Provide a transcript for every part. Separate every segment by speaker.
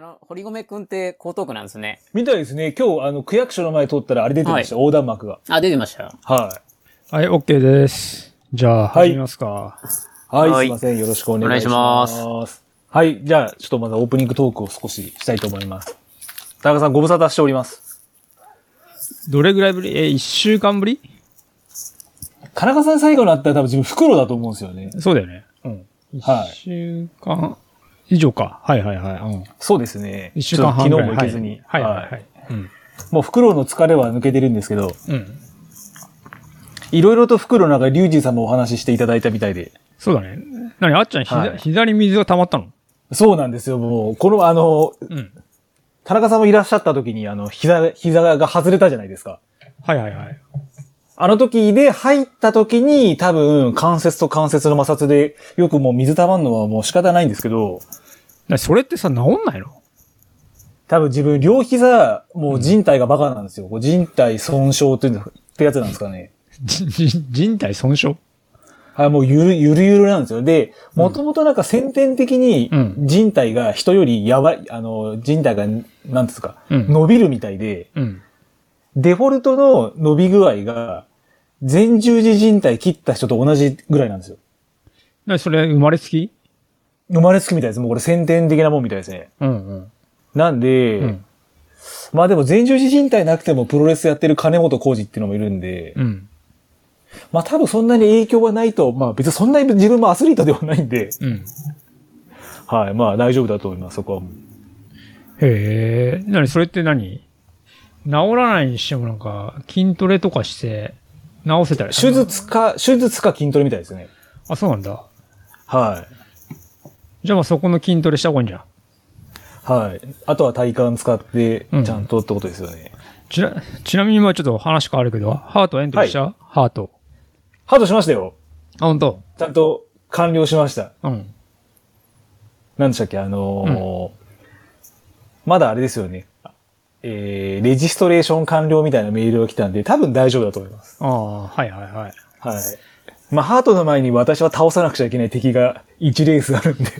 Speaker 1: の、堀米くんって江東区なんですね。
Speaker 2: みたいですね。今日、あの、区役所の前通ったらあれ出てました。横断幕が。
Speaker 1: あ、出てましたよ。
Speaker 2: は
Speaker 3: はい、OK です。じゃあ、
Speaker 2: はい
Speaker 3: 始めますか。
Speaker 2: い。はい、
Speaker 1: はい
Speaker 2: すいません。よろしくお願いします。
Speaker 1: お
Speaker 2: はい。じゃあ、ちょっとまずオープニングトークを少ししたいと思います。田中さん、ご無沙汰しております。
Speaker 3: どれぐらいぶりえ、1週間ぶり
Speaker 2: 田中さん最後のあったら多分自分、袋だと思うんですよね。
Speaker 3: そうだよね。
Speaker 2: うん。は
Speaker 3: 1
Speaker 2: い。
Speaker 3: 週間以上か。はいはいはい。うん、
Speaker 2: そうですね。
Speaker 3: 1週間半
Speaker 2: ち
Speaker 3: ぐ
Speaker 2: ょっ
Speaker 3: ら
Speaker 2: と
Speaker 3: い。
Speaker 2: 昨日も行けずに。
Speaker 3: はいはいはいはい。うん。
Speaker 2: もう、袋の疲れは抜けてるんですけど、
Speaker 3: うん。
Speaker 2: いろいろと袋の中、リュウジさんもお話ししていただいたみたいで。
Speaker 3: そうだね。なに、あっちゃん、ひ
Speaker 2: はい
Speaker 3: 膝に水が溜まったの
Speaker 2: そうなんですよ。もう、この、あの、
Speaker 3: うん。
Speaker 2: 田中さんもいらっしゃった時に、あの、膝、膝が外れたじゃないですか。
Speaker 3: はいはいはい。
Speaker 2: あの時で入った時に多分関節と関節の摩擦でよくもう水溜まるのはもう仕方ないんですけど、
Speaker 3: なにそれってさ、治んないの
Speaker 2: 多分自分両膝、もう人体がバカなんですよ。こう人体損傷っていうのってやつなんですかね。
Speaker 3: じじ人体損傷
Speaker 2: はい、もうゆる、ゆるゆるなんですよ。で、もともとなんか先天的に
Speaker 3: うん
Speaker 2: 人体が人よりやばい、あの、人体が、なんですか、
Speaker 3: うん
Speaker 2: 伸びるみたいで、
Speaker 3: うん。
Speaker 2: デフォルトの伸び具合が、前十字人体切った人と同じぐらいなんですよ。
Speaker 3: なに、それ、生まれつき
Speaker 2: 生まれつきみたいです。もうこれ先天的なもんみたいですね。
Speaker 3: うんうん。
Speaker 2: なんで、
Speaker 3: うん。
Speaker 2: まあでも前十字靭帯なくてもプロレスやってる金本浩二っていうのもいるんで、
Speaker 3: うん。
Speaker 2: まあ多分そんなに影響はないと、まあ別にそんなに自分もアスリートではないんで、
Speaker 3: うん。
Speaker 2: はい、まあ大丈夫だと思います、そこは。
Speaker 3: へえ。なに、それって何治らないにしてもなんか、筋トレとかして、治せたりす
Speaker 2: 手
Speaker 3: るの
Speaker 2: 術か、手術か筋トレみたいですね。
Speaker 3: あ、そうなんだ。
Speaker 2: はい。
Speaker 3: じゃあまあそこの筋トレした方がいいんじゃん。
Speaker 2: はい。あとは体幹使って
Speaker 3: う、ん
Speaker 2: ちゃんとってことですよね。
Speaker 3: ちな、ちなみにまあちょっと話変わるけど、ハートエントリーした、ハート。
Speaker 2: ハートしましたよ。
Speaker 3: あ、本当
Speaker 2: ちゃんと完了しました。
Speaker 3: うん。
Speaker 2: なんでしたっけ、あのーまだあれですよね。えー、レジストレーション完了みたいなメールが来たんで、多分大丈夫だと思います。
Speaker 3: ああ、はいはいはい。
Speaker 2: はい。まあ、ハートの前に私は倒さなくちゃいけない敵が1レースあるんで、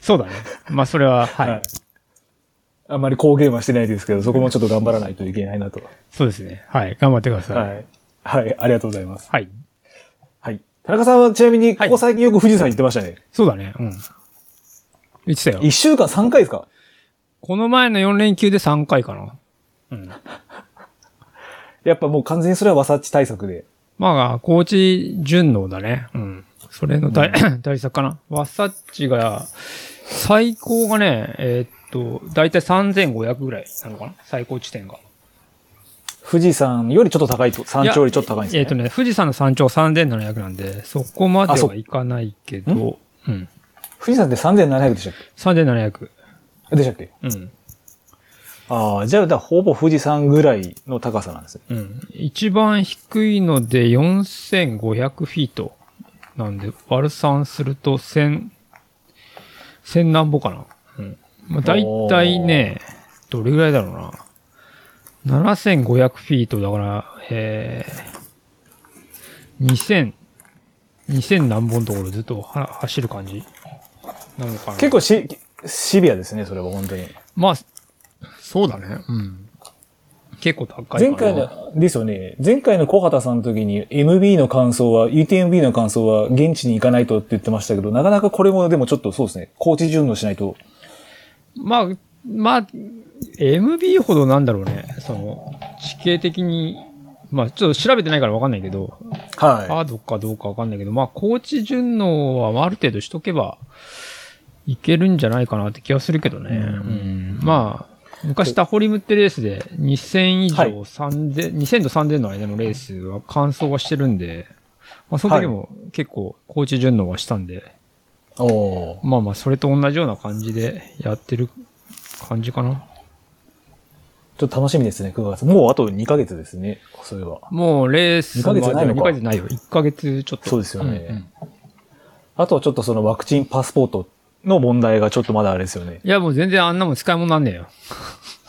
Speaker 3: そうだね。まあそれは、 はい。
Speaker 2: はいあんまり公言はしてないですけど、そこもちょっと頑張らないといけないなと。
Speaker 3: そうですね。はい。頑張ってください。は。
Speaker 2: はいい。はい、ありがとうございます。
Speaker 3: はい、
Speaker 2: はい。田中さんはちなみに、
Speaker 3: は
Speaker 2: こ
Speaker 3: い
Speaker 2: こ最近よく富士山行ってましたね。
Speaker 3: そうだね。うん。言ってたよ
Speaker 2: 1。週間3回ですか
Speaker 3: この前の4連休で3回かな。うん。
Speaker 2: やっぱもう完全にそれはわさっち対策で。
Speaker 3: まあ、高知順応だね。うん。それの対、 対策かな。ワッサッチが、最高がね、えーっと、だいたい3500ぐらいなのかな最高地点が。
Speaker 2: 富士山よりちょっと高いと、山頂よりちょっと高いんですね。
Speaker 3: えっ、とね、富士山の山頂3700なんで、そこま
Speaker 2: あ
Speaker 3: で
Speaker 2: そう
Speaker 3: はいかないけど、うん。
Speaker 2: 富士山って3700でしたっ
Speaker 3: 3700。
Speaker 2: けでしたっけ
Speaker 3: うん。
Speaker 2: ああ、じゃあ、だからほぼ富士山ぐらいの高さなんですね。
Speaker 3: うん。一番低いので4500フィート。なんで、割る3すると1000、1000何歩かな。うん。まあ、だいたいね、どれぐらいだろうな。7500フィートだから、えー、2000、2000何本のところずっとは走る感じなのかな。
Speaker 2: 結構し、シビアですね、それは本当に。
Speaker 3: まあ、そうだね。うん。結構高いかな。
Speaker 2: 前回の、ですよね、前回の小畑さんの時に MB の感想は、UTMB の感想は現地に行かないとって言ってましたけど、なかなかこれもでもちょっとそうですね、高知順応しないと。
Speaker 3: まあ、まあ、MB ほどなんだろうね。その、地形的に、まあ、ちょっと調べてないからわかんないけど、
Speaker 2: は
Speaker 3: ハードかどうかわかんないけど、まあ、高知順応はまあある程度しとけば、いけるんじゃないかなって気はするけどね。うんまあ、昔タホリムってレースで、2000以上
Speaker 2: はい
Speaker 3: 3000、2000と3000の間のレースは完走はしてるんで、まあ、その時も結構高知順応はしたんで、
Speaker 2: い。おお
Speaker 3: まあまあ、それと同じような感じでやってる感じかな。
Speaker 2: ちょっと楽しみですね、9月。もうあと2ヶ月ですね、それは。
Speaker 3: もうレース
Speaker 2: 二ヶ月ないのか
Speaker 3: 2ヶ月ないよ。1ヶ月ちょっと。
Speaker 2: そうですよね。
Speaker 3: んうん
Speaker 2: あとはちょっとそのワクチンパスポートの問題がちょっとまだあれですよね。
Speaker 3: いや、もう全然あんなもん使い物なんねえよ。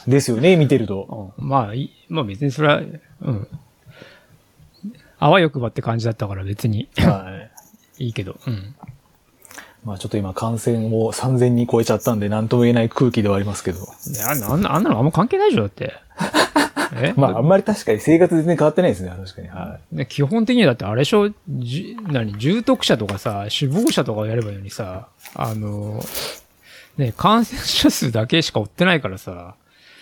Speaker 2: ですよね、見てると。
Speaker 3: うんまあいい、まあ別にそれは、うん。あわよくばって感じだったから別に
Speaker 2: はい。
Speaker 3: いいけど。うん。
Speaker 2: まあちょっと今感染を3000に超えちゃったんで何とも言えない空気ではありますけど。
Speaker 3: いや、なんなあんなのあんま関係ないでしょ、だ って。え
Speaker 2: まああんまり確かに生活全然変わってないですね、確かに。は
Speaker 3: ね基本的にはだってあれでしょ、じ何、重篤者とかさ、死亡者とかをやればいいのにさ、あの、ね、感染者数だけしか追ってないからさ。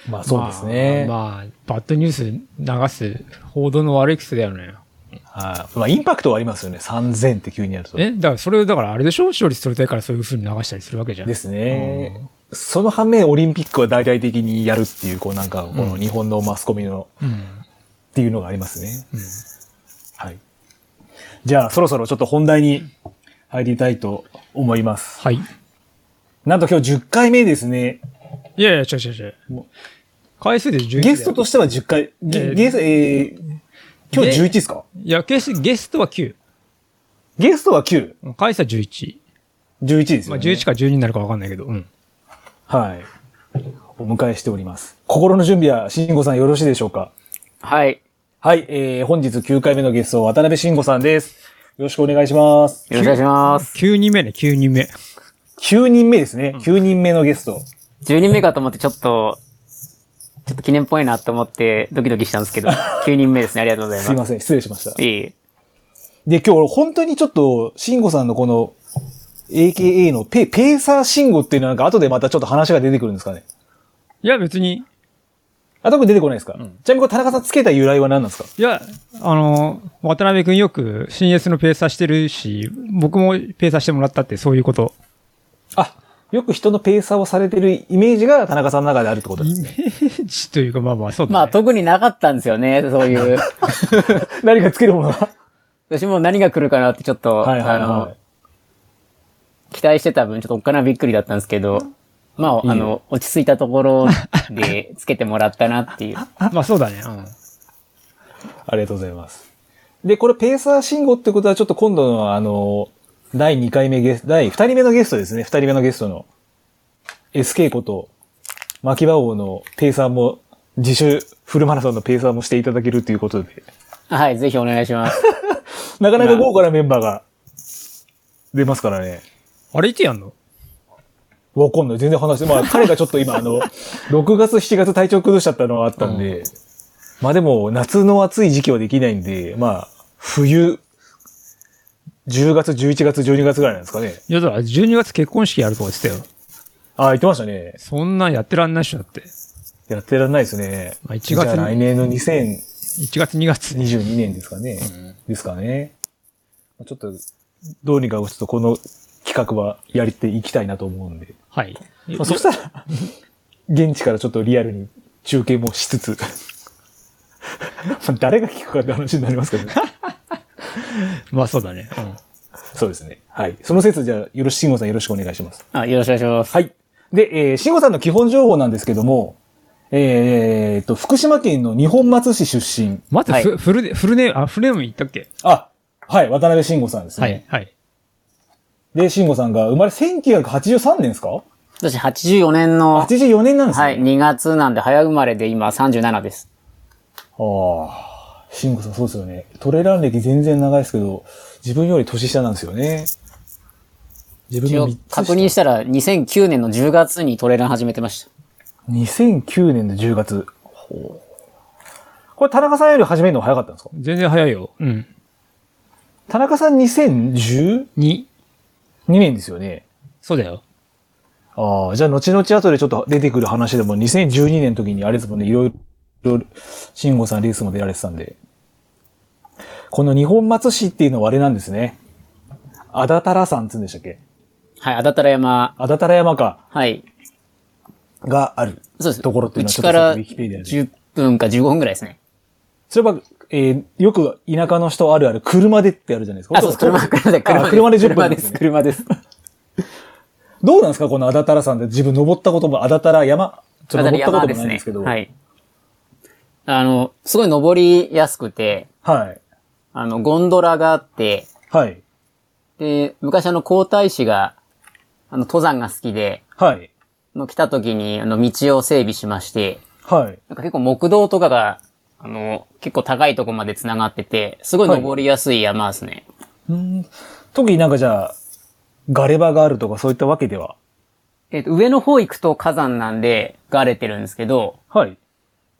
Speaker 2: い。まあそうですね。
Speaker 3: まあ、まあバッドニュース流す報道の悪い癖だよね。
Speaker 2: はい。まあインパクトはありますよね、3000って急にやると。
Speaker 3: えだからそれを、だからあれでしょ視聴率取りたいからそういう風に流したりするわけじゃん。
Speaker 2: ですね。その反面オリンピックは大々的にやるっていう、こうなんか、この日本のマスコミの、
Speaker 3: うん。
Speaker 2: っていうのがありますね。
Speaker 3: うん。
Speaker 2: はい。じゃあそろそろちょっと本題に入りたいと思います。
Speaker 3: はい。
Speaker 2: なんと今日10回目ですね。
Speaker 3: いやいや、違う違う違う
Speaker 2: もう。
Speaker 3: 回数で11だよ
Speaker 2: ゲストとしては10回。ゲ、
Speaker 3: えー
Speaker 2: ゲスえー今日11ですか
Speaker 3: いや、ゲスゲストは9。
Speaker 2: ゲストは9。
Speaker 3: 回数は11。
Speaker 2: 11です
Speaker 3: ま
Speaker 2: よ、
Speaker 3: あ、
Speaker 2: ね。
Speaker 3: 11か12になるかわかんないけど。うん。
Speaker 2: はい。お迎えしております。心の準備は、慎吾さんよろしいでしょうか
Speaker 1: はい。
Speaker 2: はい、えー、本日9回目のゲスト、渡辺慎吾さんです。よろしくお願いします。
Speaker 1: よろしくお願いします。
Speaker 3: 9人目ね、9人目。
Speaker 2: 9人目ですね。9人目のゲスト。
Speaker 1: 10人目かと思ってちょっと、ちょっと記念っぽいなと思ってドキドキしたんです けど、9人目ですね。ありがとうございます
Speaker 2: い。ません、失礼しました。
Speaker 1: いい。
Speaker 2: で、今日、本当にちょっと、慎吾さんのこの、AKA のペ、ペーサー慎吾っていうのはなんか後でまたちょっと話が出てくるんですかね。
Speaker 3: いや、別に。
Speaker 2: あ、特に出てこないですか、ちなみにこれ田中さんつけた由来は何なんですか
Speaker 3: いや、あの、渡辺くんよく CS のペーサーしてるし、僕もペーサーしてもらったってそうい うこと。
Speaker 2: あ、よく人のペーサーをされてるイメージが田中さんの中であるってことで
Speaker 3: イ
Speaker 2: す
Speaker 3: メ
Speaker 2: ね。
Speaker 3: ージというか、まあまあ、そうだ、ね。
Speaker 1: まあ特になかったんですよね、そう いう。
Speaker 2: 何かつけるものが。
Speaker 1: 私も何が来るかなってちょっと、
Speaker 2: はいはい
Speaker 1: あ
Speaker 2: は
Speaker 1: の、期待してた分ちょっとおっかなびっくりだったんですけど、まあ、あの、落ち着いたところでつけてもらったなって いう。
Speaker 3: まあそうだね。うん。
Speaker 2: い。ありがとうございます。で、これペーサー信号ってことはちょっと今度のあの、第2回目ゲス第2人目のゲストですね。2人目のゲストの SK こと、牧場王のペーサーも、自主フルマラソンのペーサーもしていただけるということで、
Speaker 1: はい、ぜひお願いします。
Speaker 2: なかなか豪華なメンバーが出ますからね。
Speaker 3: あれいつやんの
Speaker 2: わかんない。全然話して。 まあ、彼がちょっと今、あの、6月、7月体調崩しちゃったのはあったんで、まあでも、夏の暑い時期はできないんで、まあ、冬、10月、11月、12月ぐらいなんですかね。
Speaker 3: いや、だから12月結婚式やるとか言ってたよ。
Speaker 2: ああ、言ってましたね。
Speaker 3: そんなんやってらんないっしょ、だって。
Speaker 2: やってらんないですね。
Speaker 3: まあ1月に
Speaker 2: じゃあ来年の2022
Speaker 3: 1月2月に。
Speaker 2: 年ですかね。ですかね。まあちょっと、どうにか、ちょっとこの企画はやりていきたいなと思うんで。
Speaker 3: はい。
Speaker 2: まあ、そしたら、現地からちょっとリアルに中継もしつつ、 まあ誰が聞くかって話になりますけど、ね、
Speaker 3: まあそうだね。うん。
Speaker 2: そうですね。はい。その説、じゃあ、よろし、慎吾さんよろしくお願いします。
Speaker 1: あ、よろしくお願いします。
Speaker 2: はい。で、えー、慎吾さんの基本情報なんですけども、えー、と、福島県の日本松市出身。
Speaker 3: 待って、
Speaker 1: はい
Speaker 3: フフルネ、フルネーム、あ、フルネーム言ったっけ
Speaker 2: あ、はい、渡辺慎吾さんですね。
Speaker 3: はい、はい。
Speaker 2: で、慎吾さんが生まれ1983年ですか
Speaker 1: 私84年の、
Speaker 2: ?84 年なんですね。
Speaker 1: はい、2月なんで早生まれで今37です。
Speaker 2: ああ、慎吾さんそうですよね。トレラン歴全然長いですけど、自分より年下なんですよね。自分
Speaker 1: 一
Speaker 2: の
Speaker 1: 応
Speaker 2: 3つ下
Speaker 1: 確認したら2009年の10月にトレーラン始めてました。
Speaker 2: 2009年の10月。これ田中さんより始めるの早かったんですか
Speaker 3: 全然早いよ。うん。
Speaker 2: 田中さん2012
Speaker 3: 2。
Speaker 2: 年ですよね。
Speaker 3: そうだよ。
Speaker 2: ああ、じゃあ後々後でちょっと出てくる話でも2012年の時にあれですもんね、いろいろ、慎吾さんレースも出られてたんで。この日本松市っていうのはあれなんですね。あだたら山って言うんでしたっけ
Speaker 1: はい、あだたら山、
Speaker 2: あだたら山か。
Speaker 1: はい、
Speaker 2: がある
Speaker 1: そうです。
Speaker 2: ところっていううのは
Speaker 1: ち
Speaker 2: ちょっ
Speaker 1: か
Speaker 2: と
Speaker 1: ら
Speaker 2: ウィキペディアで。
Speaker 1: 10分か15分ぐらいですね。
Speaker 2: それは、えー、よく田舎の人あるある車でってあるじゃないですか。
Speaker 1: あ、そうです。車、車で、
Speaker 2: あ
Speaker 1: 車で。
Speaker 2: 車で10分
Speaker 1: 車
Speaker 2: で
Speaker 1: ですす。
Speaker 2: ね
Speaker 1: 車です。
Speaker 2: どうなんですかこのあだたらさんで自分登ったことも、あだたら山、ちょっと登ったこともないんですけど。
Speaker 1: は。い。あの、すごい登りやすくて、
Speaker 2: はい。
Speaker 1: あの、ゴンドラがあって、
Speaker 2: はい。
Speaker 1: で、昔あの、皇太子が、あの、登山が好きで、
Speaker 2: はい。
Speaker 1: あの来た時に、あの、道を整備しまして、
Speaker 2: はい。
Speaker 1: なんか結構木道とかが、あの、結構高いとこまで繋がってて、すごい登りやすい山ですね。
Speaker 2: うーん特になんかじゃあ、ガレ場があるとかそういったわけでは。
Speaker 1: えっ、と、上の方行くと火山なんで、がれてるんですけど、
Speaker 2: はい。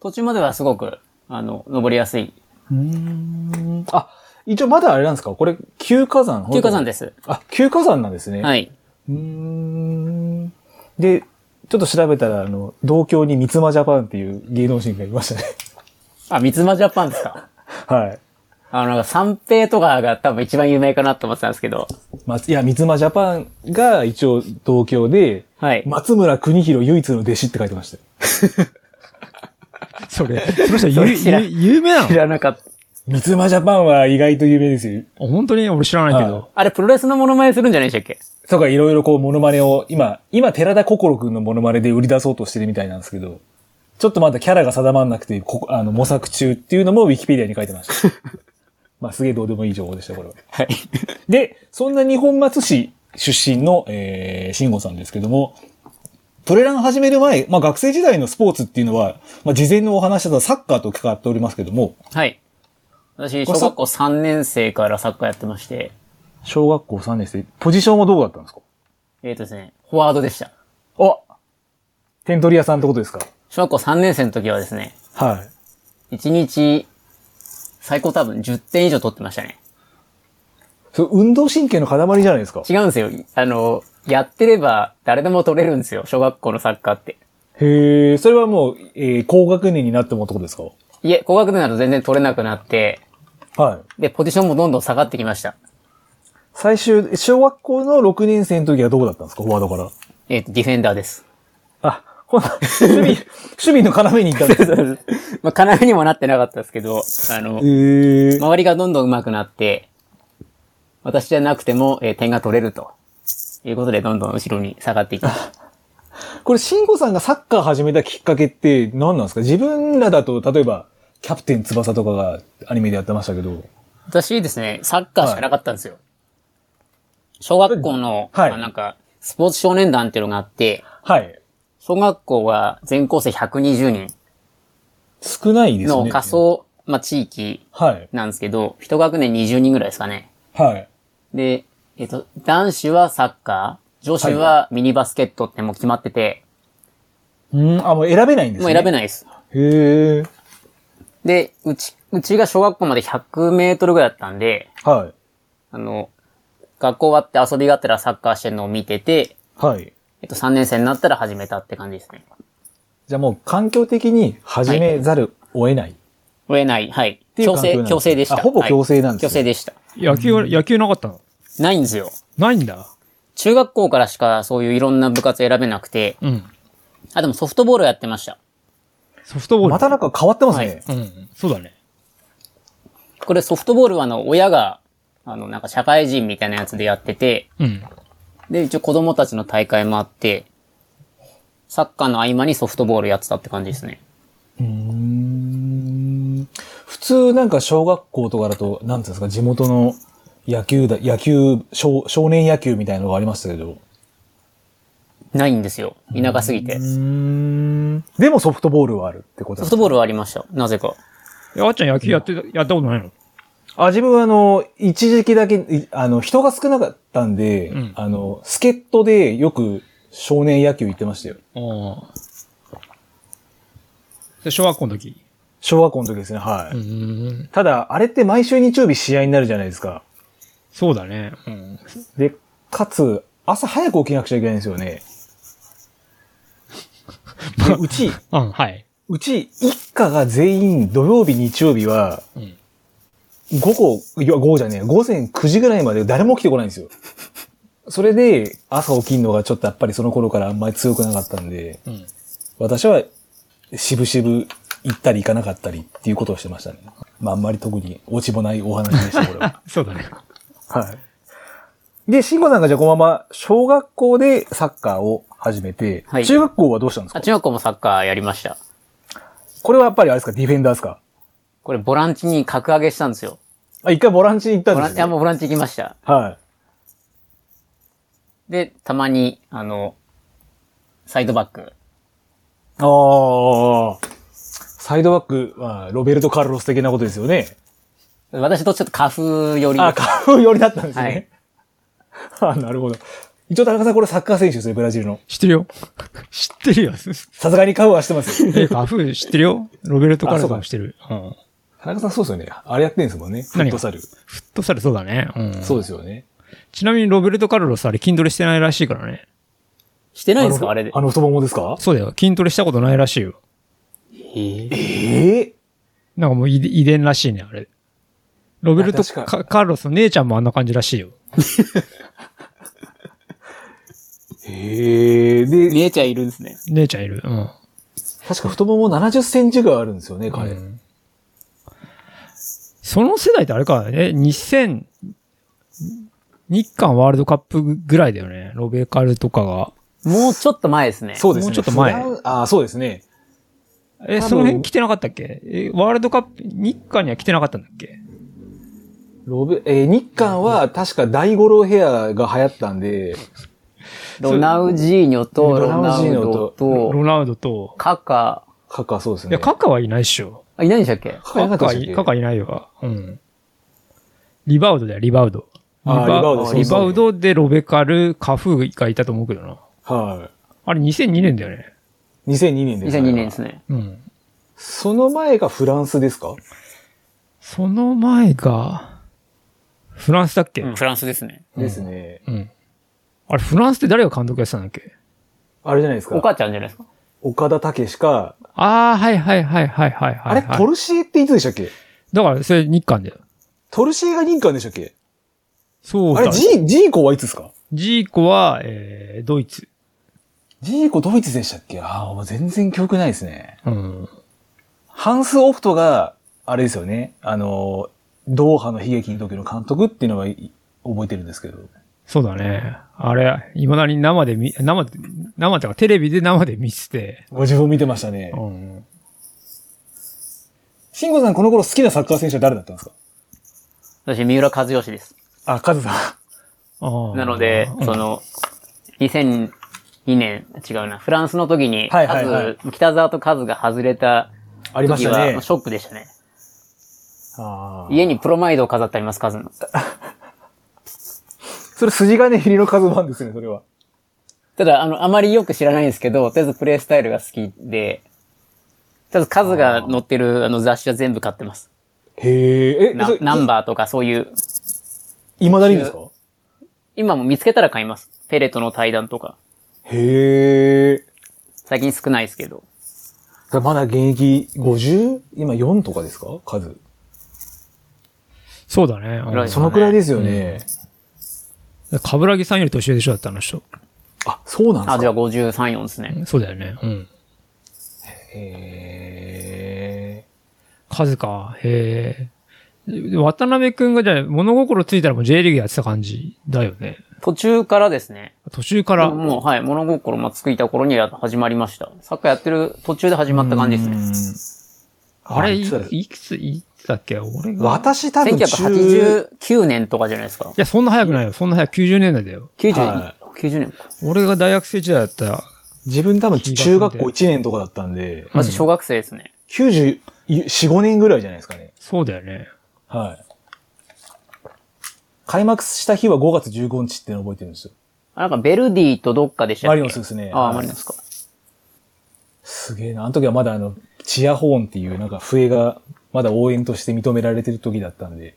Speaker 1: 途中まではすごく、あの、登りやすい。
Speaker 2: うん。あ、一応まだあれなんですかこれ、旧火山。
Speaker 1: 旧火山ですす。
Speaker 2: あ、旧火山なんですね。
Speaker 1: はい。
Speaker 2: うーん。で、ちょっと調べたら、あの、同郷に三つ間ジャパンっていう芸能人がいましたね。
Speaker 1: あ、三つ間ジャパンです か。
Speaker 2: はい。
Speaker 1: あの、なんか三平とかが多分一番有名かなと思ってたんですけど、
Speaker 2: ま、いや、三つ間ジャパンが一応同郷で、
Speaker 1: はい。
Speaker 2: 松村邦弘唯一の弟子って書いてましたよ。
Speaker 3: それ、 その人
Speaker 1: そ
Speaker 3: ゆ、
Speaker 1: れ知らん
Speaker 3: ゆ有名な
Speaker 1: 知
Speaker 3: の
Speaker 1: らなかった。
Speaker 2: 三つ間ジャパンは意外と有名ですよ。
Speaker 3: 本当に俺知らないけど。
Speaker 1: あれ、プロレスのモノマネするんじゃないでしたっけ
Speaker 2: とかいろいろこうモノマネを、今、今寺田心くんのモノマネで売り出そうとしてるみたいなんですけど、ちょっとまだキャラが定まんなくて、こあの、模索中っていうのもウィキペディアに書いてま した。まあ、すげえどうでもいい情報でした、これは。
Speaker 1: はい。
Speaker 2: で、そんな日本松市出身の、えー、慎吾さんですけども、トレラン始める前、まあ学生時代のスポーツっていうのは、まあ事前のお話だとサッカーと関わっておりますけども、
Speaker 1: はい。私、小学校3年生からサッカーやってまして、
Speaker 2: 小学校3年生、ポジションはどうだったんですか
Speaker 1: えっ、とですね、フォワードでした。
Speaker 2: あ点取り屋さんってことですか
Speaker 1: 小学校3年生の時はですね、
Speaker 2: はい。
Speaker 1: 1日、最高多分10点以上取ってましたね。
Speaker 2: それ運動神経の塊じゃないですか。
Speaker 1: 違うんですよ。あの、やってれば誰でも取れるんですよ。小学校のサッカーって。
Speaker 2: へえ、それはもう、えー高学年になってもってことですか
Speaker 1: いえ、高学年だと全然取れなくなって、
Speaker 2: はい。
Speaker 1: で、ポジションもどんどん下がってきました。
Speaker 2: 最終、小学校の6年生の時はどうだったんですかフォワードから。
Speaker 1: えっ、と、ディフェンダーです。
Speaker 2: あ、こん な、守備、守備の要に行ったんですね。
Speaker 1: まあ、要にもなってなかったですけど、あの、
Speaker 2: へえ。
Speaker 1: 周りがどんどん上手くなって、私じゃなくても、えー点が取れると。いうことで、どんどん後ろに下がっていきました。
Speaker 2: これ、慎吾さんがサッカー始めたきっかけって何なんですか自分らだと、例えば、キャプテン翼とかがアニメでやってましたけど。
Speaker 1: 私ですね、サッカーしかなかったんですよ。小学校の、
Speaker 2: はい
Speaker 1: まあなんか、スポーツ少年団っていうのがあって、
Speaker 2: はい。
Speaker 1: 小学校は全校生120人
Speaker 2: 少ないですね。
Speaker 1: の仮。想、まあ地域
Speaker 2: はい。
Speaker 1: なんですけど、一学年20人ぐらいですかね。
Speaker 2: はい。
Speaker 1: で、えっ、と、男子はサッカー、女子はミニバスケットってもう決まってて、
Speaker 2: うん、あ、もう選べないんです
Speaker 1: もう
Speaker 2: ね。
Speaker 1: 選べ
Speaker 2: ない。
Speaker 1: ないです。
Speaker 2: へえ。
Speaker 1: で、うち、うちが小学校まで100メートルぐらいだったんで、
Speaker 2: はい。
Speaker 1: あの、学校終わって遊びがてらサッカーしてるのを見てて、
Speaker 2: はい。
Speaker 1: えっと、3年生になったら始めたって感じですね。
Speaker 2: じゃあもう環境的に始めざるを得ない。
Speaker 1: 植えない、はい。
Speaker 2: ていう
Speaker 1: 強
Speaker 2: 環境なん
Speaker 1: 制、強制で
Speaker 2: ですね
Speaker 1: した。
Speaker 2: あほぼ強制なんですね
Speaker 1: はい強制でした。
Speaker 3: 野球は、野球なかったの
Speaker 1: ないんですよ。
Speaker 3: ないんだ。
Speaker 1: 中学校からしかそういういろんな部活選べなくて、
Speaker 3: うん。
Speaker 1: あ、でもソフトボールやってました。
Speaker 3: ソフトボール。
Speaker 2: またなんか変わってますね。
Speaker 3: うん。そうだね。
Speaker 1: これソフトボールはあの、親が、あの、なんか社会人みたいなやつでやってて、
Speaker 3: うん。
Speaker 1: で、一応子供たちの大会もあって、サッカーの合間にソフトボールやってたって感じですね。
Speaker 2: うん普通なんか小学校とかだと、なんていうんですか、地元の野球だ、野球、少少年野球みたいなのがありましたけど。
Speaker 1: ないんですよ。田舎すぎて。
Speaker 2: でもソフトボールはあるって
Speaker 1: ソ
Speaker 2: ことなん
Speaker 1: フ
Speaker 2: で
Speaker 1: ト
Speaker 2: す
Speaker 1: ボールはありました。なぜか。
Speaker 3: えあっちゃん野球やってた、やったことないの
Speaker 2: あ、自分はあの、一時期だけ、いあの、人が少なかったんで、
Speaker 3: うん
Speaker 2: あの、助っ人でよく少年野球行ってましたよ。
Speaker 3: ああ。小学校の時。
Speaker 2: 小学校の時ですね、はい。
Speaker 3: ん。
Speaker 2: ただ、あれって毎週日曜日試合になるじゃないですか。
Speaker 3: そうだね。うん。
Speaker 2: で、かつ、朝早く起きなくちゃいけないんですよね。でうち、
Speaker 3: うん、はい。
Speaker 2: うち一家が全員土曜日、日曜日は、
Speaker 3: うん。
Speaker 2: 午後、いや、午後じゃねえ、午前9時ぐらいまで誰も来てこないんですよ。それで、朝起きるのがちょっとやっぱりその頃からあんまり強くなかったんで、
Speaker 3: うん。
Speaker 2: 私は、しぶしぶ行ったり行かなかったりっていうことをしてましたね。まあ、あんまり特に落ちもないお話でした、これは。
Speaker 3: そうだね。
Speaker 2: はい。で、慎吾さんがじゃあこのまま小学校でサッカーを始めて、
Speaker 1: はい
Speaker 2: 中学校はどうしたんです
Speaker 1: あ、
Speaker 2: か
Speaker 1: 中学校もサッカーやりました。
Speaker 2: これはやっぱりあれですかディフェンダーですか
Speaker 1: これボランチに格上げしたんですよ。
Speaker 2: あ、一回ボランチに行ったん
Speaker 1: ボ
Speaker 2: で
Speaker 1: ラ
Speaker 2: す
Speaker 1: ン、あ、
Speaker 2: ね。
Speaker 1: もうボランチ行きました。
Speaker 2: は
Speaker 1: で、たまに、あの、サイドバック。
Speaker 2: い。ああ。サイドバックはロベルト・カルロス的なことですよね。
Speaker 1: 私とちょっとカフ寄り。
Speaker 2: あ、カフー寄りだったんですね。
Speaker 1: はい
Speaker 2: あ、なるほど。一応田中さんこれサッカー選手ですね、ブラジルの。
Speaker 3: 知ってるよ。 知ってるよ。
Speaker 2: さすがにカウはしてます よ。
Speaker 3: え、カフー知ってるよ。ロベルト・カルロも知ってる。うん。
Speaker 2: 田中さんそうですよね。あれやってんですもんね。フ
Speaker 3: 何
Speaker 2: ッ
Speaker 3: が
Speaker 2: トサル。
Speaker 3: フットサルそうだね。うん。
Speaker 2: そうですよね。
Speaker 3: ちなみにロベルト・カルロスあれ筋トレしてないらしいからね。
Speaker 1: してないんです
Speaker 2: あ
Speaker 1: か
Speaker 2: の
Speaker 1: あれで。
Speaker 2: あの太ももですか
Speaker 3: そうだよ。筋トレしたことないらしいよ。
Speaker 1: へえ
Speaker 2: ええ
Speaker 3: なんかもう遺遺伝らしいね、あれ。ロベルト
Speaker 2: あ確か
Speaker 3: カ・カルロスの姉ちゃんもあんな感じらしいよ。
Speaker 2: ええで、
Speaker 1: 姉ちゃんいるんですね。
Speaker 3: 姉ちゃんいる。うん。
Speaker 2: 確か太もも70センチぐらいあるんですよね、彼。
Speaker 3: うんその世代ってあれか、え、2000、日韓ワールドカップぐらいだよね。ロベカルとかが。
Speaker 1: もうちょっと前ですね。
Speaker 2: そうですね。
Speaker 3: もうちょっと前
Speaker 2: フランああ、そうですね。
Speaker 3: え、
Speaker 2: 多分
Speaker 3: その辺来てなかったっけえ、ワールドカップ、日韓には来てなかったんだっけ
Speaker 2: ロベ、えー日韓は確か大五郎ヘアが流行ったんで、
Speaker 1: ロナウジーニョと、
Speaker 2: ロ
Speaker 1: ロ
Speaker 2: ナ
Speaker 1: ナ
Speaker 2: ウジ
Speaker 1: ウ
Speaker 2: ーニョと
Speaker 1: ド
Speaker 3: ロ
Speaker 1: と、
Speaker 3: ナウドと。
Speaker 1: カカ、
Speaker 2: カッカーそうです
Speaker 3: い
Speaker 2: ね。
Speaker 3: や、カカはいないっしょ。
Speaker 1: あ、いないんでしたっけ
Speaker 2: カ
Speaker 3: カ
Speaker 2: ッカ
Speaker 3: カ
Speaker 2: ーい
Speaker 3: い、
Speaker 2: なか
Speaker 3: カ
Speaker 2: った
Speaker 3: カ
Speaker 2: っ
Speaker 3: いないわ。うん。リバウドだよ、リバウド。
Speaker 2: あーリバウドそうそう
Speaker 3: リバウドでロベカル、カフーがいたと思うけどな。
Speaker 2: けは
Speaker 3: あれ2002年だよね。
Speaker 2: い。2002年です、
Speaker 1: 2002年ですね。
Speaker 3: うん。
Speaker 2: その前がフランスですか
Speaker 3: その前が、フランスだっけ、
Speaker 1: うん、フランスですね。
Speaker 2: ですね。
Speaker 3: うん。あれ、フランスって誰が監督やってたんだっけ
Speaker 2: あれじゃないです
Speaker 1: お
Speaker 2: か。
Speaker 1: 母ちゃんじゃないですか。
Speaker 2: 岡田武しか、
Speaker 3: ああ、はいはいはいはいはいはい。
Speaker 2: あれ、トルシエっていつでしたっけ
Speaker 3: だから、それ日韓だよ。
Speaker 2: トルシエが日韓でしたっけ
Speaker 3: そう
Speaker 2: あ
Speaker 3: だ
Speaker 2: れ、
Speaker 3: ね。
Speaker 2: ジー、ジーコはいつですか
Speaker 3: ジーコは、えー、ドイツ。
Speaker 2: ジーコドイツでしたっけああ、もう全然記憶ないですね。
Speaker 3: うん。
Speaker 2: ハンス・オフトが、あれですよね。あの、ドーハの悲劇の時の監督っていうのはい覚えてるんですけど。
Speaker 3: そうだね。あれ、いまだに生で見、生で、生ってかテレビで生で見てて。
Speaker 2: ご自分見てましたね
Speaker 3: う。ん。
Speaker 2: 慎吾さん、この頃好きなサッカー選手は誰だったんですか
Speaker 1: 私、三浦和義です。
Speaker 2: あ、カズさん。
Speaker 3: ああ
Speaker 1: なので、
Speaker 3: うん
Speaker 1: その、2002年、違うな、フランスの時に、
Speaker 2: はいはいはい
Speaker 1: カズ北沢とカズが外れた
Speaker 2: ありまし
Speaker 1: 時
Speaker 2: た
Speaker 1: は、
Speaker 2: ね。
Speaker 1: ショックでしたね。
Speaker 2: あー
Speaker 1: 家にプロマイドを飾ってあります、カズの。
Speaker 2: それ筋金入りのカズマンですね、それは。
Speaker 1: ただ、あの、あまりよく知らないんですけど、とりあえずプレイスタイルが好きで、とりあえずカズが載ってるあの雑誌は全部買ってます。
Speaker 2: へえ、え、
Speaker 1: な
Speaker 2: それ
Speaker 1: ナンバーとかそういう、
Speaker 2: 未だにですか
Speaker 1: 今も見つけたら買います。ペレとの対談とか。
Speaker 2: へえ。
Speaker 1: 最近少ないですけど。
Speaker 2: まだ現役 50? 今4とかですか数。
Speaker 3: そうだね。
Speaker 1: フラン
Speaker 3: うん
Speaker 1: ス
Speaker 2: そのくらいですよね。
Speaker 3: カブラギさんより年上でしょだったあの人。
Speaker 2: あ、そうなんです
Speaker 1: あ、
Speaker 2: か
Speaker 1: じゃあ53、4ですね。
Speaker 3: そうだよね。うん。
Speaker 2: へ
Speaker 3: 数か。へえ。渡辺くんがじゃあ物心ついたらもう J リーグやってた感じだよね。
Speaker 1: 途中からですね。
Speaker 3: 途中から。
Speaker 1: もう、はい、物心まつくいた頃にや始まりました。サッカーやってる途中で始まった感じですね。
Speaker 2: すね。
Speaker 3: あれ、い
Speaker 2: いつだ
Speaker 3: いくつ、いつだっけ俺が。
Speaker 2: 私多分中、
Speaker 1: 1989年とかじゃないですか
Speaker 3: い。や、そんな早くないよ。そんな早く90年代だよ。
Speaker 1: 90、
Speaker 2: は
Speaker 1: 90年か。
Speaker 3: 俺が大学生時代だったら、
Speaker 2: 自分多分中学校1年とかだったんで、
Speaker 1: 私、小学生ですね。
Speaker 2: 94、5年ぐらいじゃないですかね。
Speaker 3: そうだよね。
Speaker 2: はい。開幕した日は5月15日っていうのを覚えてるんですよ。
Speaker 1: あなんか、ベルディとどっかでしたっ
Speaker 2: マ
Speaker 1: け
Speaker 2: リノスですね。
Speaker 1: あ
Speaker 2: は
Speaker 1: あ、
Speaker 2: い
Speaker 1: マリノスか。
Speaker 2: すげえな。あの時はまだあの、チアホーンっていうなんか笛がまだ応援として認められてる時だったんで、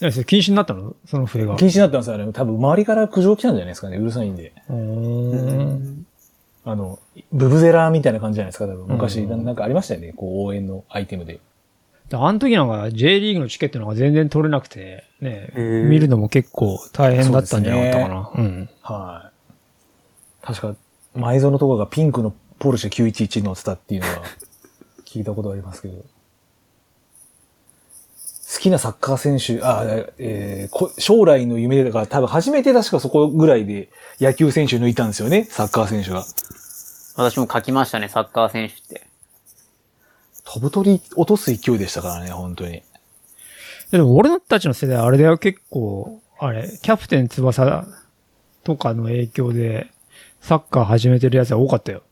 Speaker 3: いやそれ禁止になったのその笛が。
Speaker 2: 禁止になったんですよ。あれ多分周りから苦情来たんじゃないですかね。うるさいんで。
Speaker 3: うーん。
Speaker 2: あの、ブブゼラーみたいな感じじゃないですか。多分昔、
Speaker 3: うん
Speaker 2: なんかありましたよね。こう応援のアイテムで。
Speaker 3: であの時なんか J リーグのチケットなんか全然取れなくて、ね、
Speaker 1: ー
Speaker 3: 見るのも結構大変だったんじゃなかったかな。うん。
Speaker 2: はい。確か、前園とかがピンクのポルシェ911乗ってたっていうのは聞いたことありますけど。好きなサッカー選手、あ、えーこ将来の夢だから多分初めて確かそこぐらいで野球選手抜いたんですよね、サッカー選手が。
Speaker 1: 私も書きましたね、サッカー選手って。
Speaker 2: 飛ぶ鳥落とす勢いでしたからね、本当に。
Speaker 3: でも俺たちの世代あれだよ、結構、あれ、キャプテン翼とかの影響で、サッカー始めてるやつが多かったよ。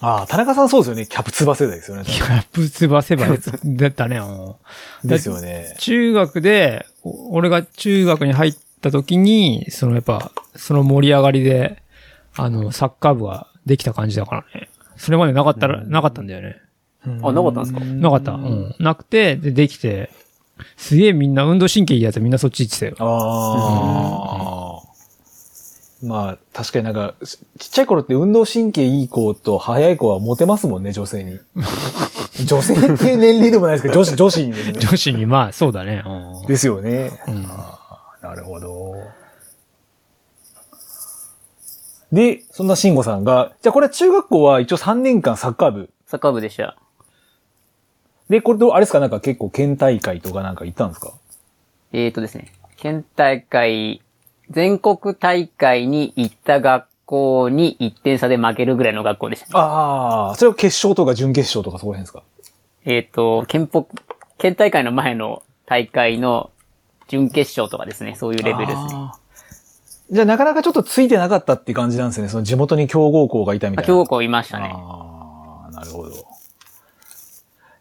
Speaker 2: ああ、田中さんそうですよね。キャプツバ世代ですよね。
Speaker 3: キャップつば せばやつだったね、もう。
Speaker 2: ですよね。
Speaker 3: 中学で、お俺が中学に入った時に、そのやっぱ、その盛り上がりで、あの、サッカー部ができた感じだからね。それまでなかったら、なかったんだよね。
Speaker 1: あなかったんですか
Speaker 3: なかった。うん。なくて、で、できて、すげえみんな運動神経いいやつみんなそっち行ってたよ。
Speaker 2: ああ。まあ、確かになんか、ちちっちゃい頃って運動神経いい子と早い子はモテますもんね、女性 に。女性っていう年齢でもないですけど、女 子、女子にですね。
Speaker 3: 女子に、まあ、そうだね。うん
Speaker 2: ですよね。
Speaker 3: うん。
Speaker 2: なるほど。で、そんな慎吾さんが、じゃあこれは中学校は一応3年間サッカー部。
Speaker 1: サッカー部でした。
Speaker 2: で、これと、あれですか、なんか結構県大会とかなんか行ったんですか
Speaker 1: えー、とですね、県大会、全国大会に行った学校に1点差で負けるぐらいの学校でした。
Speaker 2: ああ、それを決勝とか準決勝とかそこら辺ですか
Speaker 1: えー、と、県北、県大会の前の大会の準決勝とかですね、そういうレベルですね。
Speaker 2: あーじゃあなかなかちょっとついてなかったって感じなんですね。その地元に強豪校がいたみ
Speaker 1: あ
Speaker 2: たいな。
Speaker 1: 強豪校いましたね。
Speaker 2: ああ、なるほど。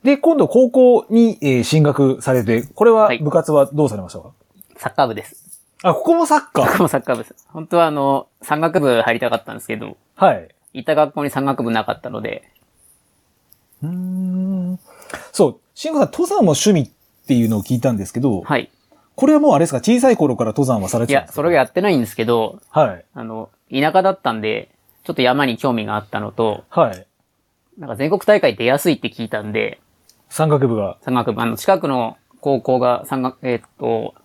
Speaker 2: で、今度高校に、えー進学されて、これは
Speaker 1: はい
Speaker 2: 部活はどうされましたか、
Speaker 1: サッカー部です。
Speaker 2: あ、ここもサッカ
Speaker 1: 僕
Speaker 2: ー。
Speaker 1: もサッカー部です。本当はあの、山岳部入りたかったんですけど、
Speaker 2: はい。
Speaker 1: いた学校に山岳部なかったので、
Speaker 2: うーん。そう。慎吾さん、登山も趣味っていうのを聞いたんですけど、
Speaker 1: はい。
Speaker 2: これはもうあれですか小さい頃から登山はされ
Speaker 1: い
Speaker 2: てた
Speaker 1: や
Speaker 2: んで、す
Speaker 1: そ
Speaker 2: か
Speaker 1: れがやってないんですけど、
Speaker 2: はい。
Speaker 1: あの、田舎だったんで、ちょっと山に興味があったのと、
Speaker 2: はい。
Speaker 1: なんか全国大会出やすいって聞いたんで、
Speaker 2: 山岳部が。
Speaker 1: 山岳部、あの、近くの高校が山岳、えーっと、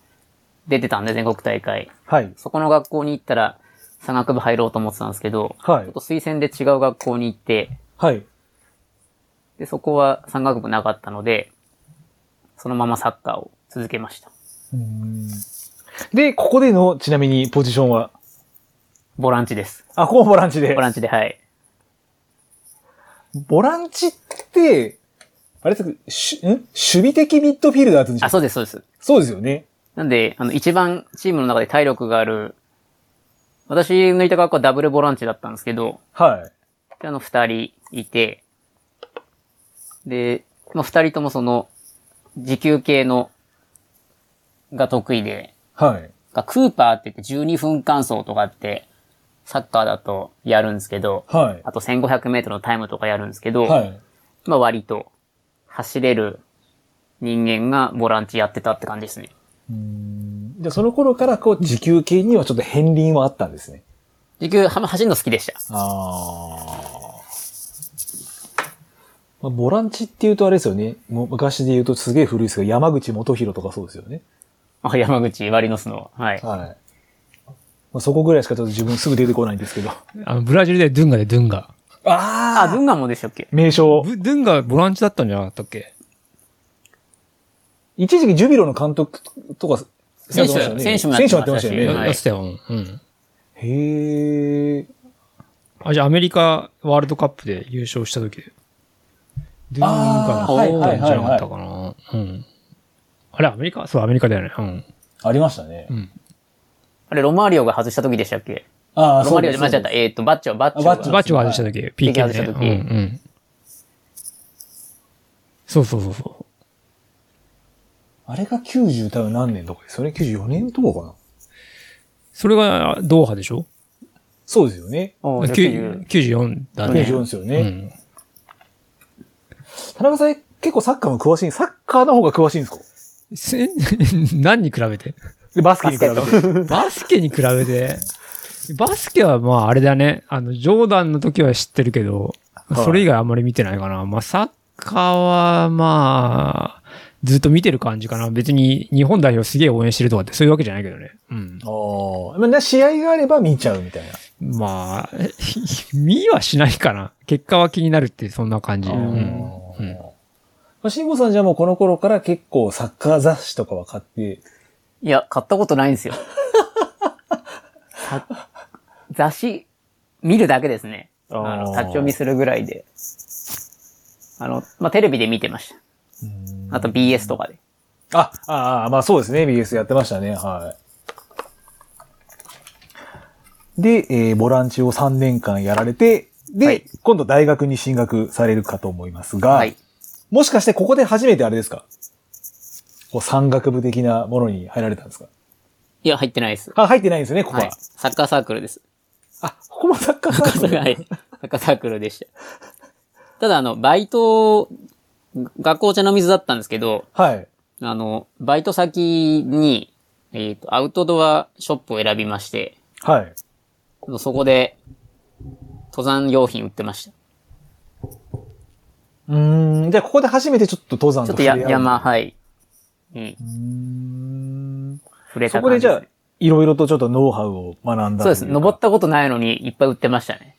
Speaker 1: 出てたんで、全国大会。
Speaker 2: はい。
Speaker 1: そこの学校に行ったら、山岳部入ろうと思ってたんですけど、
Speaker 2: はい
Speaker 1: ちょっと推薦で違う学校に行って、
Speaker 2: はい。
Speaker 1: で、そこは山岳部なかったので、そのままサッカーを続けました。
Speaker 2: うーんで、ここでの、ちなみにポジションは
Speaker 1: ボランチです。
Speaker 2: あ、ここもボランチで。
Speaker 1: ボランチで、はい。
Speaker 2: ボランチって、あれですか、しゅん守備的ミッドフィルダーって言うんでしょ
Speaker 1: あ、そうです、そうです。
Speaker 2: そうですよね。
Speaker 1: なんで、あの、一番チームの中で体力がある、私のいた学校はダブルボランチだったんですけど、
Speaker 2: はい。
Speaker 1: で、あの、二人いて、で、まあ、二人ともその、時給系の、が得意で、
Speaker 2: はい。
Speaker 1: がクーパーって言って12分間走とかって、サッカーだとやるんですけど、
Speaker 2: はい。
Speaker 1: あと1500メートルのタイムとかやるんですけど、
Speaker 2: はい。
Speaker 1: まあ割と走れる人間がボランチやってたって感じですね。
Speaker 2: うーんじゃあその頃から、こう、時給系にはちょっと片鱗はあったんですね。
Speaker 1: 時給、は走るの好きでした。
Speaker 2: ああ。ボランチって言うとあれですよね。もう昔で言うとすげえ古いですけど、山口元弘とかそうですよね。
Speaker 1: あ山口割の巣の。はい。
Speaker 2: はい。まあ、そこぐらいしかちょっと自分すぐ出てこないんですけど。あ
Speaker 3: あの、ブラジルでドゥンガでドゥンガ。
Speaker 1: あ、
Speaker 2: あ
Speaker 1: 文ガもでしたっけ
Speaker 2: 名称。
Speaker 3: ブドゥンガボランチだったんじゃなかったっけ
Speaker 2: 一時期ジュビロの監督とか、
Speaker 1: 選手
Speaker 2: されてましたよ
Speaker 1: 選
Speaker 2: ね
Speaker 1: 手もや
Speaker 2: 選
Speaker 1: って
Speaker 2: 手もやってま
Speaker 1: ま
Speaker 2: し
Speaker 1: した
Speaker 2: た
Speaker 1: し
Speaker 2: よね。
Speaker 1: はい
Speaker 3: やってたよ。うんうん。
Speaker 2: へえ。
Speaker 3: あ、じゃあアメリカワールドカップで優勝した時で。ドゥンガ
Speaker 2: あー
Speaker 3: の
Speaker 2: はい
Speaker 3: じゃなかったかな。うん。あれ、アメリカそう、アメリカだよね。うん。
Speaker 2: ありましたね。
Speaker 3: うん。
Speaker 1: あれ、ロマーリオが外した時でしたっけ
Speaker 2: あ
Speaker 1: ロマーリオで間違
Speaker 2: そう
Speaker 1: った。
Speaker 2: で
Speaker 1: えっ、と、バッチョ、バッチョ
Speaker 2: あ
Speaker 1: が。
Speaker 2: バッ
Speaker 3: バッチョが外した時、PK
Speaker 1: 外
Speaker 3: で
Speaker 1: した
Speaker 3: ね。
Speaker 1: 時
Speaker 3: うんうん。そうそうそうそう。
Speaker 2: すあれが90多分何年とかですよね。94年とかかな。
Speaker 3: それがドーハでしょ
Speaker 2: そうですよね。
Speaker 1: おーじゃあ90
Speaker 3: ?94 だね。
Speaker 2: 94ですよね。
Speaker 3: うん。
Speaker 2: 田中さん結構サッカーも詳しい。サッカーの方が詳しいんですか
Speaker 3: せ 何に比べて
Speaker 2: でバスケに比べて。
Speaker 1: バ
Speaker 3: バスケに比べて、バスケはまああれだね。あの、ジョーダンの時は知ってるけど、
Speaker 2: はい
Speaker 3: それ以外あんまり見てないかな。まあサッカーはまあ、ずっと見てる感じかな。別に日本代表すげえ応援してるとかってそういうわけじゃないけどね。うん。
Speaker 2: ああ。まあな、試合があれば見ちゃうみたいな。
Speaker 3: まあ、 見はしないかな。結果は気になるってそんな感じ。う
Speaker 2: あー
Speaker 3: ん。うん
Speaker 2: まあ慎吾さんじゃあもうこの頃から結構サッカー雑誌とかは買って、
Speaker 1: いや、買ったことないんですよ。 さ雑誌、見るだけですね。
Speaker 2: あー
Speaker 1: あの、立ち読みするぐらいで。あの、まあ、テレビで見てました。あと BS とかで。
Speaker 2: あ、ああ、まあそうですね。BS やってましたね。はい。で、えーボランチを3年間やられて、で、
Speaker 1: はい
Speaker 2: 今度大学に進学されるかと思いますが、
Speaker 1: はい。
Speaker 2: もしかしてここで初めてあれですかこう山岳部的なものに入られたんですか
Speaker 1: いや、入ってないです。
Speaker 2: あ、入ってないんですね、ここは。
Speaker 1: はい。サッカーサークルです。
Speaker 2: あ、ここもサッカーサークル
Speaker 1: はい。サッカーサークルでした。ただ、あの、バイト、学校茶の水だったんですけど、
Speaker 2: はい。
Speaker 1: あの、バイト先に、えっ、と、アウトドアショップを選びまして、
Speaker 2: はい。
Speaker 1: そこで、登山用品売ってました。
Speaker 2: うーん。じゃあ、ここで初めてちょっと登山
Speaker 1: ちょ
Speaker 2: と
Speaker 1: っと
Speaker 2: 触
Speaker 1: や
Speaker 2: れ合う
Speaker 1: 山、はい。うん。
Speaker 2: うーん。
Speaker 1: 触れ
Speaker 2: そ
Speaker 1: た
Speaker 2: こ
Speaker 1: 感
Speaker 2: で
Speaker 1: じ
Speaker 2: じ
Speaker 1: で
Speaker 2: ゃ
Speaker 1: す
Speaker 2: あ
Speaker 1: ね。、
Speaker 2: いろいろとちょっとノウハウを学んだ。
Speaker 1: そうです。登ったたことないのに、いっぱい売ってましたね。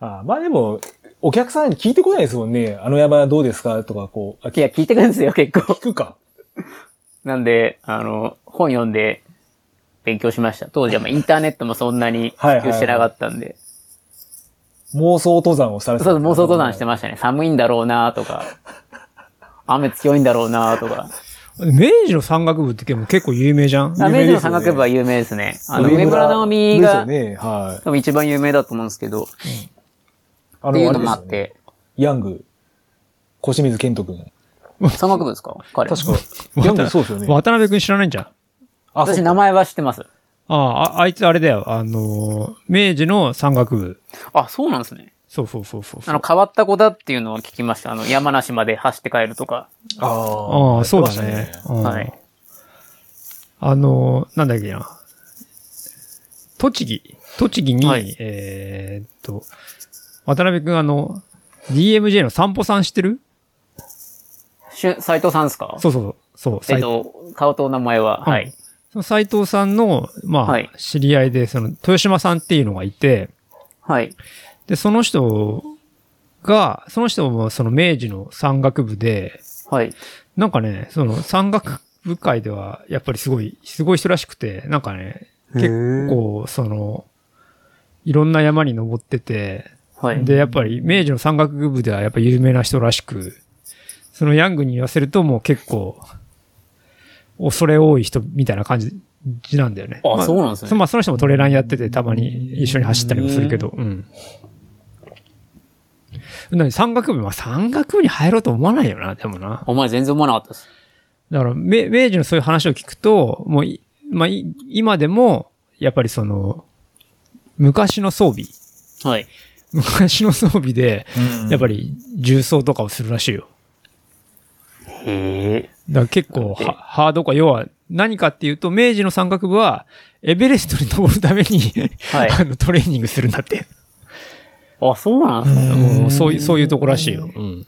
Speaker 2: あまあでも、お客さんに聞いてこないですもんね。あの山どうですかとか、こう。あ
Speaker 1: いや、聞いてくるんですよ、結構
Speaker 2: 聞。くか。
Speaker 1: なんで、あの、本読んで勉強しました。当時はまあインターネットもそんなに
Speaker 2: はいはい
Speaker 1: 普及してなかったんで。
Speaker 2: 妄想登山をされて
Speaker 1: そう妄想登山してましたね。寒いんだろうなとか、雨強いんだろうなとか。
Speaker 3: 明治の山岳部って結構有名じゃん
Speaker 1: あ明
Speaker 2: 有名です
Speaker 1: 治の
Speaker 2: よね
Speaker 1: 山岳部は有名ですね。あの、
Speaker 2: 上
Speaker 1: 上村直美が、
Speaker 2: ですよね。はい。
Speaker 1: 多分一番有名だと思うんですけど、
Speaker 2: あ
Speaker 1: っていうのもあ
Speaker 2: あれ
Speaker 1: っ
Speaker 2: ですよね
Speaker 1: て、
Speaker 2: ヤング、小清水健人くん。
Speaker 1: 山岳部ですか彼。
Speaker 2: 確か。ヤングそうですよね。
Speaker 3: 渡辺くん知らないんじゃん。
Speaker 2: あ、そ
Speaker 1: 私
Speaker 2: う
Speaker 1: 名前は知ってます。
Speaker 3: ああ、ああいつあれだよ。あのー、明治の山岳部。
Speaker 1: あ、そうなんですね。
Speaker 3: そうそうそうそう。
Speaker 1: あの、変わった子だっていうのは聞きました。あの、山梨まで走って帰るとか。
Speaker 2: あ
Speaker 3: ああ、
Speaker 2: ー
Speaker 3: そうだね。うん
Speaker 1: はい。
Speaker 3: あのー、なんだっけな。栃木。栃木に、
Speaker 1: はい
Speaker 3: えーっと、渡辺くんあの、DMJ の散歩さん知ってる
Speaker 1: しゅ斉藤さんですか
Speaker 3: そうそうそう。そう
Speaker 1: えっ
Speaker 3: 斉
Speaker 1: と、顔とお名前は、
Speaker 3: うん
Speaker 1: はい。
Speaker 3: その斎藤さんの、まあ、
Speaker 1: はい
Speaker 3: 知り合いで、その、豊島さんっていうのがいて、
Speaker 1: はい。
Speaker 3: で、その人が、その人もその明治の山岳部で、
Speaker 1: はい。
Speaker 3: なんかね、その山岳部会では、やっぱりすごい、すごい人らしくて、なんかね、結構、その、いろんな山に登ってて、
Speaker 1: はい。
Speaker 3: で、やっぱり明治の山岳部ではやっぱ有名な人らしく、そのヤングに言わせるともう結構、恐れ多い人みたいな感じなんだよね。
Speaker 1: あ、そうなんです
Speaker 3: そ
Speaker 1: ね。
Speaker 3: まあ、その人もトレランやってて、たまに一緒に走ったりもするけど、うん。なに、山岳部、まあ、山岳部に入ろうと思わないよな、でもな。
Speaker 1: お前全然思わなかったです。
Speaker 3: だから、め明治のそういう話を聞くと、もうい、まあ、い今でも、やっぱりその、昔の装備、
Speaker 1: はい。
Speaker 3: 昔の装備で、
Speaker 2: うん
Speaker 3: やっぱり重装とかをするらしいよ。
Speaker 1: へえ。
Speaker 3: だから結構は、ハードか、要は、何かっていうと、明治の山岳部は、エベレストに登るために、
Speaker 1: はい
Speaker 3: あの、トレーニングするんだって。
Speaker 1: あ、そうなんですね。
Speaker 3: もうそういう、そういうとこらしいよ。うん。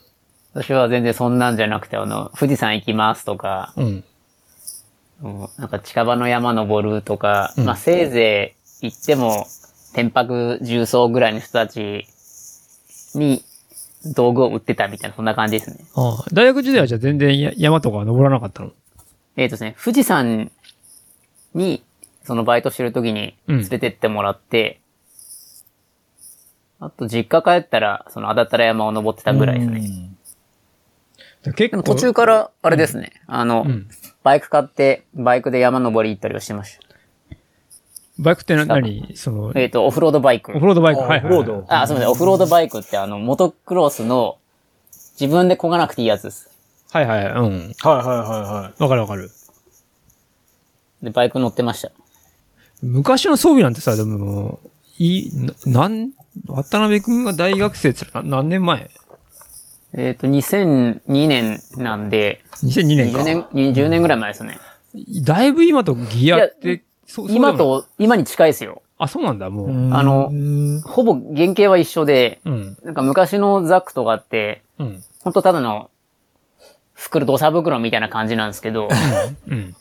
Speaker 1: 私は全然そんなんじゃなくて、あの、富士山行きますとか、
Speaker 3: うん。
Speaker 1: うんなんか近場の山登るとか、まあせいぜい行っても、天白重曹ぐらいの人たちに道具を売ってたみたいな、そんな感じですね。
Speaker 3: ああ大学時代はじゃあ全然や山とかは登らなかったの
Speaker 1: えっ、とですね、富士山に、そのバイトしてる時に
Speaker 3: うん
Speaker 1: 連れてってもらって、あと実家帰ったら、そのあだたら山を登ってたぐらいですね。
Speaker 3: 結
Speaker 1: で
Speaker 3: 構。
Speaker 1: も途中から、あれですね、あの、
Speaker 3: うん
Speaker 1: バイク買って、バイクで山登り行ったりはしてました。
Speaker 3: バイクってな何その、
Speaker 1: えっ、と、オフロードバイク
Speaker 3: オ。フロードバイク。
Speaker 2: あ
Speaker 3: はいはいはい。
Speaker 2: オフロード
Speaker 1: あ、すみません、オフロードバイクってあの、モトクロスの、自分で漕がなくていいやつです。
Speaker 3: はいはい。うん。
Speaker 2: はいはいはいはい。
Speaker 3: わかるわかる。
Speaker 1: で、バイク乗ってました。
Speaker 3: 昔の装備なんてさ、でも、い、ななん、渡辺くんが大学生って言ったらな何年前
Speaker 1: えっ、と、2002年なんで、
Speaker 3: ?2002 年か。
Speaker 1: 20年、20年ぐらい前ですね。
Speaker 3: だいぶ今とギアっ
Speaker 1: い
Speaker 3: て、そうそうでもない
Speaker 1: 今。と、今に近いですよ。
Speaker 3: あ、そうなんだ、もう。うん。
Speaker 1: あの
Speaker 2: うん
Speaker 1: ほぼ原型は一緒で、
Speaker 3: うん。
Speaker 1: なんか昔のザックとかって、
Speaker 3: うん。
Speaker 1: ほんとただの、袋、土砂袋みたいな感じなんですけど、
Speaker 3: うん。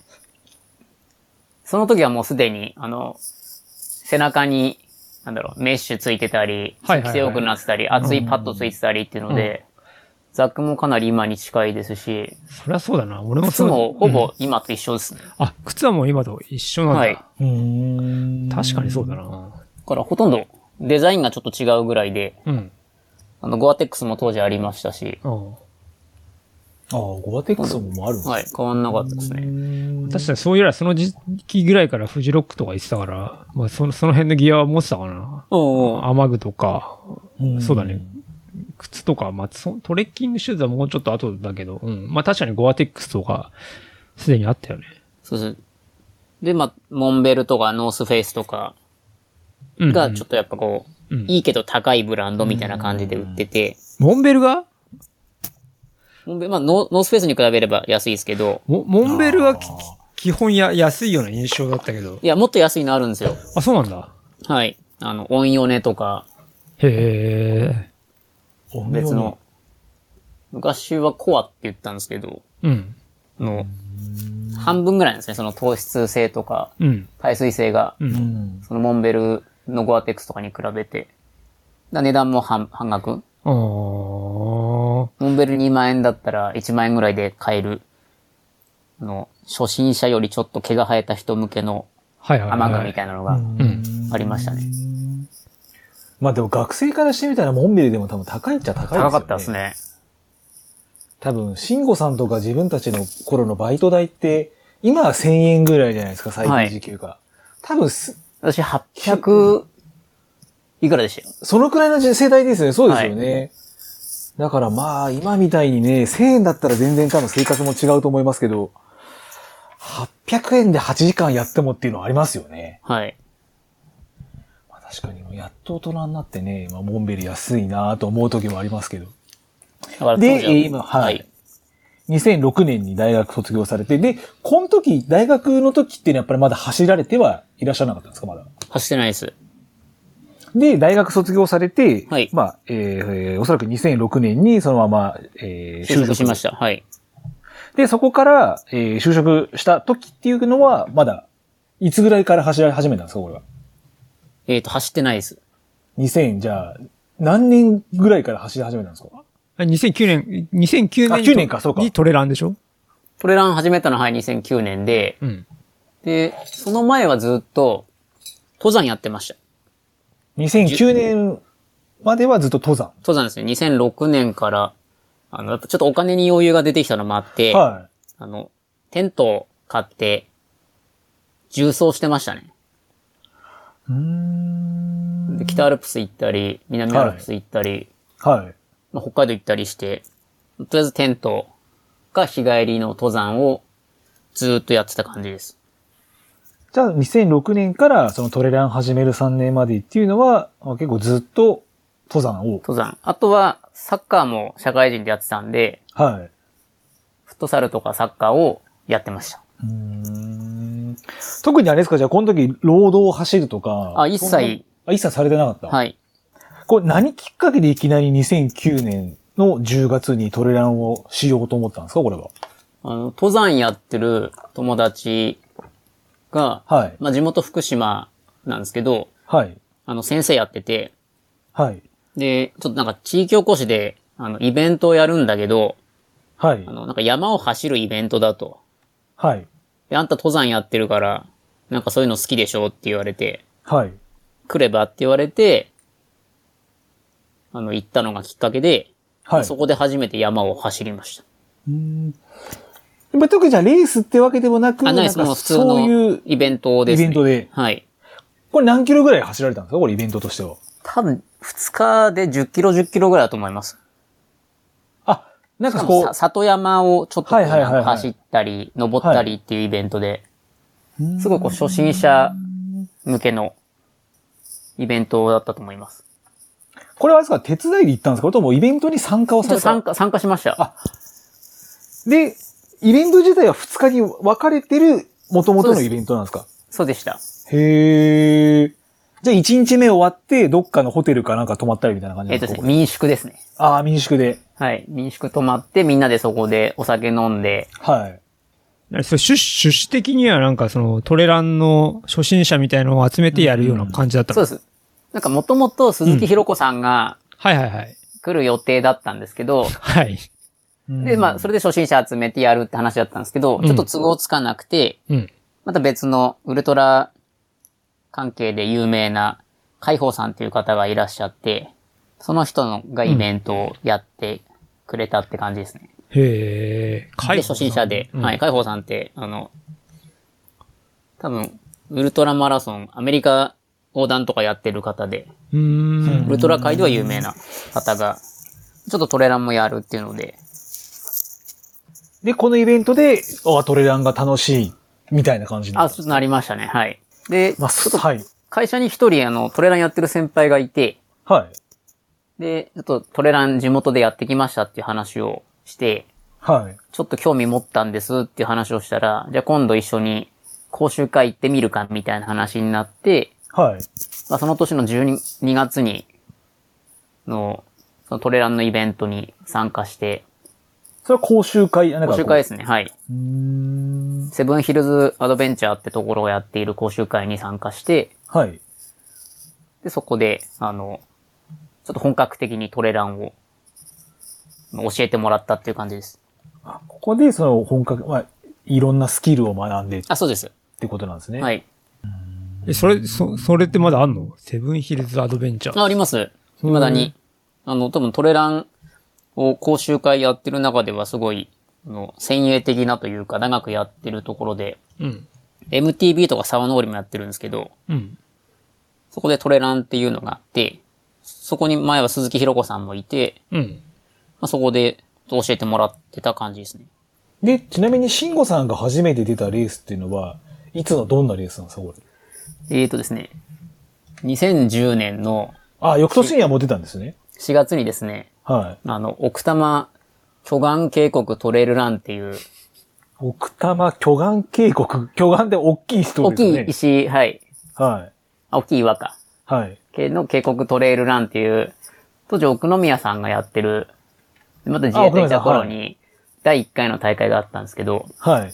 Speaker 1: その時はもうすでに、あの、背中に、なんだろう、メッシュついてたり、
Speaker 3: はいはいはい
Speaker 1: 強くなってたり、熱いパッドついてたりっていうので、ザックもかなり今に近いですし、
Speaker 3: そりゃそうだな。俺も
Speaker 1: 靴
Speaker 3: そう
Speaker 1: もほぼ今と一緒ですね。
Speaker 3: あ、靴はもう今と一緒なんだ。
Speaker 1: はい
Speaker 2: うん
Speaker 3: 確かにそうだな。
Speaker 1: だからほとんどデザインがちょっと違うぐらいで、
Speaker 3: うん。
Speaker 1: あの、ゴアテックスも当時ありましたし、
Speaker 3: うん。
Speaker 2: ああ、ゴアテックスももうあるんですね
Speaker 1: はい、変わんなかったですね。
Speaker 3: 確かにそういうよりはその時期ぐらいからフジロックとか言ってたから、まあそのその辺のギアは持ってたかな。
Speaker 1: おー
Speaker 3: 雨具とか、
Speaker 2: に
Speaker 3: そうだね。靴とか、まあそトレッキングシューズはもうちょっと後だけど、うん。まあ確かにゴアテックスとか、すでにあったよね。
Speaker 1: そうそう。で、まあ、モンベルとかノースフェイスとか
Speaker 3: うん、
Speaker 1: がちょっとやっぱこう、
Speaker 3: うん
Speaker 1: いいけど高いブランドみたいな感じで売ってて、
Speaker 3: モンベルが
Speaker 1: モンベルまあノ、ノースフェイスに比べれば安いですけど、
Speaker 3: モモンベルはき
Speaker 2: あー
Speaker 3: 基本や安いような印象だったけど。
Speaker 1: いや、もっと安いのあるんですよ。
Speaker 3: あ、そうなんだ。
Speaker 1: はい。あの、音ヨネとか、
Speaker 3: へ
Speaker 1: 別の。、昔はコアって言ったんですけど、
Speaker 3: え。うん。
Speaker 1: の、半分ぐらいなんですね。その糖質性とか、
Speaker 3: うん。
Speaker 1: 耐水性が、
Speaker 3: う。
Speaker 2: うんん。
Speaker 1: そのモンベルのゴアテックスとかに比べて、だ値段も半半額
Speaker 3: あー。
Speaker 1: モンベル2万円だったら1万円ぐらいで買える、あの、初心者よりちょっと毛が生えた人向けの
Speaker 3: はいはい、はい。
Speaker 1: 雨具みたいなのが
Speaker 3: うん。
Speaker 1: ありましたね。
Speaker 2: まあでも学生からしてみたらモンベルでも多分高いっちゃ高いですよ
Speaker 1: 高
Speaker 2: ね。
Speaker 1: かったです。ね。
Speaker 2: 多分、慎吾さんとか自分たちの頃のバイト代って、今は1000円ぐらいじゃないですか、最低時給が。多分す、
Speaker 1: 私800、いくらでしたよ。
Speaker 2: そのくらいの世代ですよね。そうですよね。だからまあ、今みたいにね、1000円だったら全然多分生活も違うと思いますけど、800円で8時間やってもっていうのはありますよね。
Speaker 1: はい。
Speaker 2: まあ、確かに、やっと大人になってね、まあ、モンベル安いなと思う時もありますけど。
Speaker 1: だから
Speaker 2: で
Speaker 1: 当時は
Speaker 2: えー今はい2006年に大学卒業されて、で、この時、大学の時っていうのはやっぱりまだ走られてはいらっしゃらなかったんですか、まだ。
Speaker 1: 走ってないです。
Speaker 2: で、大学卒業されて、
Speaker 1: はい
Speaker 2: まあ、えーえーおそらく2006年にそのまま、えー
Speaker 1: 就職しました。はい。
Speaker 2: で、そこから、えー就職した時っていうのは、まだ、いつぐらいから走られ始めたんですか、これは。
Speaker 1: えっ、と、走ってないです。
Speaker 2: 2000、じゃあ、何年ぐらいから走り始めたんですか
Speaker 3: あ2009年、2009
Speaker 2: あ
Speaker 3: 年に
Speaker 2: 9年かそうか
Speaker 3: にトレランでしょ
Speaker 1: トレラン始めたのは、はい、2009年で、
Speaker 3: うん。
Speaker 1: で、その前はずっと、登山やってました。
Speaker 2: ?2009 年まではずっと登山。
Speaker 1: 登山ですね。2006年から、あの、やっぱちょっとお金に余裕が出てきたのもあって、
Speaker 2: は
Speaker 1: あの、テントを買って、重装してましたね。
Speaker 2: い。うーん。
Speaker 1: で北アルプス行ったり、南アルプス行ったり、
Speaker 2: はい。
Speaker 1: まあ、北海道行ったりして、とりあえずテントか日帰りの登山をずーっとやってた感じです。
Speaker 2: じゃあ、2006年からそのトレラン始める3年までっていうのは、まあ結構ずっと登山を。
Speaker 1: 登山。あとは、サッカーも社会人でやってたんで、
Speaker 2: はい。
Speaker 1: フットサルとかサッカーをやってました。
Speaker 2: うーん特にあれですかじゃあ、この時、労働を走るとか。
Speaker 1: あ一切
Speaker 2: そんな。あ、一切されてなかった。
Speaker 1: はい。
Speaker 2: これ何きっかけでいきなり2009年の10月にトレランをしようと思ったんですかこれは。
Speaker 1: あの、登山やってる友達が、
Speaker 2: はい。
Speaker 1: まあ、地元福島なんですけど、
Speaker 2: はい。
Speaker 1: あの、先生やってて、
Speaker 2: はい。
Speaker 1: で、ちょっとなんか地域おこしで、あの、イベントをやるんだけど、
Speaker 2: はい
Speaker 1: あ。の、なんか山を走るイベントだと。
Speaker 2: はい。
Speaker 1: で、あんた登山やってるから、なんかそういうの好きでしょって言われて、
Speaker 2: はい。
Speaker 1: 来ればって言われて、あの、行ったのがきっかけで、
Speaker 2: はい。
Speaker 1: そこで初めて山を走りました。
Speaker 2: うーんまあ特にじゃあ、レースってわけでもなく、
Speaker 1: あ、ないです。
Speaker 2: ん
Speaker 1: も
Speaker 2: か
Speaker 1: う普通
Speaker 2: そうい
Speaker 1: の
Speaker 2: う、
Speaker 1: イベントです、ね。
Speaker 2: イベントで
Speaker 1: はい。
Speaker 2: これ何キロぐらい走られたんですかこれイベントとしては。
Speaker 1: 多分、2日で10キロ、10キロぐらいだと思います。
Speaker 2: あ、なん
Speaker 1: し
Speaker 2: か
Speaker 1: か
Speaker 2: こ
Speaker 1: も
Speaker 2: う
Speaker 1: さ、里山をちょっとこう
Speaker 2: はいはいはいはい
Speaker 1: なんか走ったり、登ったりっていうイベントで、
Speaker 2: うーん
Speaker 1: すごいこう初心者向けのイベントだったと思います。
Speaker 2: これはあれですか、手伝いで行ったんですかそれともイベントに参加を
Speaker 1: ちょっと
Speaker 2: され
Speaker 1: 参
Speaker 2: た
Speaker 1: 加、参加しました。
Speaker 2: あで、イベント自体は2日に分かれてる元々のイベントなんですか
Speaker 1: そうでした。
Speaker 2: へー。じゃあ1日目終わって、どっかのホテルかなんか泊まったりみたいな感じ
Speaker 1: えっ
Speaker 2: なん
Speaker 1: とで
Speaker 2: で
Speaker 1: すすね、
Speaker 2: か、ここ
Speaker 1: 民宿ですね。
Speaker 2: ああ、民宿で。
Speaker 1: はい。民宿泊まって、みんなでそこでお酒飲んで、
Speaker 2: はい。
Speaker 3: 何それ趣趣旨的にはなんかそのトレランの初心者みたいのを集めてやるような感じだった
Speaker 1: そ
Speaker 3: の、
Speaker 1: うです。なんかもともと鈴木ひろ子さんが
Speaker 3: はいはいはい。
Speaker 1: 来る予定だったんですけど、
Speaker 3: はい。
Speaker 1: で、まあ、それで初心者集めてやるって話だったんですけど、
Speaker 3: ん
Speaker 1: ちょっと都合つかなくて、
Speaker 3: うん。
Speaker 1: また別のウルトラ関係で有名な海宝さんという方がいらっしゃって、その人のがイベントをやってくれたって感じですね。
Speaker 3: へえ。
Speaker 1: で、
Speaker 3: 解放
Speaker 1: 初心者で、
Speaker 2: うん
Speaker 1: はい、海宝さんって、あの、多分、ウルトラマラソン、アメリカ横断とかやってる方で、
Speaker 3: うーん。
Speaker 1: ウルトラ界では有名な方が、ちょっとトレランもやるっていうので、
Speaker 2: で、このイベントで、あ、トレランが楽しい、みたいな感じにな
Speaker 1: あ、
Speaker 2: った
Speaker 1: そうなりましたね、はい。で、
Speaker 2: まあ、すはい。
Speaker 1: 会社に一人、あの、トレランやってる先輩がいて、
Speaker 2: はい。
Speaker 1: で、ちょっとトレラン地元でやってきましたっていう話をして、
Speaker 2: はい。
Speaker 1: ちょっと興味持ったんですっていう話をしたら、じゃあ今度一緒に講習会行ってみるかみたいな話になって、
Speaker 2: はい。
Speaker 1: まあ、その年の12月に、の、そのトレランのイベントに参加して、
Speaker 2: それは講習会、なんかこ
Speaker 1: 講
Speaker 2: う
Speaker 1: 習会ですね、はい。
Speaker 2: うーん。
Speaker 1: セブンヒルズアドベンチャーってところをやっている講習会に参加して、
Speaker 2: はい。
Speaker 1: で、そこで、あの、ちょっと本格的にトレランを教えてもらったっていう感じです。
Speaker 2: ここで、その本格、まあ、いろんなスキルを学んでっ
Speaker 1: あ、そうです。
Speaker 2: てことなんですね。。
Speaker 1: はいい。
Speaker 3: え、それ、そ、それってまだあんのセブンヒルズアドベンチャ
Speaker 1: あ
Speaker 3: ー。
Speaker 1: あります。未だに。あの、多分トレランを講習会やってる中ではすごい、あの、先鋭的なというか、長くやってるところで、
Speaker 3: うん。
Speaker 1: MTB とか沢登りもやってるんですけど、
Speaker 3: うん。
Speaker 1: そこでトレランっていうのがあって、そこに前は鈴木ひろ子さんもいて、
Speaker 3: うん。
Speaker 1: まあ、そこで教えてもらってた感じですね。
Speaker 2: で、ちなみに、慎吾さんが初めて出たレースっていうのは、いつのどんなレースなんですか、これ。
Speaker 1: えーとですね、2010年の
Speaker 2: あ、翌年にはもう出たんですね。
Speaker 1: 4月にですね、
Speaker 2: はい。
Speaker 1: あの、奥多摩巨岩渓谷トレイルランっていう、
Speaker 2: 奥多摩巨岩渓谷。巨岩で大きい人
Speaker 1: 大
Speaker 2: です
Speaker 1: き
Speaker 2: ね。
Speaker 1: い石、はい、
Speaker 2: は
Speaker 1: あ大きい岩か、
Speaker 2: い。はい。
Speaker 1: 系の渓谷トレイルランっていう、当時奥宮さんがやってる、また自
Speaker 2: あ
Speaker 1: 衛
Speaker 2: 奥
Speaker 1: 隊
Speaker 2: 宮
Speaker 1: い
Speaker 2: さん
Speaker 1: た頃に、第1回の大会があったんですけど、
Speaker 2: はい。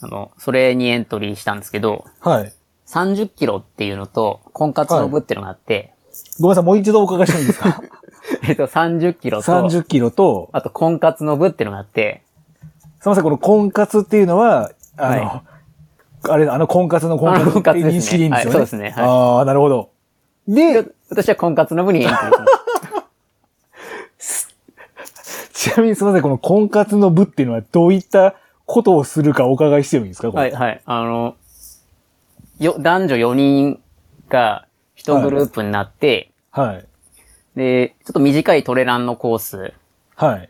Speaker 1: あの、それにエントリーしたんですけど、
Speaker 2: はい。
Speaker 1: 30キロっていうのと、婚活の部っていうのがあって、
Speaker 2: ごめんなさい、もう一度お伺いしてもい いですか
Speaker 1: えっと、30キロと、
Speaker 2: ?30 キロと、
Speaker 1: あと婚活の部っていうのがあって、
Speaker 2: すみません、この婚活っていうのは、あの、
Speaker 1: は
Speaker 2: あれ、あの婚活の婚活
Speaker 1: あの婚
Speaker 2: って
Speaker 1: 活ですね
Speaker 2: 認識でいいんです
Speaker 1: は
Speaker 2: よね。
Speaker 1: いそうですねはい
Speaker 2: ああ、なるほど。で、
Speaker 1: 私は婚活の部にエントリーしまし
Speaker 2: ちなみにすみません、この婚活の部っていうのはどういったことをするかお伺いしてもいいですか
Speaker 1: た。はい、。はい。あの、よ、男女4人が1グループになって、
Speaker 2: これはい。
Speaker 1: で、ちょっと短いトレランのコース
Speaker 2: はい。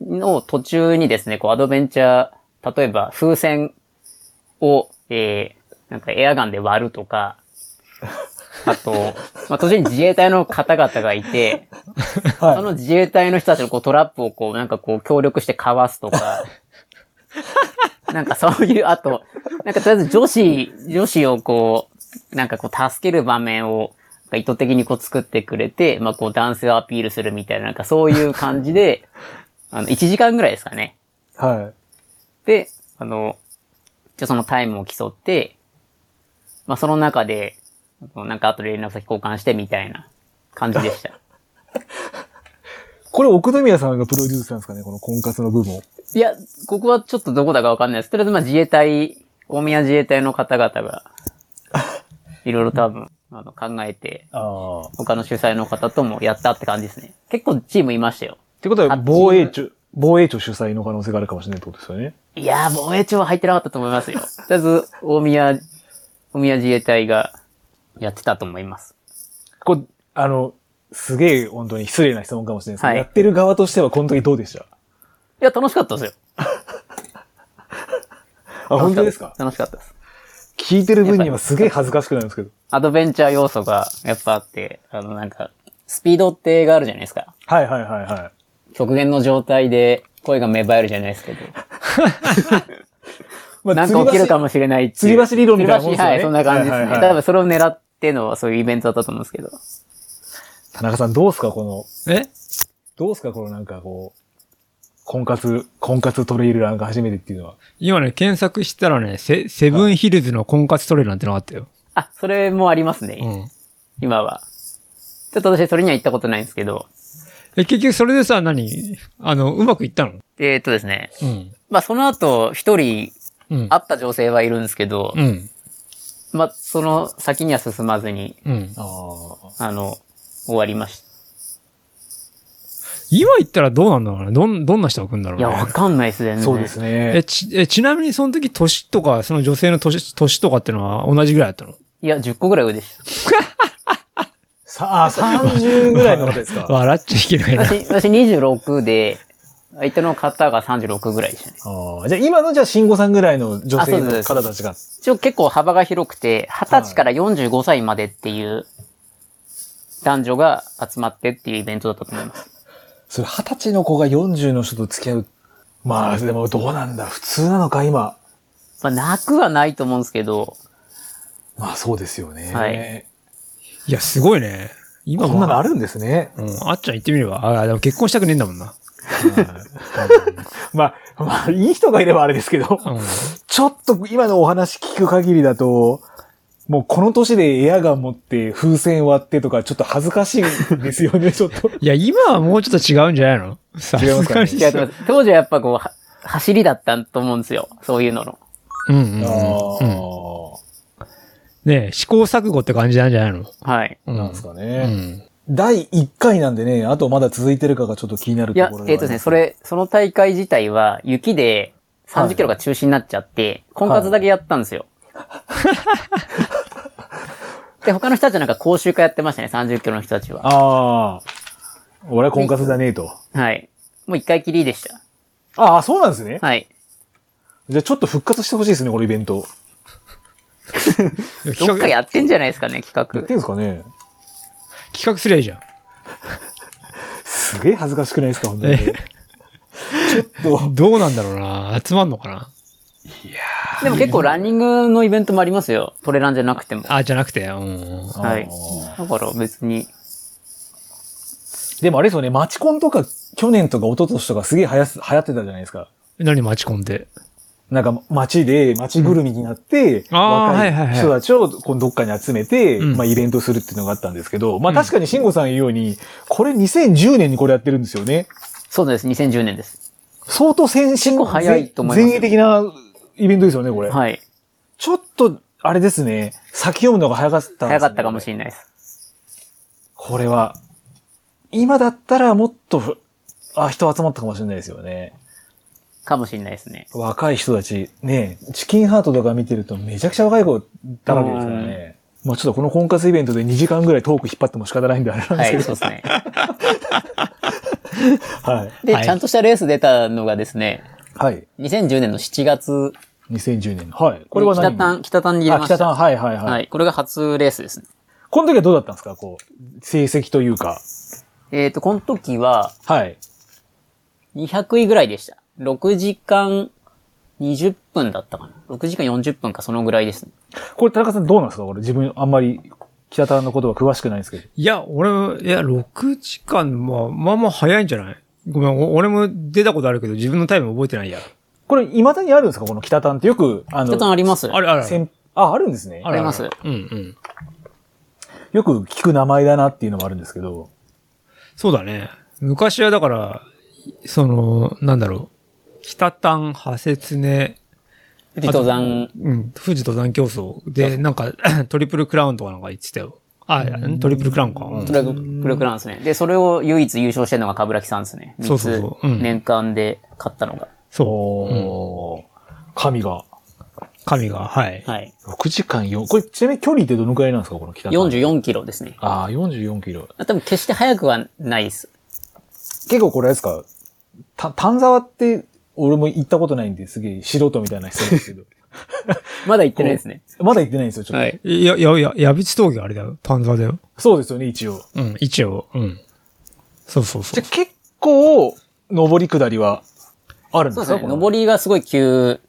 Speaker 1: の途中にですね、こうアドベンチャー、例えば風船を、えー、なんかエアガンで割るとか、あと、まあ、途中に自衛隊の方々がいて、そ
Speaker 2: は
Speaker 1: の自衛隊の人たちのこうトラップをこう、なんかこう協力してかわすとか、なんかそういう、あと、なんかとりあえず女子、女子をこう、なんかこう助ける場面を、なんか意図的にこう作ってくれて、まあこう男性をアピールするみたいな、なんかそういう感じで、あの、1時間ぐらいですかね。
Speaker 2: い。はい。
Speaker 1: で、あの、じゃそのタイムを競って、まあその中で、あのなんか後で連絡先交換してみたいな感じでした。
Speaker 2: これ、奥宮さんがプロデュースなんですかね、この婚活の部も。
Speaker 1: いや、ここはちょっとどこだかわかんないです。とりあえずまあ自衛隊、大宮自衛隊の方々 が、いろいろ多分、あの、考えて、
Speaker 2: ああ。っ
Speaker 1: 他の主催の方ともやったって感じですね。結構チームいましたよ。
Speaker 2: てことは、
Speaker 1: あ
Speaker 2: 防衛庁、防衛庁主催の可能性があるかもしれないってことですよね。
Speaker 1: いやー、防衛庁は入ってなかったと思いますよ。とりあえず、大宮、大宮自衛隊がやってたと思います。
Speaker 2: これ、あの、すげえ本当に失礼な質問かもしれないですけど、
Speaker 1: はい
Speaker 2: やってる側としてはこの時どうでし
Speaker 1: い
Speaker 2: た
Speaker 1: や、楽しかったですよ。
Speaker 2: あ、本当ですか
Speaker 1: 楽しかったです。
Speaker 2: 聞いてる分にはすげえ恥ずかしくなるんですけど。
Speaker 1: アドベンチャー要素がやっぱあって、あのなんか、スピードってがあるじゃないですか。
Speaker 2: はいはいはいはい。
Speaker 1: 極限の状態で声が芽生えるじゃないですけど。
Speaker 2: ま
Speaker 1: なんか起きるか
Speaker 2: も。
Speaker 1: もしれないって
Speaker 2: 吊
Speaker 1: いう。
Speaker 2: り橋理論みたいなもんですよね
Speaker 1: 吊り橋はい、そんな感じですね。
Speaker 2: はいはいはい
Speaker 1: 多分それを狙ってのそういうイベントだったと思うんですけど。
Speaker 2: 田中さんどうすかこの、
Speaker 3: え
Speaker 2: どうすかこのなんかこう、婚活、婚活トレイルランが初めてっていうのは。
Speaker 3: 今ね、検索したらね、セセブンヒルズの婚活トレーラーってのがあったよ。
Speaker 1: あ、それもありますね、
Speaker 3: うん。
Speaker 1: 今は。ちょっと私それには行ったことないんですけど。
Speaker 3: え、結局それでさ、何あの、うまくいったの
Speaker 1: えっとですね。
Speaker 3: うん。
Speaker 1: まあその後、一人
Speaker 3: うん。
Speaker 1: 会った女性はいるんですけど、
Speaker 3: うん。
Speaker 1: まあその先には進まずに、
Speaker 3: うん。
Speaker 2: ああ。
Speaker 1: あの、終わりました。
Speaker 3: 今行ったらどうなんだろうね。どん、どんな人が来るんだろう
Speaker 1: いや、わ
Speaker 3: ね。
Speaker 1: かんないです、全然。
Speaker 2: そうですね
Speaker 3: え、。ち、え、ちなみにその時、年とか、その女性の年、年とかってのは同じぐらいだったの
Speaker 1: いや、10個ぐらい上でした。
Speaker 2: さあ、30ぐらいの方で すか。
Speaker 3: 笑っちゃいけないな。
Speaker 1: 私、私26で、相手の方が36ぐらいでしたね。
Speaker 2: ああじゃあ今のじゃあ、慎吾さんぐらいの女性の方たちが。
Speaker 1: 一応結構幅が広くて、20歳から45歳までっていう男女が集まってっていうイベントだったと思います。
Speaker 2: それ二十歳の子が40の人と付き合う。まあ、でもどうなんだ普通なのか、今。
Speaker 1: まあ、なくはないと思うんですけ ど、
Speaker 2: まあそうですよね。
Speaker 1: はい
Speaker 3: いや、すごいね。今も
Speaker 2: こんなのあるんですね。
Speaker 3: うん、あっちゃん行ってみれば。ああ、でも結婚したくねえんだもんな。
Speaker 2: まあ、まあ、いい人がいればあれですけど、
Speaker 3: うん。
Speaker 2: ちょっと今のお話聞く限りだと、もうこの年でエアガン持って風船割ってとか、ちょっと恥ずかしいんですよ ね、ちょっと。
Speaker 3: いや、今はもうちょっ と違うんじゃないのさす
Speaker 2: ますか
Speaker 3: が
Speaker 2: ね
Speaker 3: に。
Speaker 1: いやでも当時はやっぱこう、は走りだったと思うんですよ。そういうのの。
Speaker 3: うんうんうんうん。
Speaker 2: あ
Speaker 3: ねえ試行錯誤って感じなんじゃないの
Speaker 1: はい。
Speaker 3: う
Speaker 2: あ、なんですか
Speaker 3: う
Speaker 2: ね。
Speaker 3: ん。
Speaker 2: 第1回なんでね、あとまだ続いてるかがちょっと気になる
Speaker 1: い
Speaker 2: と
Speaker 1: や
Speaker 2: ころ、で
Speaker 1: えっ、
Speaker 2: はあります
Speaker 1: とですね、そ。れ、その大会自体は雪で30キロが中止になっちゃって、婚活だけやったんですよ。で、他の人たちはなんか講習会やってましたね、30キロの人たちは。
Speaker 2: ああ、俺は婚活じゃねえと。
Speaker 1: はい。もう一回きりでした。
Speaker 2: ああ、そうなんですね。
Speaker 1: はい。
Speaker 2: じゃあちょっと復活してほしいですね、このイベント。
Speaker 3: 企
Speaker 1: どっか
Speaker 3: 画、
Speaker 1: やってんじゃないですかね、
Speaker 2: やっ
Speaker 1: 企
Speaker 2: てんですかね
Speaker 3: 企画すりゃいいじゃん。
Speaker 2: すげえ恥ずかしくないですか、本当 に。ち
Speaker 3: え
Speaker 2: ょっと、
Speaker 3: どうなんだろうな。集まんのかな
Speaker 1: 画。でも結構ランニングのイベントもありますよ。トレランじゃなくても。
Speaker 3: あ、じゃなくて、うん。
Speaker 1: はい
Speaker 2: あ。
Speaker 1: だから別に。
Speaker 2: でもあれですよね、マチコンとか、去年とか一昨年とかすげえ流行す流行ってたじゃないですか。
Speaker 3: 何待ち込んで。
Speaker 2: なんか街で、街ぐるみになって、
Speaker 3: んあー
Speaker 2: 若
Speaker 3: はいはいはい
Speaker 2: い人たちをこうどっかに集めて、
Speaker 3: うん
Speaker 2: まあイベントするっていうのがあったんですけど、まあ確かに慎吾さん言うように、これ2010年にこれやってるんですよね。
Speaker 1: そうです、2010年です。
Speaker 2: 相当先進
Speaker 1: 構早いと思いますよ
Speaker 2: 前衛的なイベントですよね、これ。
Speaker 1: はい。
Speaker 2: ちょっと、あれですね、先読むのが早かったんですね
Speaker 1: 早かったかもしれないです。
Speaker 2: これは、今だったらもっと、あ、人集まったかもしれないですよね。
Speaker 1: かもしれないですね。
Speaker 2: 若い人たち、ね、チキンハートとか見てるとめちゃくちゃ若い子だらけですからね。まあちょっとこの婚活イベントで2時間ぐらいトーク引っ張っても仕方ないんであれなん
Speaker 1: は
Speaker 2: ですけ
Speaker 1: い、
Speaker 2: ど
Speaker 1: そう。ですね。
Speaker 2: はい。はい。
Speaker 1: で、
Speaker 3: はい
Speaker 1: ちゃんとしたレース出たのがですね、2010年の7月、
Speaker 2: 2010年。はい。これは
Speaker 1: 北
Speaker 2: 何
Speaker 1: 丹、北丹に入れ
Speaker 2: あ、
Speaker 1: まし
Speaker 2: 北
Speaker 1: た。
Speaker 2: 丹、はいはいはい。
Speaker 1: はい、これが初レースですね。
Speaker 2: この時はどうだったんですかこう、成績というか。
Speaker 1: えっ、と、この時は
Speaker 2: はい。
Speaker 1: 200位ぐらいでした。6時間20分だったかな。6時間40分か、そのぐらいですね。
Speaker 2: これ田中さんどうなんですかこれ自分あんまり北丹のことは詳しくないんですけど。
Speaker 3: いや、俺、いや、6時間、まあ、まあまあ早いんじゃないごめん、お俺も出たことあるけど、自分のタイム覚えてないや。
Speaker 2: これ未だにあるんですかこの北丹ってよく、あの
Speaker 1: 北、丹あります
Speaker 3: あるあるある。
Speaker 2: 先あ、あるんですね
Speaker 3: あ。
Speaker 1: あ
Speaker 3: る
Speaker 1: ります
Speaker 3: うんうん。
Speaker 2: よく聞く名前だなっていうのもあるんですけど。
Speaker 3: そうだね。昔はだから、その、なんだろう。北丹、派切ね、
Speaker 1: 富士登山
Speaker 3: うん、富士登山競争で、なんか、 トリプルクラウンとかなんか言ってたよ。あ、トリプルクラウンか。うん
Speaker 1: トラックルクランですね。で、それを唯一優勝してるのが冠城さんですね。
Speaker 3: そうそうそう
Speaker 1: 三
Speaker 3: う
Speaker 1: つ
Speaker 3: ん
Speaker 1: 年間で勝ったのが。
Speaker 3: そ
Speaker 2: おー神が。
Speaker 3: う。神が、はい。
Speaker 1: はい。
Speaker 2: 6時間4、これちなみに距離ってどのくらいなんですかこの北谷。
Speaker 1: 44キロですね。
Speaker 2: ああ、44キロ。
Speaker 1: 多分決して速くはないです。
Speaker 2: 結構これあれですかた、丹沢って、俺も行ったことないんですげえ素人みたいな人なんです けど。
Speaker 1: まだ行ってないですね。
Speaker 2: まだ行ってないんですよ、ちょっと。
Speaker 1: はい。
Speaker 3: いや、いや、いや、矢淵峠あれだよ。丹沢だよ。
Speaker 2: そうですよね、一応。
Speaker 3: うん、一応。うん。そうそうそ
Speaker 2: じ
Speaker 3: う
Speaker 2: ゃあ。結構、上り下りは、あるん
Speaker 1: そ
Speaker 2: で
Speaker 1: う
Speaker 2: す
Speaker 1: で
Speaker 2: か
Speaker 1: すね。上りがすごい急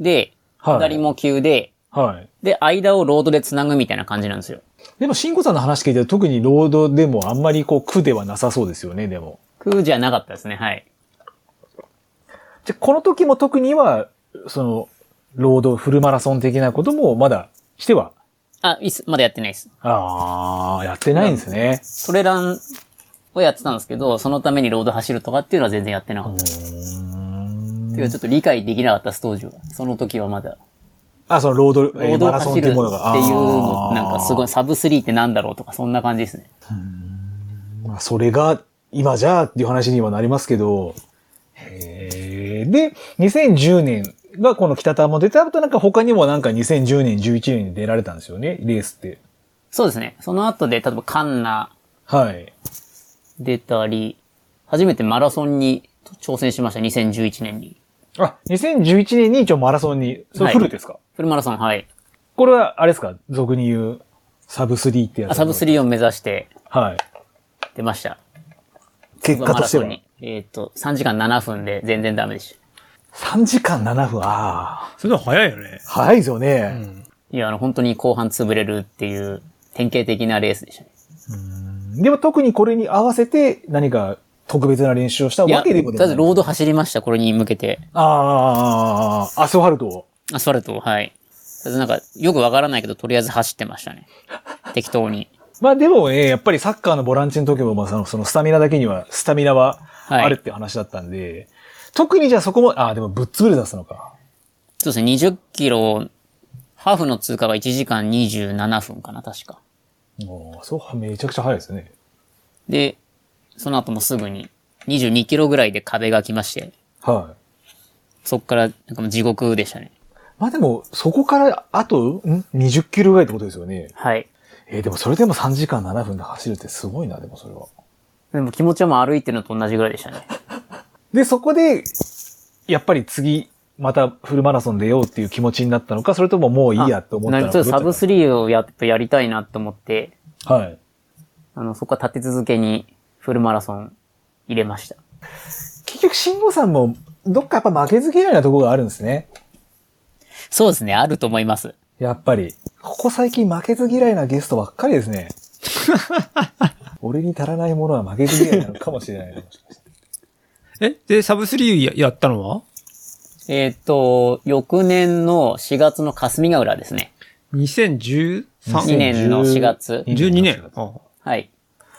Speaker 1: で、
Speaker 2: はい
Speaker 1: 下りも急で、
Speaker 2: はい。
Speaker 1: で、間をロードで繋ぐみたいな感じなんですよ。
Speaker 2: でも、慎吾さんの話聞いてると特にロードでもあんまりこう苦ではなさそうですよね、でも。
Speaker 1: 空じゃなかったですね。はい。
Speaker 2: じゃあ、この時も特には、その、ロードフルマラソン的なこともまだしては、
Speaker 1: あ、いつ、まだやってないです。
Speaker 2: ああ、やってないんですね。
Speaker 1: トレランをやってたんですけど、そのためにロード走るとかっていうのは全然やってなかった。っていうちょっと理解できなかったストージは。その時はまだ。
Speaker 2: あ、そのロード、え
Speaker 1: 王
Speaker 2: ー
Speaker 1: 道
Speaker 2: マラソン
Speaker 1: 走
Speaker 2: って
Speaker 1: るっていうう
Speaker 2: いものが。
Speaker 1: の、なんかすご
Speaker 2: い。
Speaker 1: い、サブ3ってなんだろうとか、そんな感じですね。
Speaker 2: まあそれが、今じゃあっていう話にはなりますけど、へーで、2010年がこの北田も出た後、なんか他にもなんか2010年、11年に出られたんですよね、レースって。
Speaker 1: そうですね。その後で、例えばカンナ
Speaker 2: はい。
Speaker 1: 出たり、初めてマラソンに挑戦しました、2011年に。
Speaker 2: あ、2011年に一応マラソンに、それフルですか、
Speaker 1: フルマラソン、はい。
Speaker 2: これは、あれですか俗に言う、サブ3ってや
Speaker 1: あ
Speaker 2: つ。
Speaker 1: サブ3を目指して
Speaker 2: はい。
Speaker 1: 出ました。
Speaker 2: 結果としては
Speaker 1: マラ。ソンに。えっ、と、3時間7分で全然ダメでし
Speaker 2: 3時間7分、ああ。
Speaker 3: それでも早いよね。
Speaker 2: 早いですよ
Speaker 3: う
Speaker 2: ね、
Speaker 3: ん。
Speaker 1: た。いや、あの、本当に後半潰れるっていう典型的なレースでしたね。
Speaker 2: でも特にこれに合わせて何か特別な練習をした
Speaker 1: いや、
Speaker 2: わ
Speaker 1: と
Speaker 2: け
Speaker 1: り
Speaker 2: でも
Speaker 1: あえずロード走りました、これに向けて。
Speaker 2: ああ、アスファルトを。
Speaker 1: アスファルトを、はい。とりあえずなんか、よくわからないけど、とりあえず走ってましたね。適当に。
Speaker 2: まあでもね、やっぱりサッカーのボランチの時も、まあその、そのスタミナだけには、スタミナは
Speaker 1: はい
Speaker 2: あるって話だったんで、特にじゃあそこも、ああ、でもぶっ潰れ出すのか。
Speaker 1: そうですね、20キロ、ハーフの通過が1時間27分かな、確か。
Speaker 2: もう、そう、めちゃくちゃ早いですね。
Speaker 1: で、その後もすぐに、22キロぐらいで壁が来まして、
Speaker 2: はい。
Speaker 1: そっから、なんかもう地獄でしたね。
Speaker 2: まあでも、そこから、あと、ん ?20 キロぐらいってことですよね。
Speaker 1: はい。
Speaker 2: えーでもそれでも3時間7分で走るってすごいな、でもそれは。
Speaker 1: でも気持ちはもう歩いてるのと同じぐらいでしたね。
Speaker 2: で、そこで、やっぱり次、またフルマラソン出ようっていう気持ちになったのか、それとももういいやって思ったの
Speaker 1: あ
Speaker 2: か。
Speaker 1: ちょっとサブ
Speaker 2: 3
Speaker 1: 3をやっとやりたいなと思って、
Speaker 2: はい。
Speaker 1: あの、そこは立て続けにフルマラソン入れました。
Speaker 2: 結局、慎吾さんも、どっかやっぱ負けず嫌いなところがあるんですね。
Speaker 1: そうですね、あると思います。
Speaker 2: やっぱり。ここ最近負けず嫌いなゲストばっかりです ね。俺に足らないものは負けず嫌いなのかもしれないな。
Speaker 3: えで、サブ3ややったのは
Speaker 1: えーっと、翌年の4月の霞ヶ浦ですね。
Speaker 3: ?2013?
Speaker 1: 2年の4月。
Speaker 3: 12年。あ
Speaker 1: はい。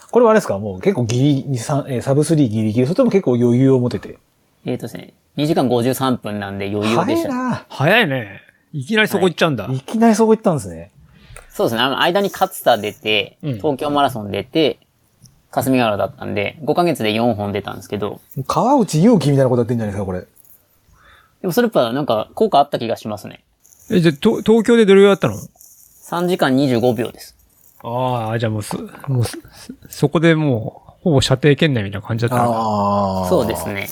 Speaker 2: これはあれですかもう結構ギリに、さんえーサブ3ギリギリ、それとも結構余裕を持てて。
Speaker 1: えーっとですね、2時間53分なんで余裕で
Speaker 2: 早
Speaker 1: し
Speaker 2: い
Speaker 1: た。
Speaker 2: な
Speaker 3: 早いね。いきなりそこ行っちゃうんだ。
Speaker 2: いきなりそこ行ったんですね。
Speaker 1: そうですね。あの、間に勝田出て、
Speaker 3: うん
Speaker 1: 東京マラソン出て、霞ヶ浦だったんで、5ヶ月で4本出たんですけど、
Speaker 2: 川内優輝みたいなことやってんじゃないですか、これ。
Speaker 1: でもそれやっぱなんか効果あった気がしますね。
Speaker 3: え、じゃあ、と東京でどれぐらいやったの
Speaker 1: 3時間25秒です。
Speaker 3: ああ、じゃあもうす、もうす、すそこでもう、ほぼ射程圏内みたいな感じだったの
Speaker 2: あ
Speaker 1: そうです。ね。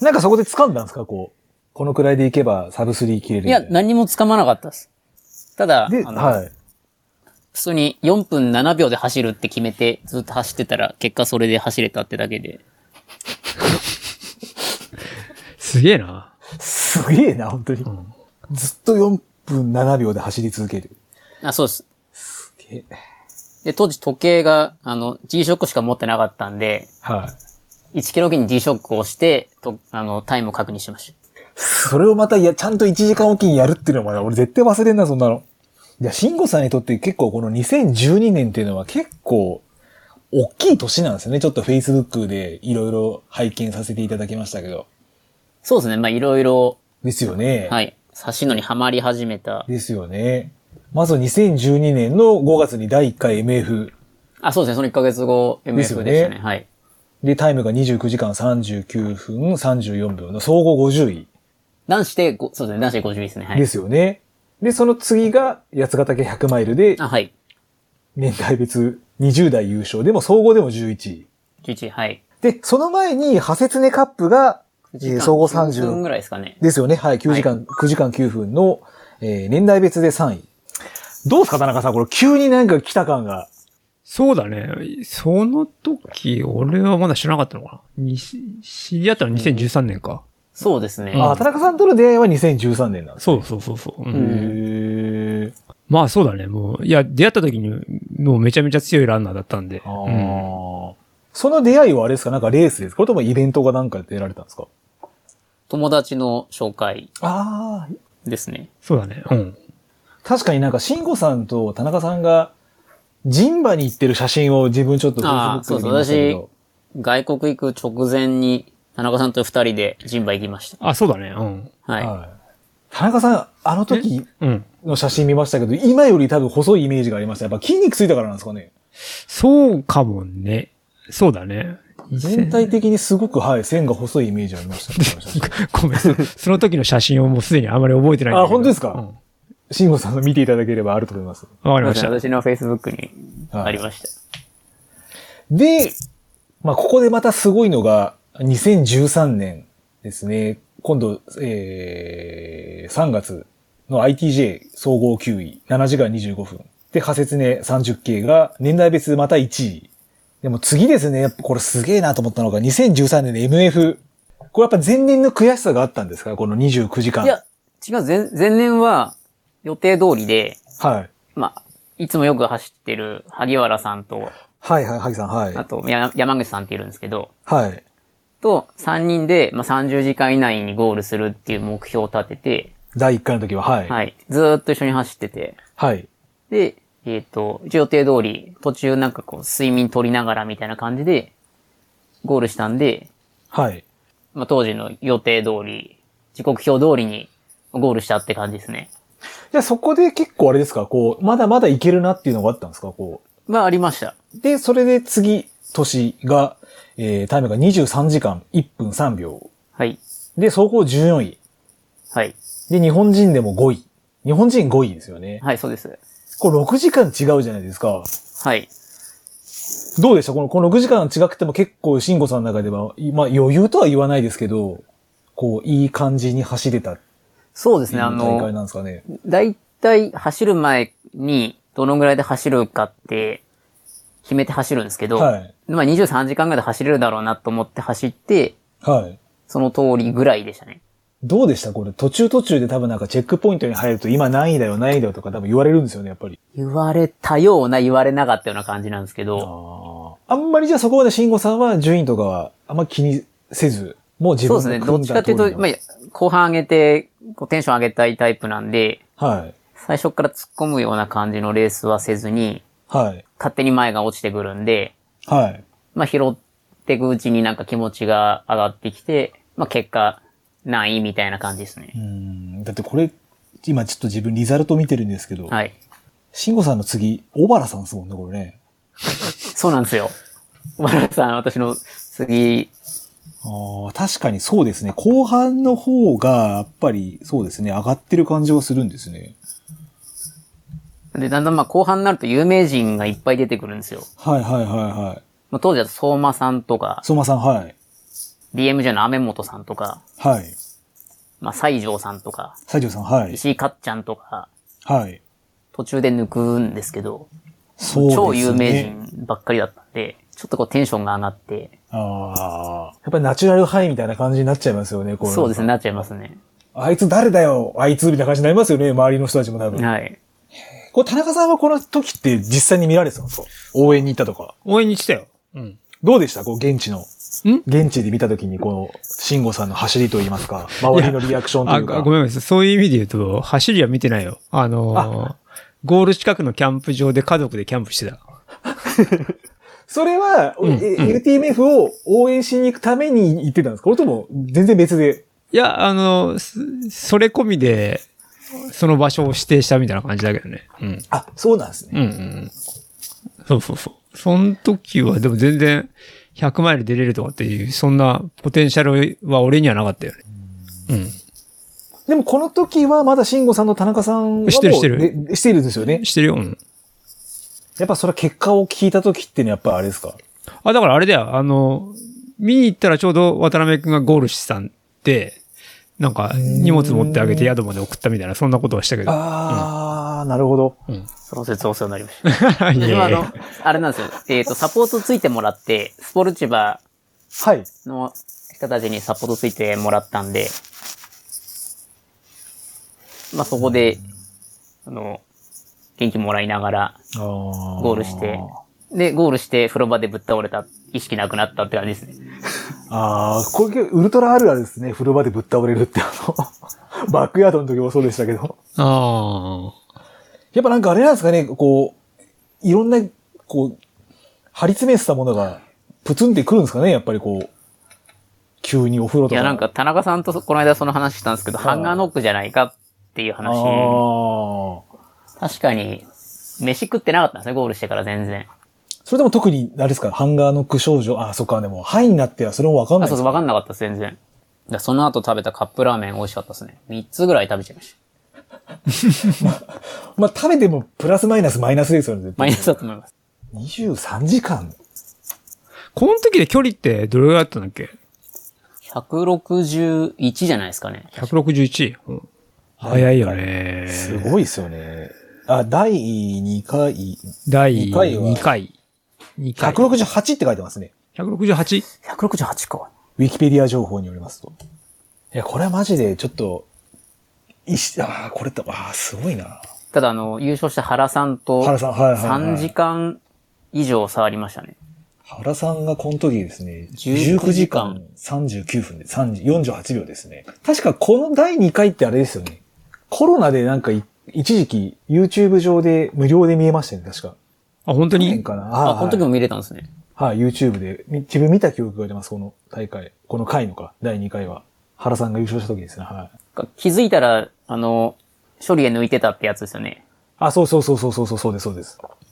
Speaker 3: う
Speaker 2: なんかそこで掴んだんですか、こう。このくらいで行けばサブ3切れる
Speaker 1: い
Speaker 2: み
Speaker 1: や、
Speaker 2: たいな。
Speaker 1: 何もつかまなかったです。ただ、
Speaker 2: で、
Speaker 1: あの
Speaker 2: はい。
Speaker 1: 普通に4分7秒で走るって決めて、ずっと走ってたら、結果それで走れたってだけで。
Speaker 3: ん。すげえな。
Speaker 2: すげえな、本当に。ずっと4分7秒で走り続ける。
Speaker 1: あ、そうです。
Speaker 2: すげえ。
Speaker 1: で、当時時計が、あの、G-SHOCK しか持ってなかったんで、
Speaker 2: はい。
Speaker 1: 1キロギに G-SHOCK を押して、と、あの、タイムを確認してまし
Speaker 2: それをまた、いや、ちゃんと1時間おきにやるっていうのもね、俺絶対忘れんな、そんなの。いや、慎吾さんにとって結構この2012年っていうのは結構、大きい年なんですよね。ちょっと Facebook でいろいろ拝見させていただきましたけど。
Speaker 1: た。そうですね。まあ、いろいろ、
Speaker 2: ですよね。
Speaker 1: はい、差しのにハマり始めた。
Speaker 2: ですよね。まず2012年の5月に第1回 MF
Speaker 1: あ、そうですね。その1ヶ月後、MF で
Speaker 2: です
Speaker 1: し
Speaker 2: よ
Speaker 1: た
Speaker 2: ね
Speaker 1: ね。はい。
Speaker 2: でタイムが29時間39分34秒の総合50位
Speaker 1: 男子でご、そうですね。男子で50ですね。は
Speaker 2: で
Speaker 1: い。
Speaker 2: すよね。で、その次が八ヶ岳100マイルで
Speaker 1: あ、はい。
Speaker 2: 年代別20代優勝でも総合でも11位。
Speaker 1: 11、はい。
Speaker 2: で、その前にハセツネカップが、え
Speaker 1: 時間
Speaker 2: ー総合
Speaker 1: 9分
Speaker 2: 30
Speaker 1: ぐらいですかね。
Speaker 2: ですよね。はい、9時間、9時間9分の、えー年代別で3位。どうですか、田中さんこれ急になんか来た感が。
Speaker 3: そうだね。その時、俺はまだ知らなかったのかな。にし知り合ったの2013年か。
Speaker 1: そうですね。
Speaker 2: あ、田中さんとの出会いは2013年なんです。
Speaker 3: そうそうそうそう。うん
Speaker 1: うん
Speaker 2: へー。
Speaker 3: まあそうだね。もう、いや、出会った時に、もうめちゃめちゃ強いランナーだったんで。
Speaker 2: あ
Speaker 3: う
Speaker 2: ー
Speaker 3: ん
Speaker 2: その出会いはあれですかなんかレースですかこれともイベントがなんか出られたんですか
Speaker 1: 友達の紹介
Speaker 2: ああ、
Speaker 1: ですね。
Speaker 3: そうだね。うん。
Speaker 2: 確かになんか、慎吾さんと田中さんが、ジンバに行ってる写真を自分ちょっと
Speaker 1: ああ
Speaker 2: Facebook で見ましたけど。
Speaker 1: 外国行く直前に、田中さんと二人でジンバ行きました。
Speaker 3: あ、そうだね。うん。
Speaker 1: はい。
Speaker 2: はい田中さん、あの時
Speaker 3: うん。
Speaker 2: の写真見ましたけど、今より多分細いイメージがありました。やっぱ筋肉ついたからなんですかね。
Speaker 3: そうかもね。そうだね。
Speaker 2: 全体的にすごく、はい、線が細いイメージありましたねこの 写真。
Speaker 3: ごめん、そその時の写真をもうすでにあまり覚えてないんだけど
Speaker 2: あ本当ですか慎吾さんの見ていただければあると思います。
Speaker 3: うん、わかりました。
Speaker 1: 私の Facebook にありました。
Speaker 2: で、まあ、ここでまたすごいのが、2013年ですね。今度、えー、3月の ITJ 総合9位、7時間25分。で、仮説ね30系が年代別また1位。でも次ですね、やっぱこれすげえなと思ったのが、2013年の MF。これやっぱ前年の悔しさがあったんですかこの29時間。
Speaker 1: いや、違う、前、前年は予定通りで、
Speaker 2: はい。
Speaker 1: まあ、いつもよく走ってる萩原さんと、
Speaker 2: はいはい、萩さん、はい
Speaker 1: あ。と、や山口さんっているんですけど、
Speaker 2: はい。
Speaker 1: と、3人で、まあ、30時間以内にゴールするっていう目標を立てて、
Speaker 2: 第1回の時は、はい。
Speaker 1: はい。ずーっと一緒に走ってて、
Speaker 2: はい。
Speaker 1: で、えっ、と、一応予定通り、途中なんかこう、睡眠取りながらみたいな感じで、ゴールしたんで、
Speaker 2: はい。
Speaker 1: まあ、当時の予定通り、時刻表通りにゴールしたって感じですね。
Speaker 2: じゃあそこで結構あれですか、こう、まだまだいけるなっていうのがあったんですか、こ
Speaker 1: まあ、ありました。
Speaker 2: う。で、それで次、年が、えー、タイムが23時間1分3秒。
Speaker 1: はい。
Speaker 2: で、走行14位。
Speaker 1: はい。
Speaker 2: で、日本人でも5位。日本人5位ですよね。
Speaker 1: はい、そうです。
Speaker 2: これ6時間違うじゃないですか。
Speaker 1: はい。
Speaker 2: どうでしたこの、この6時間違くても結構、慎吾さんの中では、いまあ余裕とは言わないですけど、こう、いい感じに走れたって
Speaker 1: そうです
Speaker 2: いう
Speaker 1: ね、あ
Speaker 2: 大会
Speaker 1: の、
Speaker 2: なんですかね。
Speaker 1: だいたい走る前に、どのぐらいで走るかって、決めて走るんですけど、
Speaker 2: はい。
Speaker 1: まあ、23時間ぐらいで走れるだろうなと思って走って、
Speaker 2: はい。
Speaker 1: その通りぐらいでしたね。
Speaker 2: どうでしたこれ、途中途中で多分なんかチェックポイントに入ると、今何位だよ、何位だよとか多分言われるんですよね、やっぱり。
Speaker 1: 言われたような、言われなかったような感じなんですけど、
Speaker 2: ああ。あんまりじゃあそこまで慎吾さんは順位とかはあんま気にせず、もう自
Speaker 1: そう
Speaker 2: 分
Speaker 1: ですね、
Speaker 2: の
Speaker 1: ど
Speaker 2: 組
Speaker 1: っ
Speaker 2: ん
Speaker 1: ちか
Speaker 2: だ
Speaker 1: っていう
Speaker 2: 通り
Speaker 1: と、
Speaker 2: の
Speaker 1: まあ、後半上げて、こうテンション上げたいタイプなんで、
Speaker 2: はい。
Speaker 1: 最初から突っ込むような感じのレースはせずに、
Speaker 2: はい。
Speaker 1: 勝手に前が落ちてくるんで、
Speaker 2: はい。
Speaker 1: まあ、拾っていくうちになんか気持ちが上がってきて、まあ、結果、何位みたいな感じですね
Speaker 2: う。ん。だってこれ、今ちょっと自分リザルト見てるんですけど、
Speaker 1: はい。
Speaker 2: 慎吾さんの次、小原さんですもんね、これね。
Speaker 1: そうなんですよ。小原さん、私の次、
Speaker 2: ああ、確かにそうですね。後半の方が、やっぱり、そうですね、上がってる感じはするんですね。
Speaker 1: で、だんだんまあ後半になると有名人がいっぱい出てくるんですよ。
Speaker 2: はいはいはいはい。
Speaker 1: まあ、当時だと相馬さんとか、
Speaker 2: 相馬さん、はい。
Speaker 1: DM じゃの雨本さんとか、
Speaker 2: はい。
Speaker 1: まあ、西条さんとか、
Speaker 2: 西条さん、はい。
Speaker 1: 石井かっちゃんとか、
Speaker 2: はい。
Speaker 1: 途中で抜くんですけど、
Speaker 2: そうですね。
Speaker 1: 超有名人ばっかりだったんで、ちょっとこうテンションが上がって、
Speaker 2: ああ。やっぱりナチュラルハイみたいな感じになっちゃいますよね、こ
Speaker 1: そうですね、
Speaker 2: ね。
Speaker 1: なっちゃいますね。
Speaker 2: あいつ誰だよあいつみたいな感じになりますよね、周りの人たちも多分。
Speaker 1: はい。
Speaker 2: これ田中さんはこの時って実際に見られてたんですか応援に行ったとか。
Speaker 3: 応援に来たよ。うん。
Speaker 2: どうでしたこう、現地の。
Speaker 3: ん
Speaker 2: 現地で見た時に、この、慎吾さんの走りといいますか、周りのリアクションと
Speaker 3: あ、
Speaker 2: いうか。
Speaker 3: ごめんなさい。そういう意味で言うと、走りは見てないよ。あのーゴール近くのキャンプ場で家族でキャンプしてた。
Speaker 2: それは、
Speaker 3: うん
Speaker 2: え LTMF を応援しに行くために行ってたんですかこれとも、全然別で。
Speaker 3: いや、あの、すそれ込みで、その場所を指定したみたいな感じだけどね。うん。
Speaker 2: あ、そうなんですね。
Speaker 3: うんうんうん。そうそうそう。その時は、でも全然、100マイル出れるとかっていう、そんなポテンシャルは俺にはなかったよね。う
Speaker 2: でもこの時はまだ慎吾さんと田中さんはもう
Speaker 3: 知ってる知ってる
Speaker 2: ねしているんですよね
Speaker 3: ん。。してるよ。うん。
Speaker 2: やっぱそれは結果を聞いた時ってのはやっぱあれですか
Speaker 3: あ、だからあれだよ。あの、見に行ったらちょうど渡辺くんがゴールしてたんで、なんか荷物持ってあげて宿まで送ったみたいな、そんなことはしたけど。
Speaker 2: ああ、なるほど。
Speaker 1: その説お世話になりました。
Speaker 3: いやい
Speaker 1: でもあ
Speaker 3: やい
Speaker 1: の
Speaker 3: や、
Speaker 1: あれなんですよ。えっ、と、サポートついてもらって、スポルチバ
Speaker 2: はい。
Speaker 1: の人たちにサポートついてもらったんで、まあそこで、あの、元気もらいながら、
Speaker 2: ゴ
Speaker 1: ゴールして、で、ゴールして風呂場でぶっ倒れた、意識なくなったって感じですね。
Speaker 2: ああ、これウルトラあるあるですね。風呂場でぶっ倒れるって、あの、 バックヤードの時もそうでしたけど。
Speaker 3: あ
Speaker 2: やっぱなんかあれなんですかね、こう、いろんな、こう、張り詰めてたものが、プツンってくるんですかね、やっぱりこう、急にお風呂
Speaker 1: い
Speaker 2: とか。
Speaker 1: や、なんか田中さんとこの間その話したんですけど、ハンガーノックじゃないかっていう
Speaker 2: ああ
Speaker 1: 話。確かに、飯食ってなかったんですね、ゴールしてから全然。
Speaker 2: それでも特に、あれですか、ハンガーノック症状、あ、そっか、でも、範囲になってはそれもわかんな
Speaker 1: あ、
Speaker 2: い
Speaker 1: そ
Speaker 2: で
Speaker 1: う
Speaker 2: す
Speaker 1: そう、わかんなかったです、全然。だからその後食べたカップラーメン美味しかったですね。3つぐらい食べちゃいました。
Speaker 2: まあ、食べてもプラスマイナスマイナスですよね。
Speaker 1: マイナスだと思います。
Speaker 2: 23時間
Speaker 3: この時で距離ってどれぐらいだったんだっけ
Speaker 1: 161じゃないですかね。
Speaker 3: ?161。うん早いよね。
Speaker 2: すごいですよね。あ、第2回、
Speaker 3: 第
Speaker 2: 二回は
Speaker 3: 2回。2回。
Speaker 2: 168って書いてますね。
Speaker 3: 168?
Speaker 1: 168か。
Speaker 2: ウィキペディア情報によりますと。いや、これはマジでちょっと、いし、ああ、これって、ああ、すごいな。
Speaker 1: ただ、あの、優勝した原さんと、
Speaker 2: 原さん、はいはい、はい。
Speaker 1: 3時間以上差ありましたね。
Speaker 2: 原さんがこの時ですね、
Speaker 1: 19
Speaker 2: 19
Speaker 1: 時
Speaker 2: 時
Speaker 1: 間
Speaker 2: 間39分で3 48秒ですね。確かこの第2回ってあれですよね。コロナでなんかい一時期 YouTube 上で無料で見えましたよね、確か。
Speaker 3: あ、本当
Speaker 2: 変
Speaker 3: に
Speaker 2: かな。
Speaker 1: あ、
Speaker 2: あ
Speaker 1: この時も見れたんですね。
Speaker 2: はい、YouTube で、み自分見た記憶があります、この大会。この回のか、第2回は。原さんが優勝した時ですね、はい。
Speaker 1: 気づいたら、あの、処理へ抜いてたってやつですよね。
Speaker 2: あ、そうそうそうそうそうそうそうです、そうで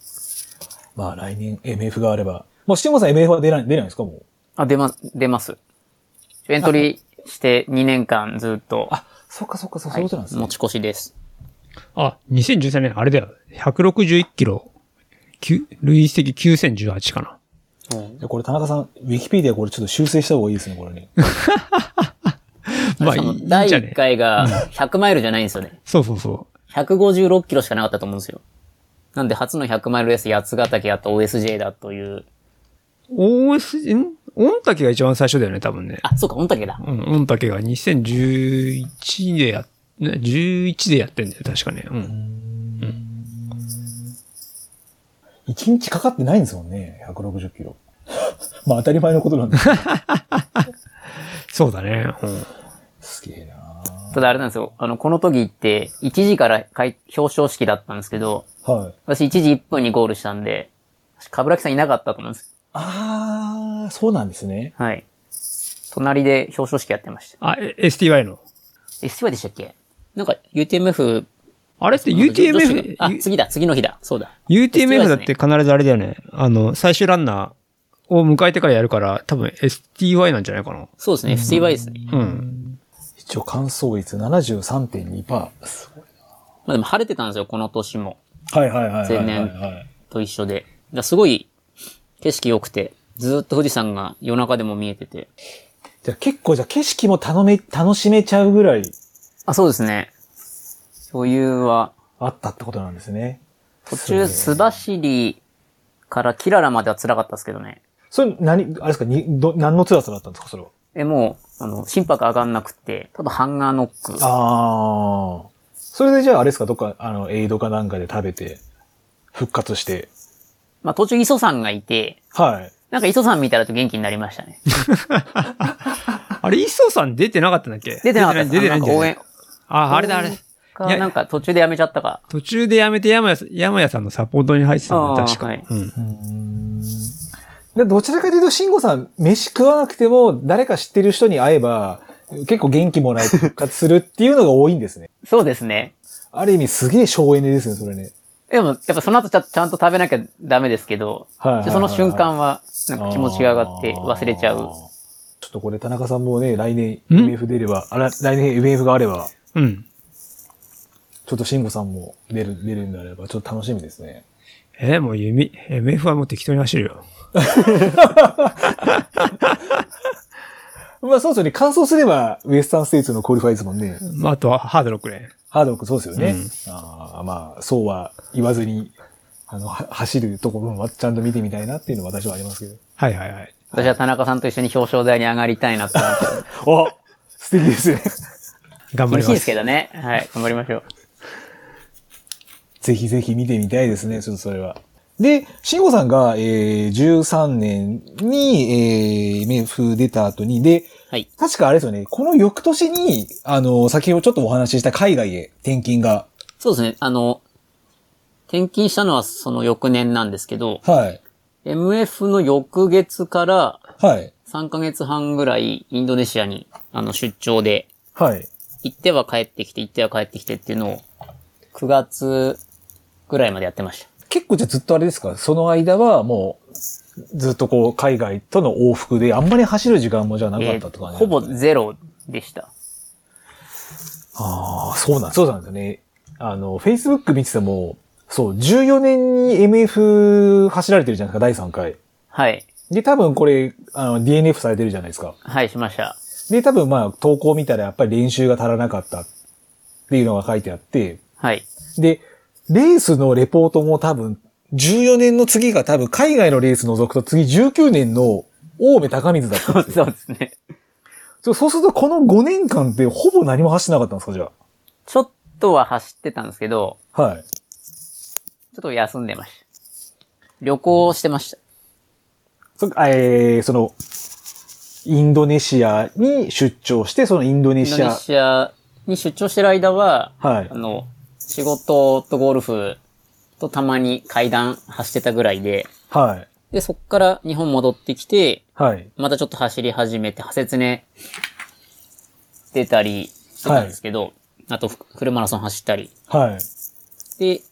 Speaker 2: す。まあ来年 MF があれば。もう、シテモさん MF は出ない、出ないんですかもう。
Speaker 1: あ、出ます、出ます。エントリーして2年間ずっと、
Speaker 2: あ、そっかそっか、そう、
Speaker 1: は
Speaker 2: そうい
Speaker 1: いう
Speaker 2: ことなんですね
Speaker 1: 持ち越しです。
Speaker 3: あ、2013年、あれだよ。161キロ。きゅ累積9018かな。
Speaker 2: いやこれ田中さん、ウィキペディアこれちょっと修正した方がいいですね、これ ね。
Speaker 3: ま
Speaker 1: そ
Speaker 3: あ、いいいい
Speaker 1: の
Speaker 3: んじゃ
Speaker 1: 第
Speaker 3: ね
Speaker 1: 1回が100マイルじゃないんですよね。
Speaker 3: そうそうそう。
Speaker 1: 156キロしかなかったと思うんですよ。なんで初の100マイルレース八ヶ岳だと OSJ だという。
Speaker 3: OS、ん御嶽が一番最初だよね、多分ね。
Speaker 1: あ、そうか、御嶽だ。
Speaker 3: うん、御嶽が2011でや、ね11でやってんだよ、確かね。うん。
Speaker 2: 1日かかってないんですもんね、160キロ。 まあ当たり前のことなんですけど。
Speaker 3: そうだね。うん。
Speaker 2: すげえな
Speaker 1: ただあれなんですよ。あの、この時って1時から開表彰式だったんですけど、
Speaker 2: はい。
Speaker 1: 私1時1分にゴールしたんで、かぶらきさんいなかったと思うんです。
Speaker 2: あー、そうなんですね。
Speaker 1: はい。隣で表彰式やってました。
Speaker 3: あ、え STY の。
Speaker 1: え、スティワでしたっけなんか UTMF、
Speaker 3: あれって
Speaker 1: 女子
Speaker 3: UTMF、
Speaker 1: があ、次だ、次の日だ。そうだ。
Speaker 3: UTMF だって必ずあれだよね。あの、最終ランナーを迎えてからやるから、多分 STY なんじゃないかな。
Speaker 1: そうですね、スティワですね。
Speaker 3: うん。
Speaker 2: 一応乾燥率73.2%。すごい
Speaker 1: まあでも晴れてたんですよ、この年も。
Speaker 2: はいはいはいはいはい、
Speaker 1: 前
Speaker 2: はい。
Speaker 1: と一緒で。だからすごい景色良くて、ずーっと富士山が夜中でも見えてて。
Speaker 2: じゃあ結構じゃあ景色も頼め、楽しめちゃうぐらい
Speaker 1: あ、そうですね。余裕は、
Speaker 2: あったってことなんですね。
Speaker 1: 途中、須走からキララまでは辛かったですけどね。
Speaker 2: それ何、あれですかにど何の辛さだったんですかそれは。
Speaker 1: え、もう、あの、心拍上がんなくて、多分ハンガーノック。
Speaker 2: ああ。それでじゃああれですかどっか、あの、エイドかなんかで食べて、復活して。
Speaker 1: まあ途中、磯さんがいて、
Speaker 2: はい。
Speaker 1: なんか磯さん見たらと元気になりましたね。
Speaker 3: あれ、磯さん出てなかったんだっけ
Speaker 1: 出てなかった
Speaker 3: 出てない
Speaker 1: あの
Speaker 3: 出てないんじゃない
Speaker 1: なんか
Speaker 3: あ、あれだ、あれ。い
Speaker 1: か、
Speaker 3: や
Speaker 1: なんか途中でやめちゃったか。
Speaker 3: 途中でやめて山屋さん、山屋さんのサポートに入ってたん
Speaker 1: あー
Speaker 3: だ、確か。
Speaker 1: はい
Speaker 3: うん。
Speaker 2: でどちらかというと、慎吾さん、飯食わなくても、誰か知ってる人に会えば、結構元気もらえて復活するっていうのが多い んですね。
Speaker 1: そうですね。
Speaker 2: ある意味すげえ省エネですね、それね。
Speaker 1: でも、やっぱその後ちゃちゃんと食べなきゃダメですけど、
Speaker 2: はいはいはいはい
Speaker 1: その瞬間は、なんか気持ちが上がって忘れちゃ
Speaker 2: あー
Speaker 1: う。
Speaker 2: ちょっとこれ田中さんもね、来年
Speaker 3: ん
Speaker 2: MF 出れば、あら来年 MF があれば、
Speaker 3: うん。
Speaker 2: ちょっと慎吾さんも出る、出るんであれば、ちょっと楽しみですね。
Speaker 3: えーもう弓、MF はもう適当に走るよ。
Speaker 2: まあそうですよね。乾燥すれば、ウエスタンステイツのクオリファイですもんね。
Speaker 3: まあ、あとはハードロックね。
Speaker 2: ハードロックそうですよね。
Speaker 3: うん
Speaker 2: ああまあ、そうは言わずに、あの、は走るところもちゃんと見てみたいなっていうのは私はありますけど。
Speaker 3: はいはいはい。
Speaker 1: 私は田中さんと一緒に表彰台に上がりたいなと思って。
Speaker 2: お素敵ですね。
Speaker 3: 頑
Speaker 1: 厳
Speaker 3: 張り
Speaker 1: しい
Speaker 3: ま
Speaker 1: です
Speaker 3: す。
Speaker 1: けどね。はい、頑張りましょう。
Speaker 2: ぜひぜひ見てみたいですね、ちょっとそれは。で、慎吾さんが、えー、13年に、えー、名風出た後に、で、
Speaker 1: はい。
Speaker 2: 確かあれですよね、この翌年に、あの、先ほどちょっとお話しした海外へ転勤が、
Speaker 1: そうですね。あの、転勤したのはその翌年なんですけど、
Speaker 2: はい、
Speaker 1: MF の翌月から
Speaker 2: はい、
Speaker 1: 3ヶ月半ぐらいインドネシアにあの出張で、
Speaker 2: はい。
Speaker 1: 行っては帰ってきて、行っては帰ってきてっていうのを9月ぐらいまでやってました。
Speaker 2: 結構じゃあずっとあれですかその間はもうずっとこう、海外との往復で、あんまり走る時間もじゃなかったとかね。
Speaker 1: ほぼゼロでした。
Speaker 2: ああ、そうなん、そうなんですよね。あの、Facebook 見てても、そう、14年に MF 走られてるじゃないですか、第3回。
Speaker 1: はい。
Speaker 2: で、多分これ、あの、DNF されてるじゃないですか。
Speaker 1: はい、しました。
Speaker 2: で、多分まあ、投稿見たらやっぱり練習が足らなかったっていうのが書いてあって、
Speaker 1: はい。
Speaker 2: で、レースのレポートも多分、14年の次が多分、海外のレース除くと次19年の大目高水だったん
Speaker 1: そ
Speaker 2: で
Speaker 1: う
Speaker 2: すよ
Speaker 1: ですね。
Speaker 2: そうそうすると、この5年間ってほぼ何も走ってなかったんですか、じゃ
Speaker 1: ちょっとは走ってたんですけど、
Speaker 2: あ。はい。
Speaker 1: ちょっと休んでました。旅行してました。
Speaker 2: そ、えー、その、インドネシアに出張して、そのインドネ
Speaker 1: インド
Speaker 2: シ
Speaker 1: ネ
Speaker 2: ア。
Speaker 1: シアに出張してる間は、
Speaker 2: はい
Speaker 1: あ。の、仕事とゴルフとたまに階段走ってたぐらいで、
Speaker 2: はい。
Speaker 1: で、そっから日本戻ってきて、
Speaker 2: はい。
Speaker 1: またちょっと走り始めて、派切ね出たりしてたんですけど、あとフフルマラソン走ったり。
Speaker 2: はい。
Speaker 1: で、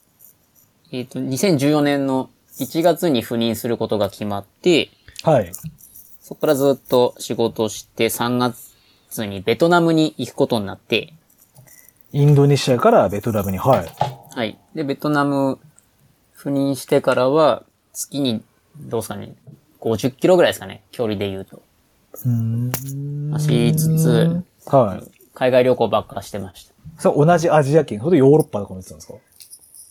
Speaker 1: えっ、と、2014年の1月に赴任することが決まって、
Speaker 2: はい。
Speaker 1: そこからずっと仕事をして、3月にベトナムに行くことになって、
Speaker 2: インドネシアからベトナムに、はい。
Speaker 1: はい。で、ベトナム赴任してからは、月に、どうですかね、50キロぐらいですかね、距離で言うと。走りつつ、
Speaker 2: はい。
Speaker 1: 海外旅行ばっかしてました。
Speaker 2: そう、同じアジア圏、ほんとヨーロッパとかも言ってたんですか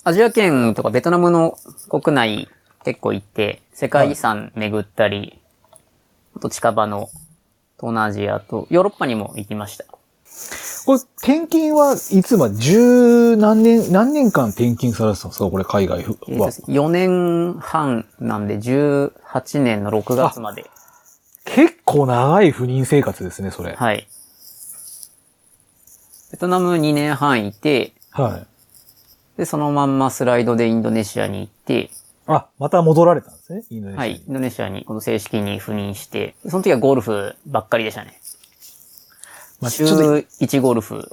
Speaker 1: アジア圏とかベトナムの国内結構行って、世界遺産巡ったり、あと近場の東南アジアとヨーロッパにも行きました。
Speaker 2: これ、転勤はいつまで、十何年、何年間転勤されてたんですかこれ、海外
Speaker 1: えー
Speaker 2: は。
Speaker 1: と4年半なんで18年の6月まで。
Speaker 2: 結構長い不妊生活ですね、それ。
Speaker 1: はい。ベトナム2年半いて、
Speaker 2: はい。
Speaker 1: で、そのまんまスライドでインドネシアに行って、
Speaker 2: あ、また戻られたんですね、インドネシア
Speaker 1: は
Speaker 2: に。
Speaker 1: い、インドネシアにこの正式に赴任して、その時はゴルフばっかりでしたね。
Speaker 2: まあ、
Speaker 1: 週
Speaker 2: ちょっと、
Speaker 1: 1ゴルフ。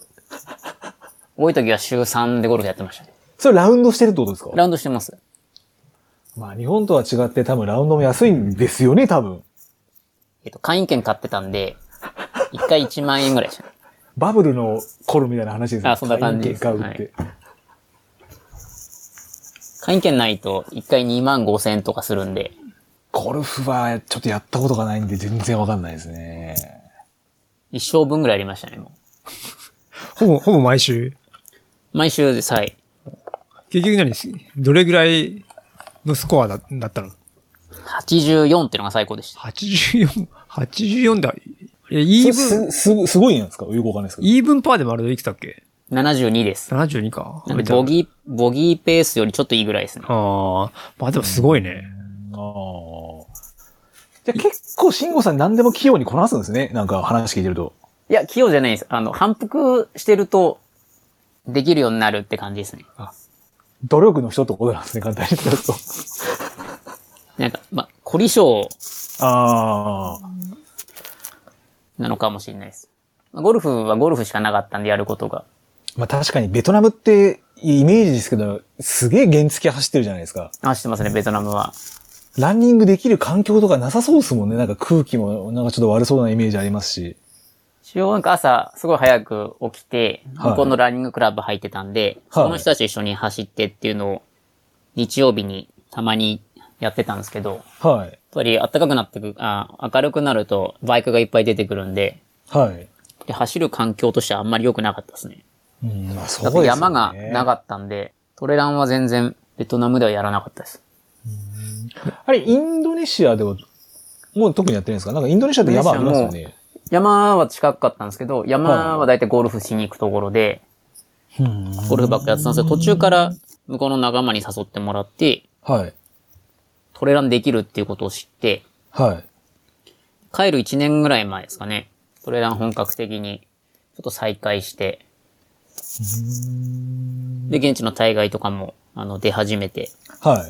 Speaker 1: 多い時は週3でゴルフやってましたね。
Speaker 2: それラウンドしてるってことですか
Speaker 1: ラウンドしてます。
Speaker 2: まあ、日本とは違って多分ラウンドも安いんですよね、多分。
Speaker 1: えっと、会員券買ってたんで、1回1万円ぐらいでしたね。
Speaker 2: バブルの頃みたいな話ですね。
Speaker 1: あそんな感じです
Speaker 2: 会員券買うって。
Speaker 1: 会員券ないと1回2万5千とかするんで、
Speaker 2: ゴルフはちょっとやったことがないんで全然わかんないですね。
Speaker 1: 一生分ぐらいやりましたね、も
Speaker 3: ほぼ、ほぼ毎週。
Speaker 1: う。毎週です、はい。
Speaker 3: 結局何すどれぐらいのスコアだだったの
Speaker 1: 84っていうのが最高でした。
Speaker 3: ?84、84だ。い
Speaker 2: そ
Speaker 3: や、イ
Speaker 2: れ
Speaker 3: ーブン、
Speaker 2: す、す、すごいんですかよくわかんないですけど。
Speaker 3: イーブンパーでもあれでいくつだっけ
Speaker 1: 72です。
Speaker 3: ?72 か。
Speaker 1: なんでボギー、ボギーペースよりちょっといいぐらいですね。
Speaker 3: ああ、まあでもすごいね。
Speaker 2: ああ。じゃあ結構、慎吾さん何でも器用にこなすんですね。なんか話聞いてると。
Speaker 1: いや、器用じゃないです。あの、反復してると、できるようになるって感じですね。
Speaker 2: 努力の人ってことなんですね、簡単に言うと。
Speaker 1: なんか、ま、凝り性
Speaker 2: ああ。
Speaker 1: なのかもしれないです。まあゴルフはゴルフしかなかったんでやることが。
Speaker 2: まあ確かにベトナムってイメージですけど、すげえ原付き走ってるじゃないですか。
Speaker 1: あ、してますね、ベトナムは。
Speaker 2: ランニングできる環境とかなさそうですもんね。なんか空気もなんかちょっと悪そうなイメージありますし。
Speaker 1: 主要なんか朝、すごい早く起きて、
Speaker 2: はい
Speaker 1: 向こうのランニングクラブ入ってたんで、
Speaker 2: はい
Speaker 1: その人たちと一緒に走ってっていうのを、日曜日にたまにやってたんですけど、やっ
Speaker 2: はい。
Speaker 1: ぱり暖かくなってく、あ明るくなるとバイクがいっぱい出てくるんで、
Speaker 2: はい。
Speaker 1: で走る環境としてはあんまり良くなかったですね。
Speaker 2: うん、まあそう
Speaker 1: だっ
Speaker 2: です
Speaker 1: て
Speaker 2: よね。
Speaker 1: 山がなかったんで、トレランは全然ベトナムではやらなかったです。
Speaker 2: あれ、インドネシアでは、もう特にやってないんですかなんかインドネシアって山ありますよね。
Speaker 1: 山は近かったんですけど、山はだいたいゴルフしに行くところで、
Speaker 2: うん。
Speaker 1: ゴルフばっかやってたんですけど、途中から向こうの仲間に誘ってもらって、
Speaker 2: はい。
Speaker 1: トレランできるっていうことを知って、
Speaker 2: はい。
Speaker 1: 帰る1年ぐらい前ですかね。トレラン本格的に、ちょっと再開して、で、現地の大会とかも、あの、出始めて、
Speaker 2: は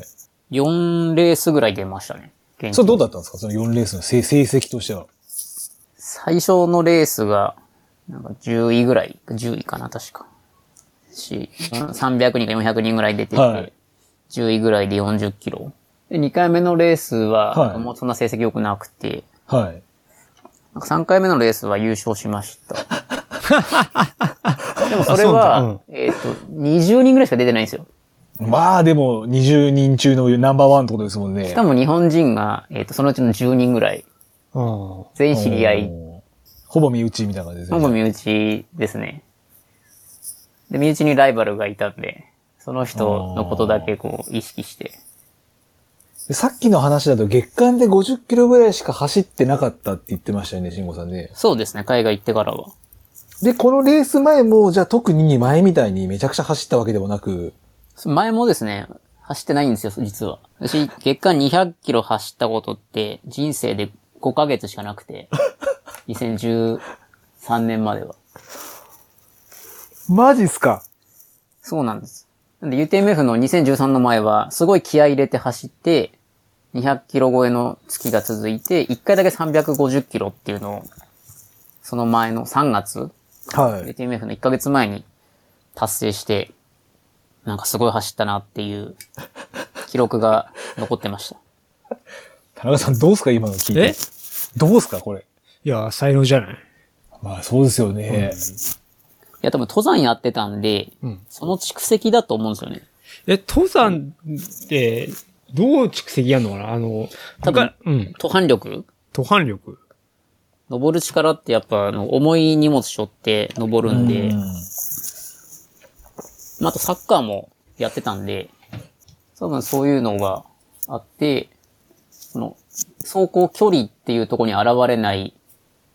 Speaker 2: い。
Speaker 1: 4レースぐらい出ましたね。現地
Speaker 2: それどうだったんですかその4レースの成成績としては。
Speaker 1: 最初のレースが、なんか10位ぐらい、10位かな、確か。し、300人か400人ぐらい出てて、
Speaker 2: はい
Speaker 1: 10位ぐらいで40キロ。で、2回目のレース
Speaker 2: は
Speaker 1: は、
Speaker 2: い
Speaker 1: もうそんな成績良くなくて、
Speaker 2: はい。
Speaker 1: なんか3回目のレースは優勝しま した。でもそれ
Speaker 3: あそうなん
Speaker 1: は、えっ、と、20人ぐらいしか出てないんですよ。
Speaker 2: まあでも、20人中のナンバーワンってことですもんね。
Speaker 1: しかも日本人が、えっ、と、そのうちの10人ぐらい、
Speaker 3: あ
Speaker 1: 全員知り合い
Speaker 2: おー。ほぼ身内みたいな感じです
Speaker 1: ほ
Speaker 2: ね。
Speaker 1: ぼ身内ですね。で、身内にライバルがいたんで、その人のことだけこう意識して。
Speaker 2: でさっきの話だと月間で50キロぐらいしか走ってなかったって言ってましたよね、慎吾さんね。
Speaker 1: そうですね、海外行ってからは。
Speaker 2: で、このレース前も、じゃあ特に前みたいにめちゃくちゃ走ったわけでもなく、
Speaker 1: 前もですね、走ってないんですよ、実は。私、月間200キロ走ったことって、人生で5ヶ月しかなく て、2013年までは。
Speaker 2: マジっすか
Speaker 1: そうなんです。なんで UTMF の2013の前は、すごい気合い入れて走って、200キロ超えの月が続いて、1回だけ350キロっていうのを、その前の3月、
Speaker 2: はい。
Speaker 1: UTMF の1ヶ月前に達成して、なんかすごい走ったなっていう記録が残ってました。
Speaker 2: 田中さんどうっすか今の聞い
Speaker 3: え
Speaker 2: て。どうっすかこれ。
Speaker 3: いや、才能じゃない。
Speaker 2: まあそうですよね。
Speaker 1: いや、多分登山やってたんで、
Speaker 3: うん
Speaker 1: その蓄積だと思うんですよね。
Speaker 3: え、登山って、どう蓄積やんのかなあの、
Speaker 1: 多分
Speaker 3: 僕はうん。
Speaker 1: 登山力
Speaker 3: 登山力。
Speaker 1: 登る力ってやっぱ、あの、重い荷物背負って登るんで、
Speaker 2: うん
Speaker 1: まあ、あとサッカーもやってたんで、多分そういうのがあって、その、走行距離っていうところに現れない、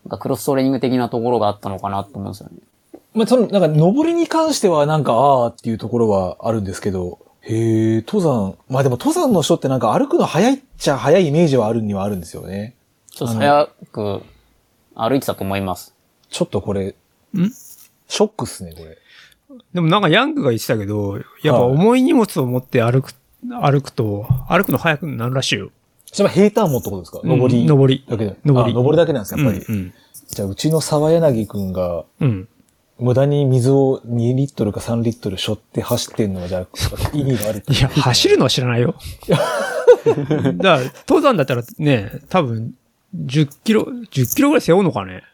Speaker 1: なんかクロストレーニング的なところがあったのかなと思うんですよね。
Speaker 2: まあ、その、なんか、登りに関しては、なんか、ああっていうところはあるんですけど、へえ、登山。まあでも、登山の人ってなんか歩くの早いっちゃ早いイメージはあるにはあるんですよね。
Speaker 1: ちょっと早く歩いてたと思います。
Speaker 2: ちょっとこれ、
Speaker 3: ん
Speaker 2: ショックっすね、これ。
Speaker 3: でもなんかヤングが言ってたけど、やっぱ重い荷物を持って歩く、歩くと、歩くの速くなるらしいよ。
Speaker 2: それは平坦もってことですか登
Speaker 3: う
Speaker 2: り。
Speaker 3: ん登り。
Speaker 2: だけで。
Speaker 3: 登り
Speaker 2: あ登りだけなんですか、やっぱり。
Speaker 3: うん。
Speaker 2: じゃあ、うちの沢柳くんが、
Speaker 3: うん。うん
Speaker 2: 無駄に水を2リットルか3リットル背負って走ってんのは、じゃあ、意味があるって
Speaker 3: い や、走るのは知らないよ。だから、登山だったらね、多分、10キロ、10キロぐらい背負うのかね。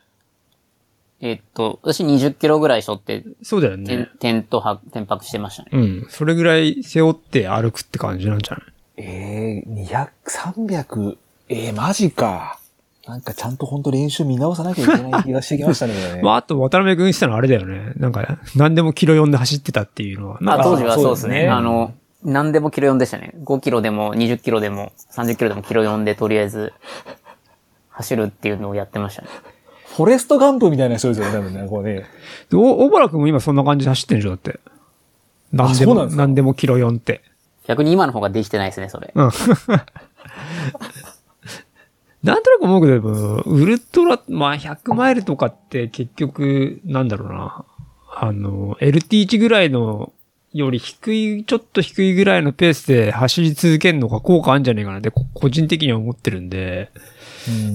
Speaker 1: えっと、私20キロぐらい背負って、
Speaker 3: そうだよ
Speaker 1: てん
Speaker 3: ね。
Speaker 1: テント泊、テン泊してましたね。
Speaker 3: うん。それぐらい背負って歩くって感じなんじゃない
Speaker 2: ええ200、300、ええマジか。なんかちゃんと本当練習見直さなきゃいけない気がしてきましたね。これね
Speaker 3: まあ、あと、渡辺君言ってたのはあれだよね。なんか、何でもキロ4で走ってたっていうのは。なん
Speaker 1: あ、
Speaker 3: か
Speaker 1: 当時はそうです
Speaker 2: そうで
Speaker 1: ね。
Speaker 2: すね
Speaker 1: あの、何でもキロ4でしたね。5キロでも20キロでも30キロでもキロ4でとりあえず走るっていうのをやってましたね。
Speaker 2: フォレストガンプみたいな人ですよね、多分ね。こうね。
Speaker 3: でお、小原君も今そんな感じで走ってるんでしょだって。何で
Speaker 2: そうなん
Speaker 3: も、
Speaker 2: ですか
Speaker 3: 何でもキロ4って。
Speaker 1: 逆に今の方ができてないですね、それ。
Speaker 3: うん。 なんとなく思うけどでも、ウルトラ、まあ、100マイルとかって結局、なんだろうな。あの、LT1 ぐらいの、より低い、ちょっと低いぐらいのペースで走り続けるのが効果あるんじゃねえかなって、こ個人的には思ってるんで、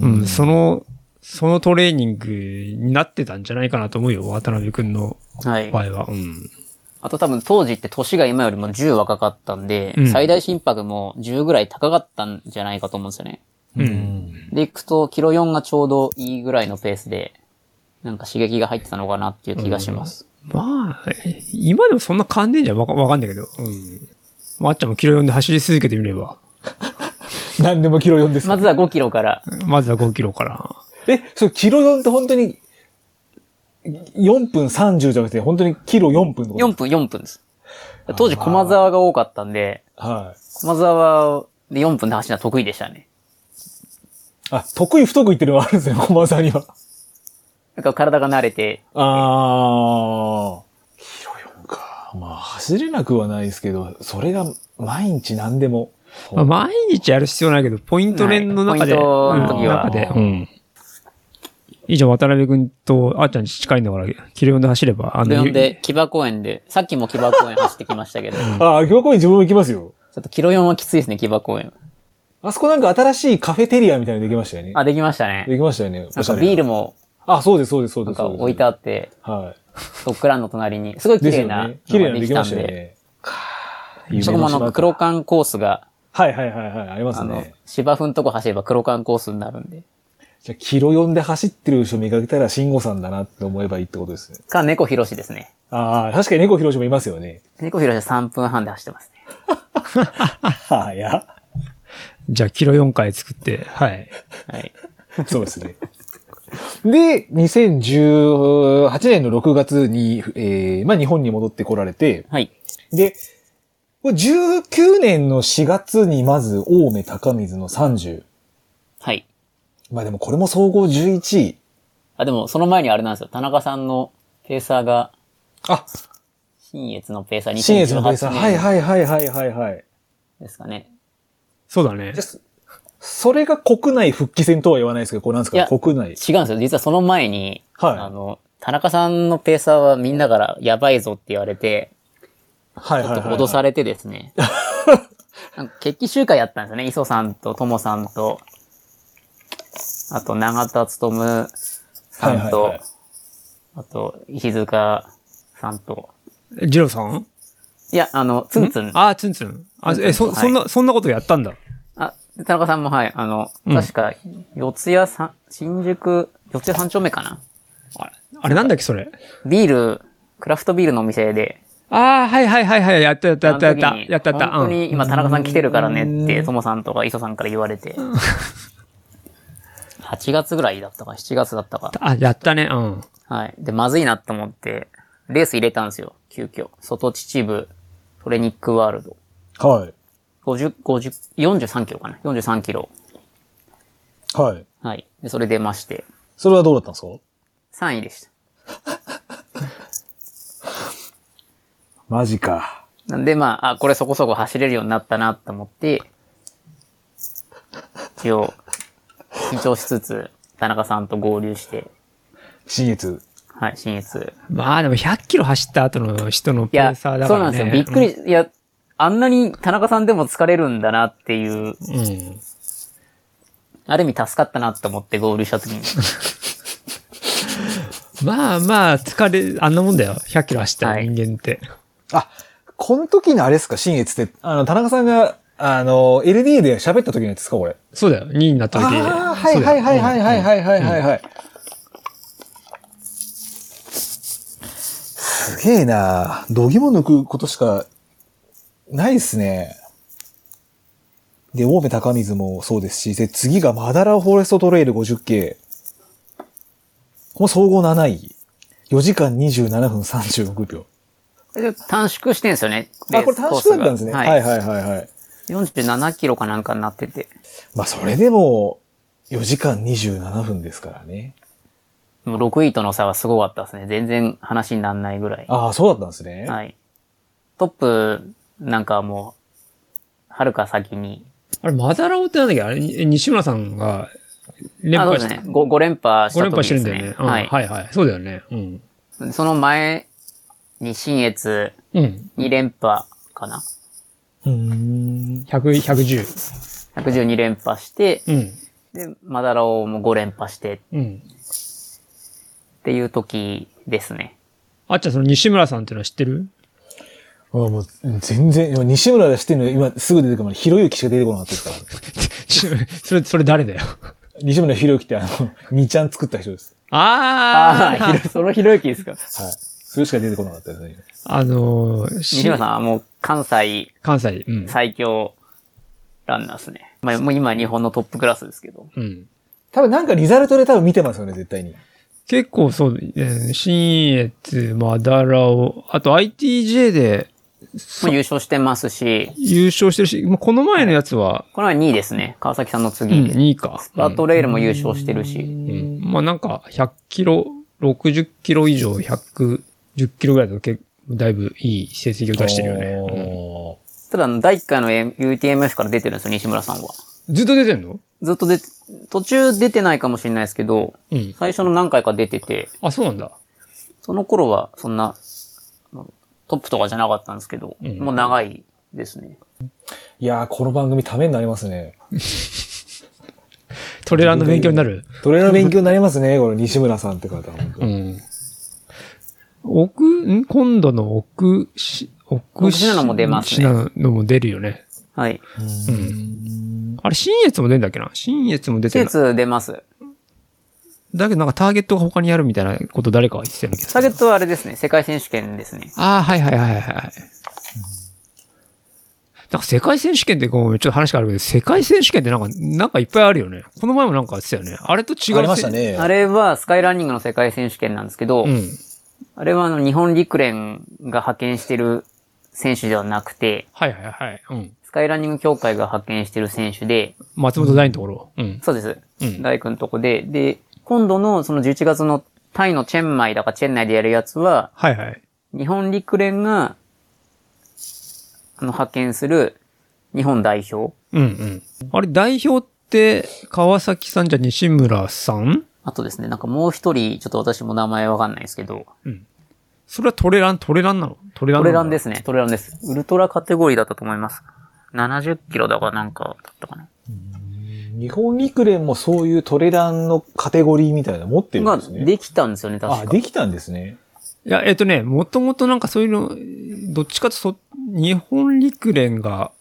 Speaker 2: う
Speaker 3: うん、その、そのトレーニングになってたんじゃないかなと思うよ、渡辺くんの
Speaker 1: はい。
Speaker 3: 場合は。うん。
Speaker 1: あと多分当時って年が今よりも10若かったんで、
Speaker 3: うん
Speaker 1: 最大心拍も10ぐらい高かったんじゃないかと思うんですよね。
Speaker 2: うん。
Speaker 1: で、行くと、キロ4がちょうどいいぐらいのペースで、なんか刺激が入ってたのかなっていう気がします。
Speaker 3: まあ、今でもそんな変わんねえんじゃんわかわかんないけど。うん。まあ、あっちゃんもキロ4で走り続けてみれば。
Speaker 2: 何でもキロ4です。
Speaker 1: まずは5キロから、
Speaker 3: まずは5キロから。
Speaker 2: え、そう、キロ4って本当に、4分30じゃなくて、本当にキロ4分ってこと
Speaker 1: 4分、4分です。当時駒沢が多かったんで、
Speaker 2: はい。
Speaker 1: 駒沢で4分で走るのは得意でしたね。
Speaker 2: あ、得意不得意っていうのがあるんですね、駒沢には。
Speaker 1: なんか体が慣れて、
Speaker 2: あー。キロ4か。まあ、走れなくはないですけど、それが毎日何でも。
Speaker 3: まあ、毎日やる必要ないけど、ポイント連の中で。
Speaker 1: はいポイントの時は
Speaker 3: うん中で。うん。以上、渡辺くんとあっちゃん近いんだから、キロ4で走れば、あ
Speaker 1: それ呼んで、木場公園で、さっきも木場公園走ってきましたけど、ちょ
Speaker 2: ああ、今日自分も行きますよ。
Speaker 1: っとキロ4はきついですね、木場公園。
Speaker 2: あそこなんか新しいカフェテリアみたいにできましたよね。
Speaker 1: あ、できましたね。
Speaker 2: できましたよね。
Speaker 1: なんかビー
Speaker 2: ル。
Speaker 1: ルも、
Speaker 2: あ、そうです、そうです、そう
Speaker 1: な
Speaker 2: で
Speaker 1: ん
Speaker 2: す。そ
Speaker 1: か
Speaker 2: うです
Speaker 1: 置いてあって、
Speaker 2: は
Speaker 1: ドッグランの隣に、すごい
Speaker 2: い。
Speaker 1: 綺
Speaker 2: です
Speaker 1: 麗
Speaker 2: よ
Speaker 1: な
Speaker 2: ね。綺麗な
Speaker 1: のが
Speaker 2: の
Speaker 1: で
Speaker 2: でき
Speaker 1: き
Speaker 2: ま
Speaker 1: た
Speaker 2: し
Speaker 1: ん
Speaker 2: たよ
Speaker 1: で、
Speaker 2: ね。かー夢
Speaker 1: そこもあの、黒缶コースが
Speaker 2: はいはいはいはい、あります
Speaker 1: あの
Speaker 2: ね。、
Speaker 1: 芝生のとこ走れば黒缶コースになるんで。
Speaker 2: じゃあ、キロ4で走ってる人見かけたら、慎吾さんだなって思えばいいってことですね。
Speaker 1: か、猫ひろしですね。
Speaker 2: ああ、確かに猫ひろしもいますよね。
Speaker 1: 猫ひろしは3分半で走ってますね。
Speaker 2: はや。
Speaker 3: じゃあ、キロ4回作って、はい。
Speaker 1: はい。
Speaker 2: そうですね。で、2018年の6月に、えーまあ日本に戻ってこられて、
Speaker 1: はい。
Speaker 2: で、これ19年の4月にまず、青梅高水の30。
Speaker 1: はい。
Speaker 2: まあでもこれも総合11位。
Speaker 1: あ、でも、その前にあれなんですよ。田中さんのペーサーが、
Speaker 2: あ、
Speaker 1: 新越のペーサー2018年。
Speaker 2: 新越のペース。はいはいはいはいはいはい。
Speaker 1: ですかね。
Speaker 3: そうだね
Speaker 2: じゃ。あそれが国内復帰戦とは言わないですけど、これなんです
Speaker 1: い
Speaker 2: か
Speaker 1: や
Speaker 2: 国内。
Speaker 1: 違うんですよ。実はその前に、
Speaker 2: はい
Speaker 1: あの、田中さんのペーサーはみんなからやばいぞって言われて、
Speaker 2: はい
Speaker 1: ち
Speaker 2: は
Speaker 1: ょっ
Speaker 2: いは
Speaker 1: と
Speaker 2: いはい。
Speaker 1: 脅されてです ね。なんか決起集会やったんですよね。磯さんとともさんと、あと永田勉さんと、
Speaker 2: はいはいはい
Speaker 1: あと石塚さんと、
Speaker 3: ジローさん
Speaker 1: いや、あの、ツンツン。
Speaker 3: ああ、ツンツン。あ、え、
Speaker 1: ツンツン
Speaker 3: そ、
Speaker 1: はい
Speaker 3: そんな、そんなことやったんだ。
Speaker 1: あ、田中さんもはい、あの、
Speaker 3: うん
Speaker 1: 確か、四谷さん、新宿、四谷三丁目かな
Speaker 3: あれ、あれなんだっけ、それ。
Speaker 1: ビール、クラフトビールのお店で、
Speaker 3: ああ、はいはいはいはい、やったやったやったやった
Speaker 1: あの時。に
Speaker 3: やったやった。
Speaker 1: 本当に今田中さん来てるからねっ
Speaker 2: う
Speaker 1: て、
Speaker 2: ん
Speaker 1: ともさんとか磯さんから言われ て。8月ぐらいだったか、7月だったか。
Speaker 3: あ、やったね、うん。
Speaker 1: はい。で、まずいなと思って、レース入れたんですよ。急遽。外秩父、トレニックワールド。
Speaker 2: はい。
Speaker 1: 50、50、43キロかな。43キロ。
Speaker 2: はい。
Speaker 1: はい。で、それ出まして、
Speaker 2: それはどうだったんですか
Speaker 1: 3位でした。
Speaker 2: マジか。
Speaker 1: なんで、まあ、あ、これそこそこ走れるようになったなと思って、一応、緊張しつつ、田中さんと合流して、
Speaker 2: 新越。
Speaker 1: はい、新越。
Speaker 3: まあでも100キロ走った後の人の
Speaker 1: い
Speaker 3: ペ
Speaker 1: や、
Speaker 3: ー
Speaker 1: そ
Speaker 3: サ
Speaker 1: う
Speaker 3: ーだか
Speaker 1: な
Speaker 3: ら
Speaker 1: ん
Speaker 3: ね。
Speaker 1: ですよ。びっくり、いや、あんなに田中さんでも疲れるんだなっていう、
Speaker 3: うん。
Speaker 1: ある意味助かったなと思って合流した時に。
Speaker 3: まあまあ、疲れ、あんなもんだよ。100キロ走ったら
Speaker 1: はい
Speaker 3: 人間って。
Speaker 2: あ、この時のあれですか新越って、あの、田中さんが、あの、LD で喋った時のやつですかこれ。
Speaker 3: そうだよ。2位になった時。
Speaker 2: ああ、は
Speaker 3: そ
Speaker 2: いう
Speaker 3: だ
Speaker 2: は
Speaker 3: よ
Speaker 2: いはいはいはいはいはいはいはい。すげえな度肝抜くことしかないですね。で、青梅高水もそうですし、で、次がマダラフォレストトレイル 50K。この総合7位。4時間27分36秒。
Speaker 1: で短縮してんですよね。
Speaker 2: あ、これ短縮だったんですね。
Speaker 1: レースコースが
Speaker 2: はい、
Speaker 1: はい。
Speaker 2: はいはいはい。
Speaker 1: 47キロかなんかになってて。
Speaker 2: まあ、それでも、4時間27分ですからね。
Speaker 1: でも6位との差はすごかったですね。全然話にならないぐらい。
Speaker 2: ああ、そうだったんですね。
Speaker 1: はい。トップなんかはもう、はるか先に。
Speaker 3: あれ、マダラオってなんだっけあれ、に西村さんが連
Speaker 1: あ、そう
Speaker 3: 覇
Speaker 1: で
Speaker 3: し
Speaker 1: す
Speaker 3: て、
Speaker 1: ね。5, 連覇し
Speaker 3: 5
Speaker 1: た
Speaker 3: 連覇
Speaker 1: 時
Speaker 3: して
Speaker 1: で
Speaker 3: る
Speaker 1: す
Speaker 3: ん
Speaker 1: ね。
Speaker 3: だよね。うん
Speaker 1: は
Speaker 3: はいい、はいはい。そうだよね。うん。
Speaker 1: その前に新越
Speaker 3: うん。
Speaker 1: 2連覇かな。
Speaker 2: うーん。
Speaker 3: 100、110。
Speaker 1: 112連覇して、
Speaker 3: うん。
Speaker 1: で、マダラオも5連覇してっ
Speaker 3: うん。
Speaker 1: ていう時ですね。
Speaker 3: あっちゃん、その西村さんっていうのは知ってる
Speaker 2: あもう、全然、今西村が知ってるの、今すぐ出てくるのに、ひろゆきしか出てこなかったですから。
Speaker 3: それ、それ誰だよ。
Speaker 2: 西村ひろゆきって、あの、2ちゃん 作った人です。
Speaker 3: あ
Speaker 1: ああ
Speaker 3: あ、
Speaker 1: ー、そのひろゆきですか。
Speaker 2: はい。それしか出てこなかったですね。
Speaker 3: あのー、し
Speaker 1: 西村さんはもう関西
Speaker 3: 関西。うん。
Speaker 1: 最強ランナーですね。まあ、もう今日本のトップクラスですけど。
Speaker 3: うん。
Speaker 2: 多分なんかリザルトで多分見てますよね、絶対に。
Speaker 3: 結構そう、えー新越、マダラオ、あと ITJ で
Speaker 1: もう優勝してますし、
Speaker 3: 優勝してるし、まあこの前のやつは、
Speaker 1: これは2位ですね。川崎さんの
Speaker 3: う
Speaker 1: 次
Speaker 3: ん、
Speaker 1: で。
Speaker 3: 2位か。
Speaker 1: スパートレールも優勝してるし、
Speaker 3: うんうんまあなんか、100キロ、60キロ以上、110キロぐらいだと結構、だいぶいい成績を出してるよね。
Speaker 2: お
Speaker 1: ただあの、第1回の UTMF から出てるんですよ、西村さんは。
Speaker 3: うんずっと出てんの
Speaker 1: ずっと出て、途中出てないかもしれないですけど、
Speaker 3: うん。
Speaker 1: 最初の何回か出てて、
Speaker 3: あ、そうなんだ。
Speaker 1: その頃はそんな、トップとかじゃなかったんですけど、
Speaker 3: ん
Speaker 1: もう長いですね。
Speaker 2: ーいやー、この番組ためになりますね。
Speaker 3: トレーラーの勉強になる。
Speaker 2: トレーナー勉強になりますね、この西村さんって方は本当
Speaker 3: う
Speaker 2: に。
Speaker 3: ん。奥、ん今度の奥し、奥
Speaker 1: 奥信濃も出ますね
Speaker 3: 信濃も出るよね。
Speaker 1: はい。
Speaker 2: うん。
Speaker 3: あれ、新越も出んだっけな新越も出て
Speaker 1: 施
Speaker 3: る。
Speaker 1: 設出ます。
Speaker 3: だけどなんかターゲットが他にあるみたいなこと誰かが言ってたような気がす
Speaker 1: ター
Speaker 3: る
Speaker 1: ゲットはあれですね、世界選手権ですね。
Speaker 3: ああ、はいはいはいはいはい。なんか世界選手権ってごめん、ちょっと話があるけど、世界選手権ってなんか、なんかいっぱいあるよね。この前もなんかあってたよね。あれと違う。
Speaker 2: ありました。ね。
Speaker 1: あれはスカイランニングの世界選手権なんですけど、
Speaker 3: うん。
Speaker 1: あれはあの日本陸連が派遣してる選手ではなくて、
Speaker 3: はいはいはい。うん。
Speaker 1: スカイランニング協会が派遣してる選手で、
Speaker 3: 松本大のところ。うん。
Speaker 1: そうです。
Speaker 3: うん
Speaker 1: 大工のとこで、で、今度のその11月のタイのチェンマイだかチェン内でやるやつは、
Speaker 3: はいはい。
Speaker 1: 日本陸連が、あの、派遣する日本代表。
Speaker 3: うんうん。あれ、代表って、川崎さんじゃ西村さん
Speaker 1: あとですね、なんかもう一人、ちょっと私も名前わかんないですけど、
Speaker 3: それはトレラン、トレランなのトレラ
Speaker 1: ト
Speaker 3: ンな
Speaker 1: レ
Speaker 3: の
Speaker 1: ランですね、トレランです。ウルトラカテゴリーだったと思います。70キロだかなんかだったかな。
Speaker 2: 日本陸連もそういうトレランのカテゴリーみたいなの持ってるん
Speaker 1: が
Speaker 2: ですね。
Speaker 1: できたんですよね、
Speaker 2: あ、
Speaker 1: 確か。
Speaker 2: できたんですね。
Speaker 3: いや、えっとね、もともとなんかそういうの、どっちかとそ、日本陸連が、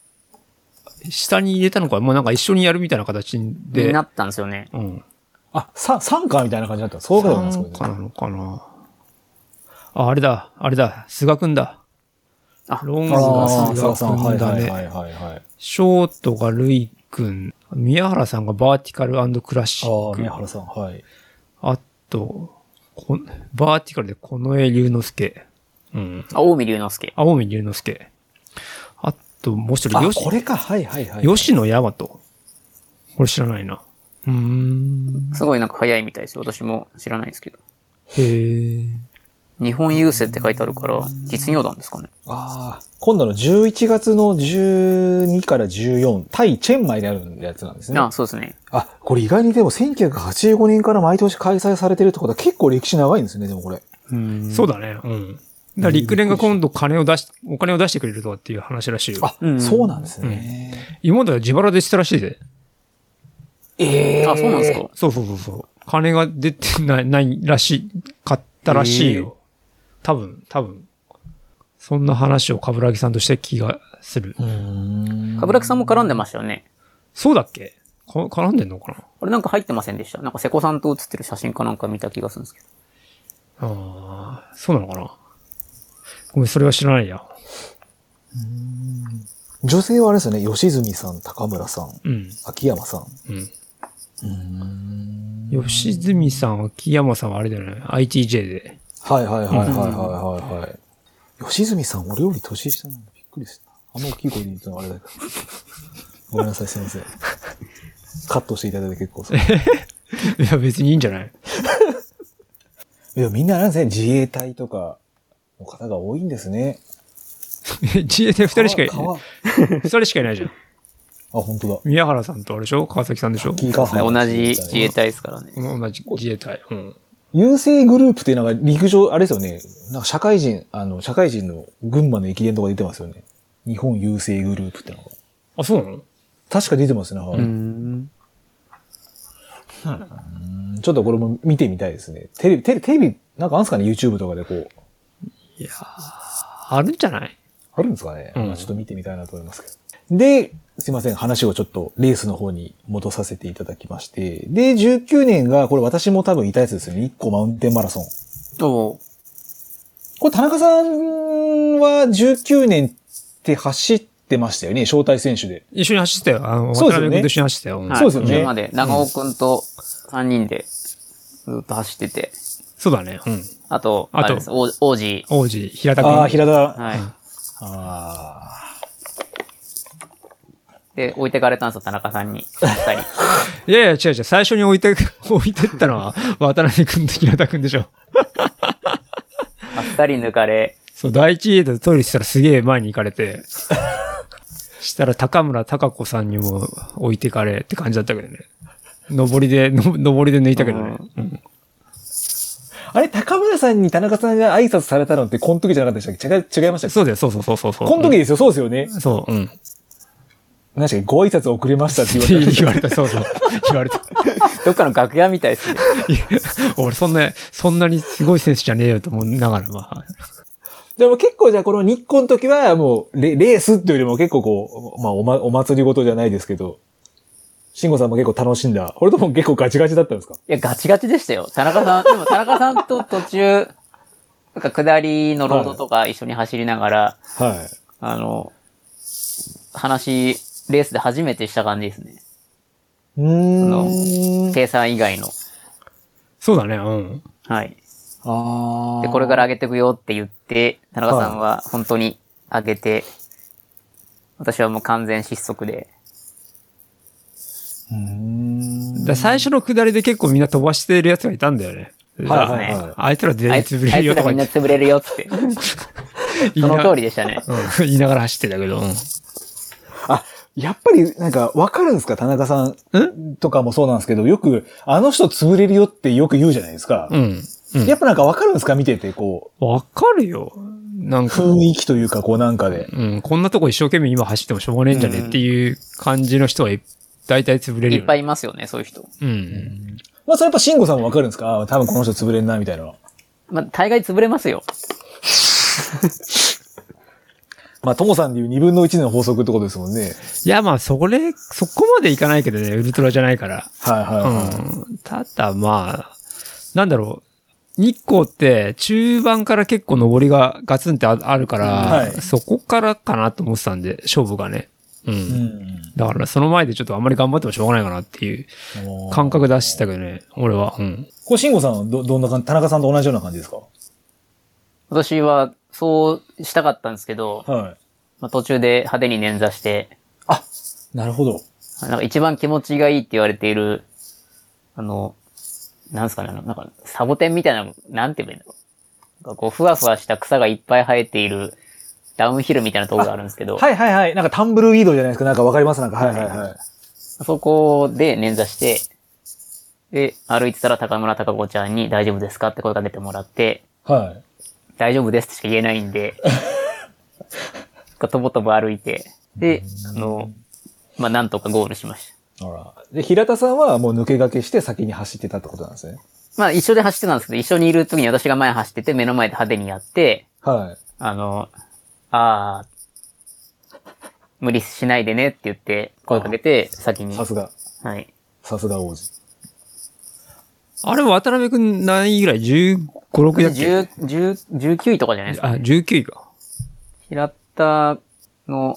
Speaker 3: 下に入れたのか、もうなんか一緒にやるみたいな形
Speaker 1: に
Speaker 3: で、
Speaker 1: なったんですよね。
Speaker 3: うん。
Speaker 2: あ、さ、参加みたいな感じだった。そうなんです
Speaker 3: 参
Speaker 2: か
Speaker 3: 加
Speaker 2: ね
Speaker 3: なのかな。あ、あれだ、あれだ、菅君だ。
Speaker 1: あ
Speaker 3: ロング
Speaker 2: ああ、
Speaker 3: が
Speaker 2: 佐々
Speaker 3: 菅
Speaker 2: さん。は
Speaker 3: 君
Speaker 2: い
Speaker 3: だ
Speaker 2: はいはい
Speaker 3: ね。
Speaker 2: はいはい。
Speaker 3: ショートがルイ君。宮原さんがバーティカルクラシ
Speaker 2: あ
Speaker 3: ッ
Speaker 2: あ、
Speaker 3: ク。
Speaker 2: 宮原さん。はい。
Speaker 3: あと、こんバーティカルで近衛龍之介。うん。
Speaker 1: あ、近江龍之介。
Speaker 3: 青海龍之介。あと、もう一人、
Speaker 2: あ、
Speaker 3: 吉
Speaker 2: これか。はいはいはい。
Speaker 3: 吉野大和。これ知らないな。うーん。
Speaker 1: すごいなんか早いみたいですよ。私も知らないですけど。
Speaker 3: へえ。
Speaker 1: 日本郵政って書いてあるから、実業団ですかね。
Speaker 2: ああ、今度の11月の12から14、タイ・チェンマイであるやつなんですね。
Speaker 1: あ、そうですね。
Speaker 2: あ、これ意外にでも1985年から毎年開催されてるってことは結構歴史長いんですね、でもこれ。
Speaker 3: そうだね。うん。だから陸連が今度金を出し、お金を出してくれるとかっていう話らしいよ。
Speaker 2: あ、
Speaker 1: うん
Speaker 2: そうなんですね。
Speaker 3: 今までは自腹でしたらしいで。
Speaker 2: ええ
Speaker 1: あ、そうなんですか。
Speaker 3: そうそうそうそう。金が出てない、ないらしい、買ったらしいよ。多分、多分。そんな話を冠城さんとして気がする。
Speaker 2: うーん
Speaker 1: かぶらきさんも絡んでましたよね。
Speaker 3: そうだっけか絡んでんのかな
Speaker 1: あれなんか入ってませんでした。なんか瀬古さんと写ってる写真かなんか見た気がするんですけど。
Speaker 3: ああ、そうなのかなごめん、それは知らないや。
Speaker 2: 女性はあれですよね、吉住さん、高村さん、
Speaker 3: うん。
Speaker 2: 秋山さん。
Speaker 3: うん。吉住さん、秋山さんはあれだよね。ITJ で。
Speaker 2: はいはいはいはいはいはい。はい吉住さん、俺より年下なんだ。びっくりした。あんま大きい声で言ったのあれだけ ど。ごめんなさい、すいません。カットしていただいて結構です。
Speaker 3: いや、別にいいんじゃない
Speaker 2: いや、みんなあれなんですね、自衛隊とかの方が多いんですね。
Speaker 3: 自衛隊二人しかい、
Speaker 2: 川川
Speaker 3: 二人しかいないじゃん。
Speaker 2: あ、本当だ。
Speaker 3: 宮原さんとあれでしょ川崎さんでしょ
Speaker 2: キーカーハン
Speaker 1: 同じ自衛隊ですからね。
Speaker 3: 同じ自衛隊。うん。
Speaker 2: 優勢グループっていうのが陸上、あれですよね。なんか社会人、あの、社会人の群馬の駅伝とか出てますよね。日本優勢グループってのが。
Speaker 3: あ、そうなの
Speaker 2: 確か出てますね、はい
Speaker 1: うん。
Speaker 2: ちょっとこれも見てみたいですね。テレビ、テレビ、テレビ、なんかあるんですかね ?YouTube とかでこう。
Speaker 3: いやー、あるんじゃない
Speaker 2: あるんですかね、
Speaker 3: うん
Speaker 2: まあちょっと見てみたいなと思いますけど。で、すいません。話をちょっとレースの方に戻させていただきまして。で、19年が、これ私も多分いたやつですね。日光マウンテンマラソン。
Speaker 1: おう
Speaker 2: これ田中さんは19年って走ってましたよね。招待選手で。
Speaker 3: 一緒に走ってたよ。あの、
Speaker 2: そう
Speaker 3: 渡
Speaker 2: ですよね
Speaker 3: 辺君と一緒に走ってたよ。うん
Speaker 1: はい
Speaker 2: そうですよね
Speaker 1: 途中まで、長尾くんと3人で、ずっと走ってて。
Speaker 3: そうだね。うん。
Speaker 1: あと、
Speaker 3: あと
Speaker 1: あれです。王王子。
Speaker 3: 王子、平田君。
Speaker 2: ああ、平田。
Speaker 1: はい。
Speaker 2: あ
Speaker 1: で、置いてかれたんですよ、田中さんに。二人。
Speaker 3: いやいや、違う違う。最初に置いて、 置いてったのは、渡辺君と平田君でしょ。
Speaker 1: あ二人抜かれ。
Speaker 3: そう、第一エイドでトイレしたらすげえ前に行か れて、したら高村孝子さんにも置いてかれって感じだったけどね。上りで、 の上りで抜いたけどね。うん
Speaker 2: あ。あれ、高村さんに田中さんが挨拶されたのって、この時じゃなかったでしたっけ違い違いましたっけ
Speaker 3: そうだよ、そうそうそうそうそう。
Speaker 2: この時ですよ。そうですよね
Speaker 3: う。んそう、うん。っ
Speaker 2: 確かにご挨拶遅れましたって言われ
Speaker 3: て
Speaker 2: た。
Speaker 3: 言われた、そうそう。言われた。
Speaker 1: どっかの楽屋みたいですね。
Speaker 3: いや俺そんな、そんなにすごい選手じゃねえよと思いながら、まあ。
Speaker 2: でも結構じゃあこの日光の時はもうレレースっていうよりも結構こう、まあお,、ま、お祭りごとじゃないですけど、慎吾さんも結構楽しんだ。これとも結構ガチガチだったんですか
Speaker 1: いや、ガチガチでしたよ。田中さん、でも田中さんと途中、なんか下りのロードとか一緒に走りながら、
Speaker 2: はい。
Speaker 1: あの、話、レースで初めてした感じですね。
Speaker 2: うーん。
Speaker 1: 計算以外の。
Speaker 3: そうだね、うん。
Speaker 1: はい。
Speaker 2: あ
Speaker 1: で、これから上げていくよって言って、田中さんは本当に上げて、私はもう完全失速で。
Speaker 2: うーん。
Speaker 3: だから最初の下りで結構みんな飛ばしてるやつがいたんだよね。
Speaker 1: そ
Speaker 2: はい
Speaker 1: う
Speaker 2: は
Speaker 1: で
Speaker 2: い
Speaker 1: すね
Speaker 2: は
Speaker 3: あいつら
Speaker 1: あ
Speaker 3: 全員
Speaker 1: いつ
Speaker 3: 潰れ
Speaker 1: あ
Speaker 3: る
Speaker 1: いつ
Speaker 3: よと
Speaker 1: ら
Speaker 3: か
Speaker 1: みんな
Speaker 3: 言って
Speaker 1: 潰れるよっつって。その通りでしたね。
Speaker 3: うん言いながら走ってたけど。うん
Speaker 2: い。あ、やっぱりなんかわかるんですか田中さんとかもそうなんですけど、よく、あの人潰れるよってよく言うじゃないですか。
Speaker 3: うん。うん
Speaker 2: やっぱなんかわかるんですか見てて、こ
Speaker 3: わかるよ。なん
Speaker 2: う、
Speaker 3: か、
Speaker 2: 雰囲気というか、こうなんかで。
Speaker 3: うん、こんなとこ一生懸命今走ってもしょうがねえんじゃねっていう感じの人はい大体潰れる
Speaker 1: い
Speaker 3: よ、ね。
Speaker 1: っぱいいますよね、そういう人。
Speaker 3: うん。
Speaker 2: まあ、それやっぱ慎吾さんもわかるんですかあ多分この人潰れんな、みたいな。
Speaker 1: まあ、大概潰れますよ。
Speaker 2: まあ、ともさんでいう二分の一の法則ってことですもんね。
Speaker 3: いや、まあ、それ、そこまでいかないけどね、ウルトラじゃないから。
Speaker 2: はいはいはい。
Speaker 3: うん。ただ、まあ、なんだろう。日光って、中盤から結構上りがガツンってああるから、
Speaker 2: はい
Speaker 3: そこからかなと思ってたんで、勝負がね。うん。
Speaker 2: うん
Speaker 3: だから、その前でちょっとあんまり頑張ってもしょうがないかなっていう感覚出してたけどね、俺は。うん。
Speaker 2: これ、慎吾さんはど、どんな感じ、田中さんと同じような感じですか
Speaker 1: 私は、そうしたかったんですけど、
Speaker 2: はい。
Speaker 1: まあ、途中で派手に捻挫して、
Speaker 2: あ、なるほど。
Speaker 1: なんか一番気持ちがいいって言われている、あの、なんすかね、あのなんか、サボテンみたいな、なんて言えばいいんだろう。なんかこう、ふわふわした草がいっぱい生えている、ダウンヒルみたいなところがあるんですけど、
Speaker 2: はいはいはい。なんかタンブルウィードじゃないですか。なんかわかりますなんか。はいはいはい。
Speaker 1: そこで捻挫して、で、歩いてたら高村高子ちゃんに大丈夫ですかって声かけてもらって、
Speaker 2: はい。
Speaker 1: 大丈夫ですってしか言えないん で、とぼとぼ歩いて、で、あの、まあ、なんとかゴールしました。
Speaker 2: ほら。で、平田さんはもう抜け駆けして先に走ってたってことなんですね。
Speaker 1: まあ、一緒で走ってたんですけど、一緒にいる時に私が前走ってて、目の前で派手にやって、
Speaker 2: はい。
Speaker 1: あの、ああ、無理しないでねって言って、声かけて、先に。
Speaker 2: さすが。
Speaker 1: はい。
Speaker 2: さすが王子。
Speaker 3: あれ、渡辺くん何位ぐらい ?15、6だっけ
Speaker 1: 10 10 19位とかじゃないですか。
Speaker 3: あ、19位か。
Speaker 1: 平田の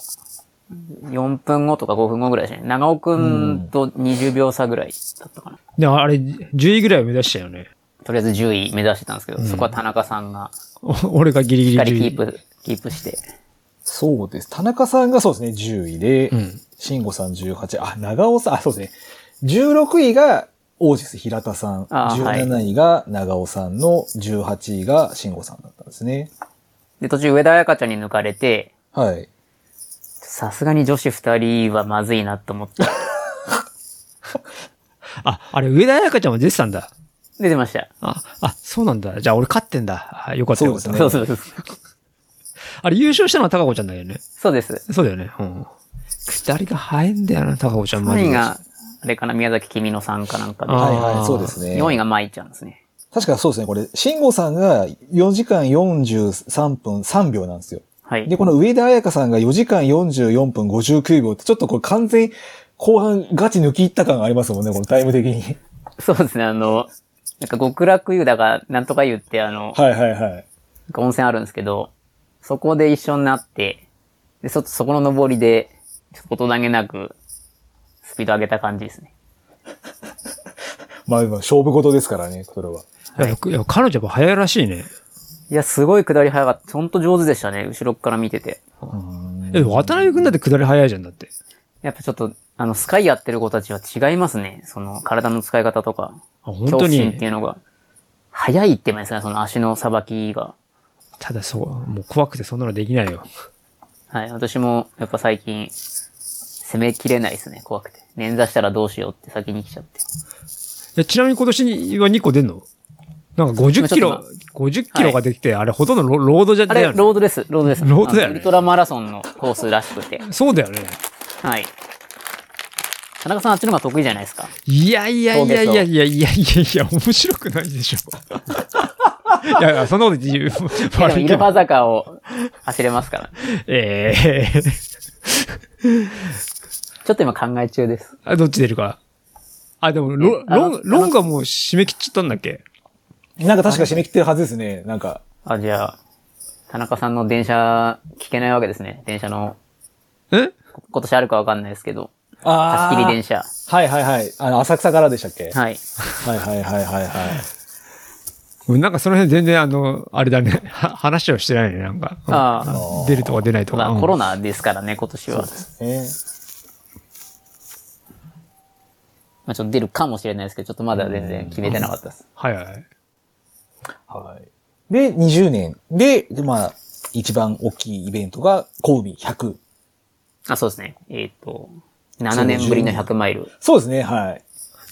Speaker 1: 4分後とか5分後ぐらいでしたね。長尾くんと20秒差ぐらいだったかな。
Speaker 3: で、あれ、10位ぐらいを目指したよね。
Speaker 1: とりあえず10位目指してたんですけど、そこは田中さんが
Speaker 3: お俺がギリギ
Speaker 1: し
Speaker 3: リ
Speaker 1: っ
Speaker 3: 10
Speaker 1: か
Speaker 3: 位。
Speaker 1: りキープ、キープして。
Speaker 2: そうです。田中さんがそうですね、10位で、
Speaker 3: うん
Speaker 2: 慎吾さん18、あ、長尾さん、あ、そうですね。16位が王子です、平田さん。
Speaker 1: あーはい
Speaker 2: 17位が長尾さんの、18位が慎吾さんだったんですね。
Speaker 1: で、途中上田彩香ちゃんに抜かれて、
Speaker 2: はい。
Speaker 1: さすがに女子二人はまずいなと思 って、
Speaker 3: あ、あれ、上田彩香ちゃんも出てたんだ。
Speaker 1: 出てました。
Speaker 3: あ、あ、そうなんだ。じゃあ俺勝ってんだ。あよかったよかっ
Speaker 2: そ
Speaker 3: た。
Speaker 2: うですね
Speaker 1: そうそうそう。
Speaker 3: あれ優勝したのは高子ちゃんだよね。
Speaker 1: そうです。
Speaker 3: そうだよね。うん。下りが早いんだよな、高子ちゃんマジで
Speaker 1: 何が、あれかな、宮崎君のさんかなんかで。
Speaker 3: あー
Speaker 2: はいはい、そうですね。
Speaker 1: 4位が舞ちゃんですね。
Speaker 2: 確かそうですね、これ、慎吾さんが4時間43分3秒なんですよ。
Speaker 1: はい。
Speaker 2: で、この上田彩香さんが4時間44分59秒って、ちょっとこれ完全、後半ガチ抜き入った感がありますもんね、このタイム的に。
Speaker 1: そうですね、あの、なんか極楽湯だか、なんとか湯って、あの、
Speaker 2: はいはいはい。
Speaker 1: なんか温泉あるんですけど、そこで一緒になって、で、そ、そこの登りで、ちょっと大人げなく、スピード上げた感じですね。
Speaker 2: まあ、まあ勝負事ですからね、それは。
Speaker 3: いやよくいや彼女も早いらしいね。
Speaker 1: いや、すごい下り早かった。ほんと上手でしたね、後ろから見てて。
Speaker 3: え、渡辺くんだって下り早いじゃんだって。
Speaker 1: やっぱちょっと、あの、スカイやってる子たちは違いますね。その、体の使い方とか。
Speaker 3: あ本当に
Speaker 1: 恐怖心っていうのが。早いって言うんですかね、その足のさばきが。
Speaker 3: ただそう、もう怖くてそんなのできないよ。
Speaker 1: はい、私も、やっぱ最近、攻めきれないですね、怖くて。捻挫したらどうしようって先に来ちゃって。
Speaker 3: え、ちなみに今年は2個出んのなんか50キ
Speaker 1: ちょ
Speaker 3: ロ
Speaker 1: っと、
Speaker 3: 50キロができて、あれほとんどロロードじゃ
Speaker 1: あ
Speaker 3: だ
Speaker 1: れ、
Speaker 3: よね。
Speaker 1: ロードです、ロードです。
Speaker 3: ロードだよね
Speaker 1: あのウルトラマラソンのコースらしくて。
Speaker 3: そうだよね。
Speaker 1: はい。田中さん、あっちの方が得意じゃないです か。
Speaker 3: いやいやいやいやいやいやいやいや、面白くないでしょ。 いやいや、そんなこと言
Speaker 1: で
Speaker 3: う、
Speaker 1: も、
Speaker 3: 悪
Speaker 1: イ
Speaker 3: い
Speaker 1: ル
Speaker 3: けど
Speaker 1: パ坂を走れますから。
Speaker 3: ええ
Speaker 1: ちょっと今考え中です。
Speaker 3: あどっち出るか。あ、でもロ、
Speaker 1: あ
Speaker 3: ロ
Speaker 1: あの
Speaker 3: ン、ロンがもう締め切っちゃったんだっけ
Speaker 2: なんか確か締め切ってるはずですね。なんか、
Speaker 1: あ、じゃあ、田中さんの電車、聞けないわけですね。電車の、
Speaker 3: え
Speaker 1: こ今年あるかわかんないですけど。
Speaker 2: あ
Speaker 1: 貸し切り電
Speaker 2: 車。
Speaker 1: 車。
Speaker 2: はいはいはい。あの、浅草からでしたっけ
Speaker 1: はい。
Speaker 2: はいはいはいはいはい。
Speaker 3: なんかその辺全然あの、あれだね。は話をしてないね、なんか。
Speaker 1: ああ
Speaker 3: うん出るとか出ないとか。
Speaker 1: ま
Speaker 3: う
Speaker 1: あ、
Speaker 3: ん
Speaker 1: コロナですからね、今年は。
Speaker 2: え
Speaker 1: まあ、ちょっと出るかもしれないですけど、ちょっとまだ全然決めてなかったです。
Speaker 3: はいはい。
Speaker 2: はい。で、20年で、でまあ、一番大きいイベントが、神戸100。
Speaker 1: あ、そうですね。えっ、と、7年ぶりの100マイル。
Speaker 2: そうですね、はい。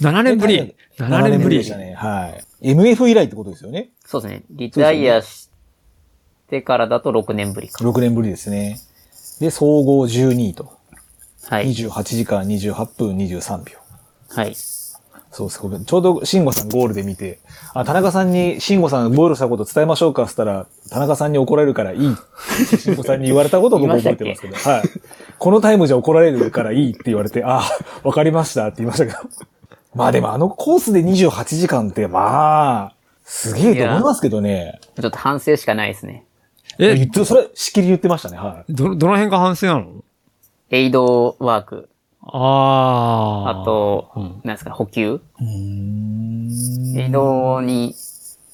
Speaker 3: 7年ぶり。7年ぶり
Speaker 2: で。したね、はい。MF 以来ってことですよね。
Speaker 1: そうですね。リタイアしてからだと6年ぶりか。
Speaker 2: 6年ぶりですね。で、総合12位と。
Speaker 1: はい。
Speaker 2: 28時間28分23秒。
Speaker 1: はい。
Speaker 2: そうです。ごめんちょうど、慎吾さんゴールで見て、あ、田中さんに、慎吾さんゴールしたこと伝えましょうかっつったら、田中さんに怒られるからいいって。 慎吾さんに言われたことを僕
Speaker 1: 言いました
Speaker 2: 覚
Speaker 1: っ
Speaker 2: えて
Speaker 1: け
Speaker 2: ますけど、はい。このタイムじゃ怒られるからいいって言われて、あ、わかりましたって言いましたけど。まあでもあのコースで28時間って、まあ、すげえと思いますけどね。
Speaker 1: ちょっと反省しかないですね。
Speaker 3: え、
Speaker 2: ずそれ、しきり言ってましたね、はい。
Speaker 3: ど、どの辺が反省なの
Speaker 1: エイドワーク。
Speaker 3: ああ。
Speaker 1: あ、と、
Speaker 3: うん
Speaker 1: なんですか、補給。
Speaker 2: うん
Speaker 1: エイドに、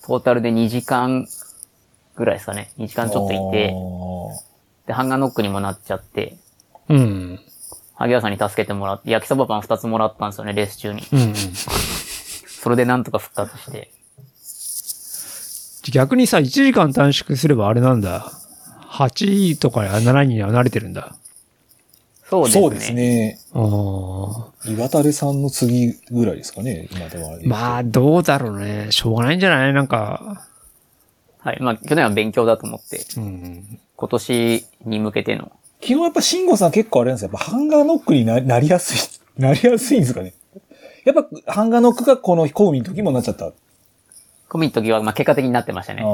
Speaker 1: トータルで2時間ぐらいですかね。2時間ちょっといて、で、ハンガーノックにもなっちゃって、
Speaker 3: うん。
Speaker 1: 萩原さんに助けてもらって、焼きそばパン2つもらったんですよね、レース中に。
Speaker 3: うんうん。
Speaker 1: それでなんとか復活して。
Speaker 3: 逆にさ、1時間短縮すればあれなんだ。8とか7には慣れてるんだ。
Speaker 1: そうですね。
Speaker 2: そうですね。
Speaker 3: ああ。
Speaker 2: 岩垂さんの次ぐらいですかね、今ではあれで言うと。
Speaker 3: まあ、どうだろうね。しょうがないんじゃないなんか。
Speaker 1: はい。まあ、去年は勉強だと思って、
Speaker 3: うん。
Speaker 1: 今年に向けての。
Speaker 2: 昨日やっぱ慎吾さん結構あれなんですよ。やっぱハンガーノックにななりやすい、 なりやすいんですかね。やっぱハンガーノックがこの公民の時もなっちゃった。あ
Speaker 1: コミの時は、まあ、結果的になってましたね。あ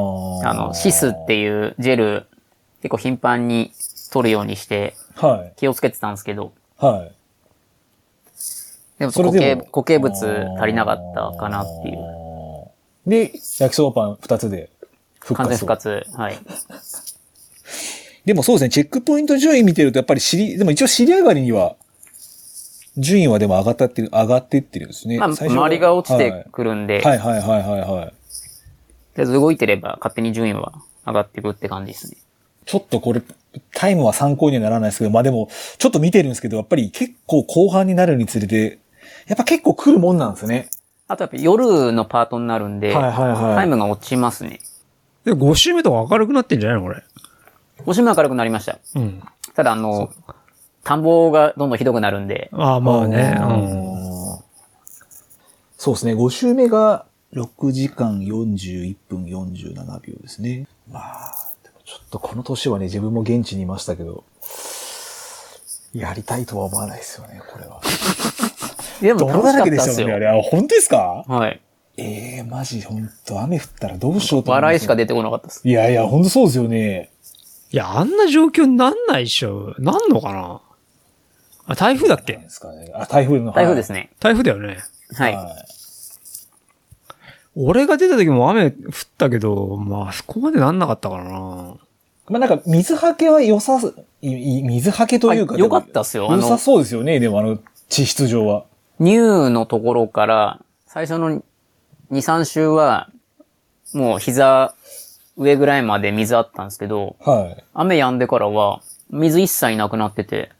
Speaker 1: の、シスっていうジェル、結構頻繁に取るようにして、
Speaker 2: はい。
Speaker 1: 気をつけてたんですけど、
Speaker 2: はい。
Speaker 1: でも
Speaker 2: それ
Speaker 1: 固
Speaker 2: で
Speaker 1: 形、
Speaker 2: も
Speaker 1: 固形物足りなかったかなっていう。
Speaker 2: う。で、焼きそばパン2つで復
Speaker 1: 完
Speaker 2: 活
Speaker 1: 全
Speaker 2: を
Speaker 1: 復活。はい。
Speaker 2: でもそうですね、チェックポイント順位見てるとやっぱり知り、でも一応尻上がりには、順位はでも上がったっていう、上がってってるんですね。
Speaker 1: まあ、
Speaker 2: 最初は
Speaker 1: 周りが落ち
Speaker 2: は
Speaker 1: て
Speaker 2: い
Speaker 1: くるんで、
Speaker 2: はいはいはいはいはい。
Speaker 1: とりあえず動いてれば勝手に順位は上がっていくって感じですね。
Speaker 2: ちょっとこれ、タイムは参考にはならないですけど、まあでも、ちょっと見てるんですけど、やっぱり結構後半になるにつれて、やっぱ結構来るもんなんですね。
Speaker 1: あとやっぱ夜のパートになるんで、
Speaker 2: はいはいはい
Speaker 1: タイムが落ちますね。
Speaker 3: で、5周目とか明るくなってんじゃないのこれ。
Speaker 1: おしま明るくなりました。
Speaker 3: うん。
Speaker 1: ただあの、田んぼがどんどんひどくなるんで、
Speaker 3: ああ、まあね。
Speaker 2: あ
Speaker 3: うん。
Speaker 2: ーそうですね、5周目が6時間41分47秒ですね。まあ、でもちょっとこの年はね、自分も現地にいましたけど、やりたいとは思わないですよね、これは。
Speaker 1: でも
Speaker 2: 泥
Speaker 1: 楽しかっ
Speaker 2: だら
Speaker 1: た
Speaker 2: け
Speaker 1: ん
Speaker 2: で
Speaker 1: で
Speaker 2: し
Speaker 1: す
Speaker 2: たもんね、あ
Speaker 1: よ。
Speaker 2: れ。あ本当ですか
Speaker 1: はい。
Speaker 2: ええマジ、本当雨降ったらどうしようと思いますよ
Speaker 1: 笑いしか出てこなかったです。
Speaker 2: いやいや、ほんとそうですよね。
Speaker 3: いや、あんな状況になんないでしょ。なんのかなあ、台風だっ
Speaker 2: なん
Speaker 3: け
Speaker 2: ですかね。あ、台風の。
Speaker 1: 台風です
Speaker 2: ね。
Speaker 1: ね。
Speaker 3: 台風だよね。
Speaker 1: はい。
Speaker 3: 俺が出た時も雨降ったけど、まあ、あそこまでなんなかったからな。
Speaker 2: まあなんか、水はけは良さす、いい水はけというか。
Speaker 1: はい良かったっすよあ
Speaker 2: 良
Speaker 1: の
Speaker 2: さそうですよね、でもあの、地質上は。
Speaker 1: ニューのところから、最初の2、3週は、もう膝上ぐらいまで水あったんですけど、
Speaker 2: は
Speaker 1: 雨止んでからは、水一切なくなってて、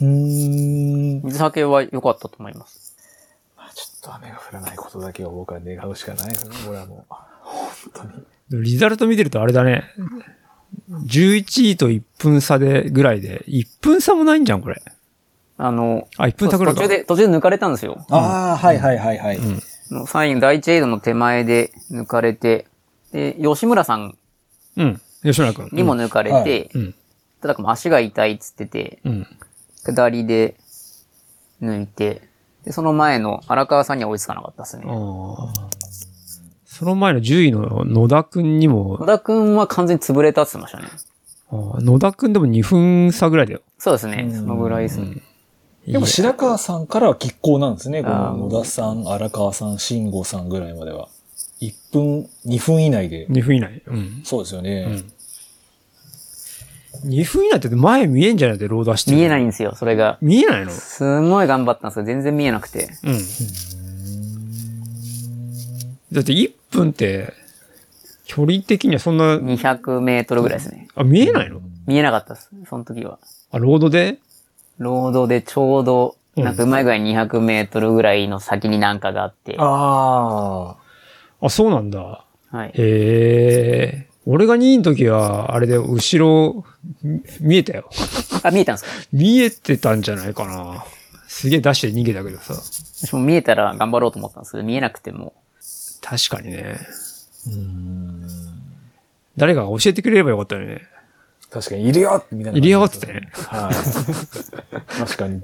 Speaker 2: い。うーん。
Speaker 1: 水はけは良かったと思います。
Speaker 2: まあちょっと雨が降らないことだけは僕は願うしかないですね、これはもう。本当に。
Speaker 3: リザルト見てるとあれだね。11位と1分差で、ぐらいで。1分差もないんじゃん、これ。
Speaker 1: あの、
Speaker 3: あ、1分差ぐら
Speaker 1: 途
Speaker 3: いか。
Speaker 1: 中で、途中で抜かれたんですよ。
Speaker 2: ああ、はいはいはいはい。
Speaker 1: もうサイン、第一エイドの手前で抜かれて、で、吉村さん
Speaker 3: うん。吉村君。
Speaker 1: にも抜かれて、
Speaker 3: うん。うん。
Speaker 1: ただ足が痛いっつってて、
Speaker 3: うん。
Speaker 1: 下りで抜いて、で、その前の荒川さんには追いつかなかったですね。
Speaker 3: ああ。その前の10位の野田くんに
Speaker 1: 野
Speaker 3: も、
Speaker 1: 田くんは完全に潰れたって言ってましたね。
Speaker 3: あー野田くんでも2分差ぐらいだよ。
Speaker 1: そうですね
Speaker 2: う。ん
Speaker 1: そのぐらいですね。
Speaker 2: でも白川さんからは拮抗なんですね。こ
Speaker 1: あー
Speaker 2: の野田さん、荒川さん、慎吾さんぐらいまでは。1分、2分以内で。
Speaker 3: 2分以内。うん。
Speaker 2: そうですよ
Speaker 3: う
Speaker 2: ね。
Speaker 3: ん。2分以内って前見えんじゃないってローダーして。
Speaker 1: 見えないいんですよ、それが。
Speaker 3: 見えないの
Speaker 1: すんごい頑張ったんですけど、全然見えなくて。
Speaker 3: うん。だって1分って、距離的にはそんな、
Speaker 1: 200メートルぐらいですね。
Speaker 3: あ、見えないの
Speaker 1: 見えなかったです、その時は。
Speaker 3: あ、ロードで
Speaker 1: ロードでちょうど、なんかうまい具合に200メートルぐらいの先になんかがあって。
Speaker 2: あ
Speaker 3: あ、そうなんだ。
Speaker 1: はい。
Speaker 3: へえ。俺が2位の時は、あれで後ろ、み見えたよ。
Speaker 1: あ、見えたんですか
Speaker 3: 見えてたんじゃないかな。すげえ出して逃げたけどさ。
Speaker 1: 私も見えたら頑張ろうと思ったんですけど、見えなくても。
Speaker 3: 確かにね。
Speaker 2: ーうーん。
Speaker 3: 誰かが教えてくれればよかったよね。
Speaker 2: 確かに、いるよってみたいな。
Speaker 3: いるよってね。
Speaker 2: はい。確かに。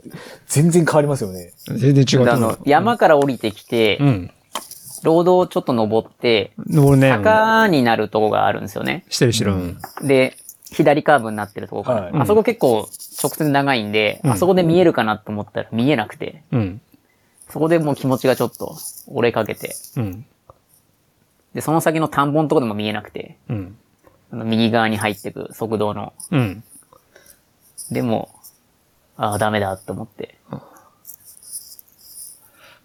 Speaker 2: 全然変わりますよね。
Speaker 3: 全然違う
Speaker 1: で
Speaker 3: と
Speaker 1: あ
Speaker 3: 思
Speaker 1: の
Speaker 3: う。、
Speaker 1: 山から降りてきて
Speaker 3: う、ん。
Speaker 1: ロードをちょっと登って、
Speaker 3: 登るね。うん
Speaker 1: 坂になるとこがあるんですよね。
Speaker 3: してるしてる。うん
Speaker 1: で、左カーブになってるとこかな、
Speaker 2: はい
Speaker 1: あそこ結構直線長いんで、
Speaker 3: うん
Speaker 1: あそこで見えるかなと思ったら見えなくて、
Speaker 3: うん。
Speaker 1: そこでもう気持ちがちょっと折れかけて、
Speaker 3: うん。
Speaker 1: で、その先の田んぼのとこでも見えなくて、
Speaker 3: うん。
Speaker 1: あの右側に入ってく速道の。
Speaker 3: うん。
Speaker 1: でも、ああ、ダメだと思って、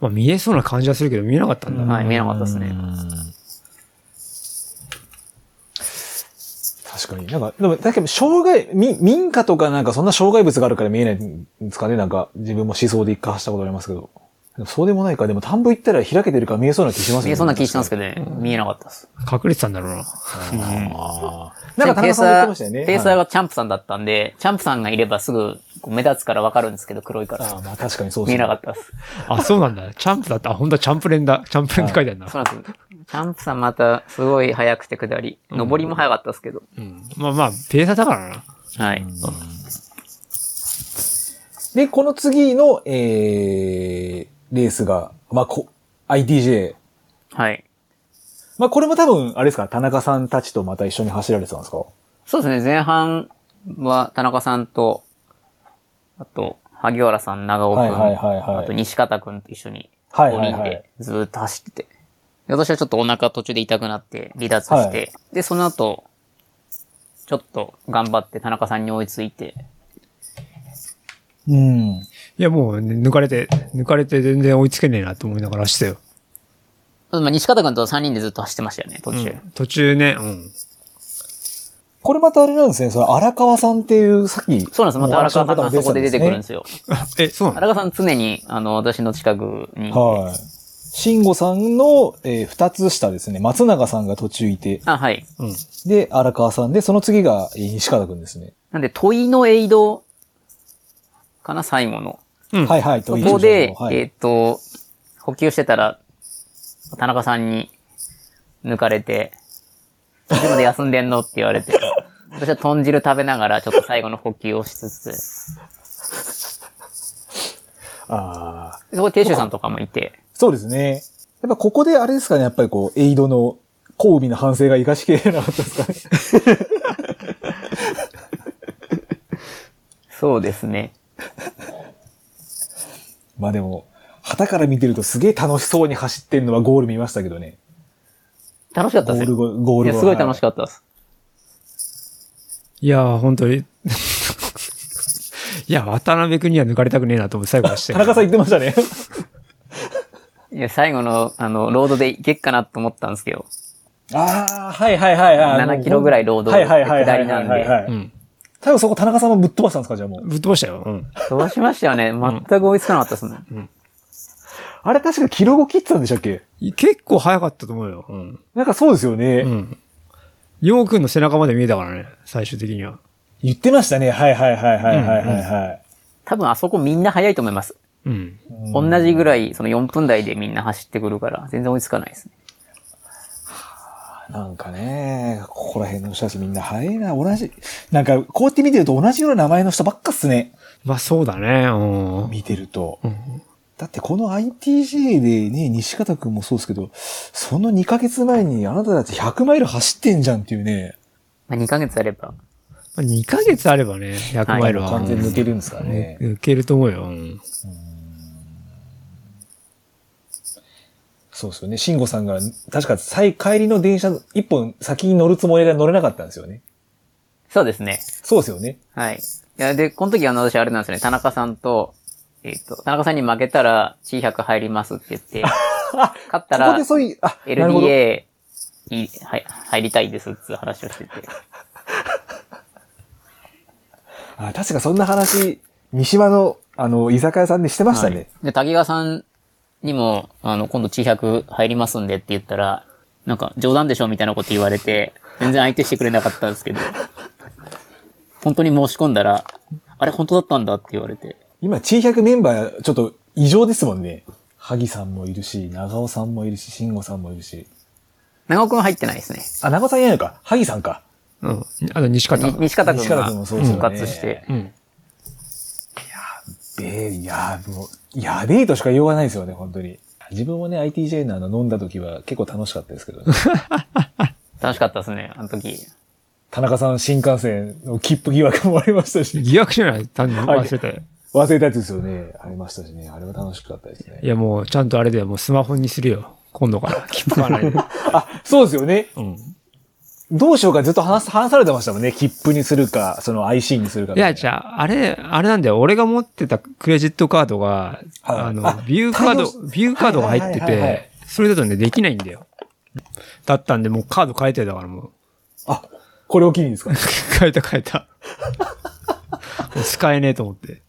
Speaker 3: まあ見えそうな感じはするけど見えなかったんだ。
Speaker 1: はい、見えなかったです
Speaker 2: う
Speaker 1: ね。
Speaker 2: ん確かに。なんか、でも、だけど、障害、み民家とかなんか、そんな障害物があるから見えないんですかねなんか、自分も思想で一回走ったことありますけど。でもそうでもないか。でも、田んぼ行ったら開けてるから見えそうな気しますよね。
Speaker 1: 見えそうな気したんですけ
Speaker 2: ど。
Speaker 1: どね、見えなかったです。
Speaker 3: 隠れてたんだろうな。
Speaker 2: あーなんか、田
Speaker 1: ペー
Speaker 2: 中さんも言ってまし
Speaker 1: サ
Speaker 2: たよね。
Speaker 1: ー、ペーサー
Speaker 2: はい
Speaker 1: がチャンプさんだったんで、チャンプさんがいればすぐこう目立つからわかるんですけど、黒いから。
Speaker 2: あーまあ、確かにそうです
Speaker 1: 見えなか
Speaker 2: っ
Speaker 1: ったです。
Speaker 3: あ、そうなんだ。 チャンプだった。あ、本当はチャンプレンだ。チャンプレンって書いてあるな。
Speaker 1: そうなんです。チャンプさんまた、すごい速くて下り。上りも速かったですけど。
Speaker 3: うん。まあまあ、ペーサーだからな。
Speaker 1: はい。
Speaker 2: た。で、この次の、えー、レースが、まあ、こ、ITJ。
Speaker 1: はい。
Speaker 2: まあ、これも多分、あれですか、田中さんたちとまた一緒に走られてたんですか
Speaker 1: そうですね、前半は田中さんと、あと、萩原さん、長尾くん、
Speaker 2: はいはいはいはい
Speaker 1: あと西方くんと一緒に、
Speaker 2: は
Speaker 1: 5
Speaker 2: いはい
Speaker 1: 人
Speaker 2: はい
Speaker 1: でずーっと走ってて。で私はちょっとお腹途中で痛くなって、離脱して、
Speaker 2: はい
Speaker 1: で、その後、ちょっと頑張って田中さんに追いついて、
Speaker 2: うん。
Speaker 3: いや、もう、ね、抜かれて、抜かれて全然追いつけねえなと思いながらしてたよ。
Speaker 1: まあ、西方くんと3人でずっと走ってましたよね、途中。
Speaker 3: うん途中ね、うん。
Speaker 2: これまたあれなんですね、その荒川さんっていう、さっき。
Speaker 1: そうなんです。また荒川さんがそこで出てくるんですすよ。
Speaker 3: え、そうなの
Speaker 1: 荒川さん常に、あの、私の近くに。
Speaker 2: ね。はい。慎吾さんの、えー二つ下ですね。松永さんが途中いて、
Speaker 1: あ、はい。
Speaker 3: うん。
Speaker 2: で、荒川さんで、その次がえー西方くんですね。
Speaker 1: なんで、問いのエイドかな、最後の。
Speaker 3: うん。
Speaker 2: はいはい、
Speaker 1: そ
Speaker 2: という
Speaker 1: こで、
Speaker 2: はい
Speaker 1: えっ、と、補給してたら、田中さんに抜かれて、いつまで休んでんのって言われ て、私は豚汁食べながら、ちょっと最後の補給をしつつ、
Speaker 2: あー
Speaker 1: そこで亭主さんとかもいて、
Speaker 2: そうですね。やっぱここであれですかね、やっぱりこう、エイドの、交尾の反省が生かしきれなかったですかね。
Speaker 1: そうですね。
Speaker 2: まあでも、旗から見てるとすげえ楽しそうに走ってんのはゴール見ましたけどね。
Speaker 1: 楽しかった
Speaker 2: ゴ
Speaker 1: で
Speaker 2: ー
Speaker 1: す
Speaker 2: ル
Speaker 1: よ。
Speaker 2: 後、ゴ
Speaker 1: い
Speaker 2: ール
Speaker 1: や、
Speaker 2: 後。
Speaker 1: すごい楽しかったです。
Speaker 3: いやー、本当に。 いや、渡辺君には抜かれたくねえなと思って最後はして
Speaker 2: 田中さん言ってましたね。
Speaker 1: いや、最後の、あの、ロードで行けっかなと思ったんですけど、
Speaker 2: ああ、はいはいはいはい。
Speaker 1: 7キロぐらいロードで
Speaker 2: はいはいはいはいはい
Speaker 1: 下りなんで
Speaker 2: はいはい
Speaker 3: うん。
Speaker 2: 多分そこ田中さんもぶっ飛ばしたんですか、じゃあもう。
Speaker 3: ぶっ飛ばしたよ。うん。
Speaker 1: 飛ばしましたよね。全く追いつかなかったですね。
Speaker 2: あれ確かキロ5切ってたんでしたっけ
Speaker 3: 結構早かったと思うよ。うん。
Speaker 2: なんかそうですよね。
Speaker 3: うん。ヨウ君の背中まで見えたからね、最終的には。
Speaker 2: 言ってましたね。はいはいはいはいはいはいはい。
Speaker 1: 多分あそこみんな速いと思います。
Speaker 3: うん。
Speaker 1: 同じぐらい、その4分台でみんな走ってくるから、全然追いつかないですね。
Speaker 2: なんかね、ここら辺の人たちみんな早いな、同じ。なんか、こうやって見てると同じような名前の人ばっかっすね。
Speaker 3: まあそうだね。うん。
Speaker 2: 見てると。
Speaker 3: うん
Speaker 2: だってこの ITJ でね、西方くんもそうですけど、その2ヶ月前にあなたたち100マイル走ってんじゃんっていうね、
Speaker 1: まあ、2ヶ月あれば。
Speaker 3: まあ2ヶ月あればね、100マイルは。
Speaker 2: 完全抜けるんですからね。
Speaker 3: 抜けると思うよ。うん
Speaker 2: そうですよね。慎吾さんが、確か最帰りの電車、一本先に乗るつもりが乗れなかったんですよね。
Speaker 1: そうですね。
Speaker 2: そうですよね。
Speaker 1: はい。いや、で、この時あの、私あれなんですよね。田中さんと、えっ、と、田中さんに負けたら C100 入りますって言 って、
Speaker 2: あ、
Speaker 1: 勝っ
Speaker 2: こ
Speaker 1: たら
Speaker 2: こでそういう、あ、なるほど。
Speaker 1: LDA いはい入りたいですっていう話をしてて。
Speaker 2: あ、確かそんな話、三島の、あの、居酒屋さんでしてましたね。
Speaker 1: で、滝川さんにも、あの、今度 T100 入りますんでって言ったら、なんか冗談でしょみたいなこと言われて、全然相手してくれなかったんですけど、本当に申し込んだら、あれ本当だったんだって言われて、
Speaker 2: 今、チー100メンバー、ちょっと異常ですもんね。萩さんもいるし、長尾さんもいるし、慎吾さんもいるし。
Speaker 1: 長尾くん入ってないですね。
Speaker 2: あ、長尾さんいないのか。萩さんか。
Speaker 3: うん。あと、西方
Speaker 1: に。西方く
Speaker 2: 西方君
Speaker 1: ん
Speaker 2: も
Speaker 1: が
Speaker 2: そうですよ
Speaker 1: 復
Speaker 2: ね
Speaker 1: 活して、
Speaker 3: うん。
Speaker 2: べえ、や、もう、やべえとしか言いようがないですよね、本当に。自分もね、ITJ のあの、飲んだ時は結構楽しかったですけ どね。
Speaker 1: 楽しかったですね、あの時。
Speaker 2: 田中さん新幹線の切符疑惑もありました し、
Speaker 3: 疑惑じゃない単に忘れたよ。
Speaker 2: 忘れたやつですよね。ありましたしね。あれは楽しかったです
Speaker 3: い
Speaker 2: ね。
Speaker 3: や、もう、ちゃんとあれだよ。もうスマホにするよ。今 度から。切符買わないで。
Speaker 2: あ、そうですよね。
Speaker 3: うん。
Speaker 2: どうしようかずっと話す、話されてましたもんね。切符にするか、その IC にするか。
Speaker 3: いや、じゃあ、あれ、あれなんだよ。俺が持ってたクレジットカードが、
Speaker 2: はい
Speaker 3: あの
Speaker 2: あ、
Speaker 3: ビューカー
Speaker 2: 対応し
Speaker 3: ド、ビューカードが入って
Speaker 2: はいはいはいはい
Speaker 3: て、それだとね、できないんだよ。だったんで、もうカード変えてたから、もう。
Speaker 2: あ、これを機にですか
Speaker 3: 変えた変 えた。もう使えねえと思って。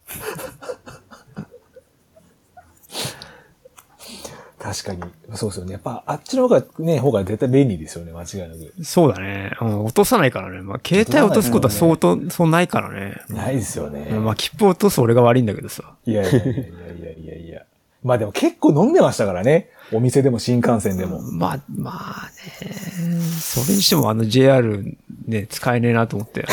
Speaker 2: 確かに。そうですよね。やっぱ、あっちの方が、ね、方が絶対便利ですよね。間違いなく。
Speaker 3: そうだね。うん、落とさないからね。まあ、携帯落とすことは相当、そうないからね。
Speaker 2: ないですよね。
Speaker 3: まあ、切符落とす俺が悪いんだけどさ。
Speaker 2: いやいやいやいやいやいや。まあでも結構飲んでましたからね。お店でも新幹線でも。
Speaker 3: まあ、まあね。それにしてもあの JR ね、使えねえなと思って。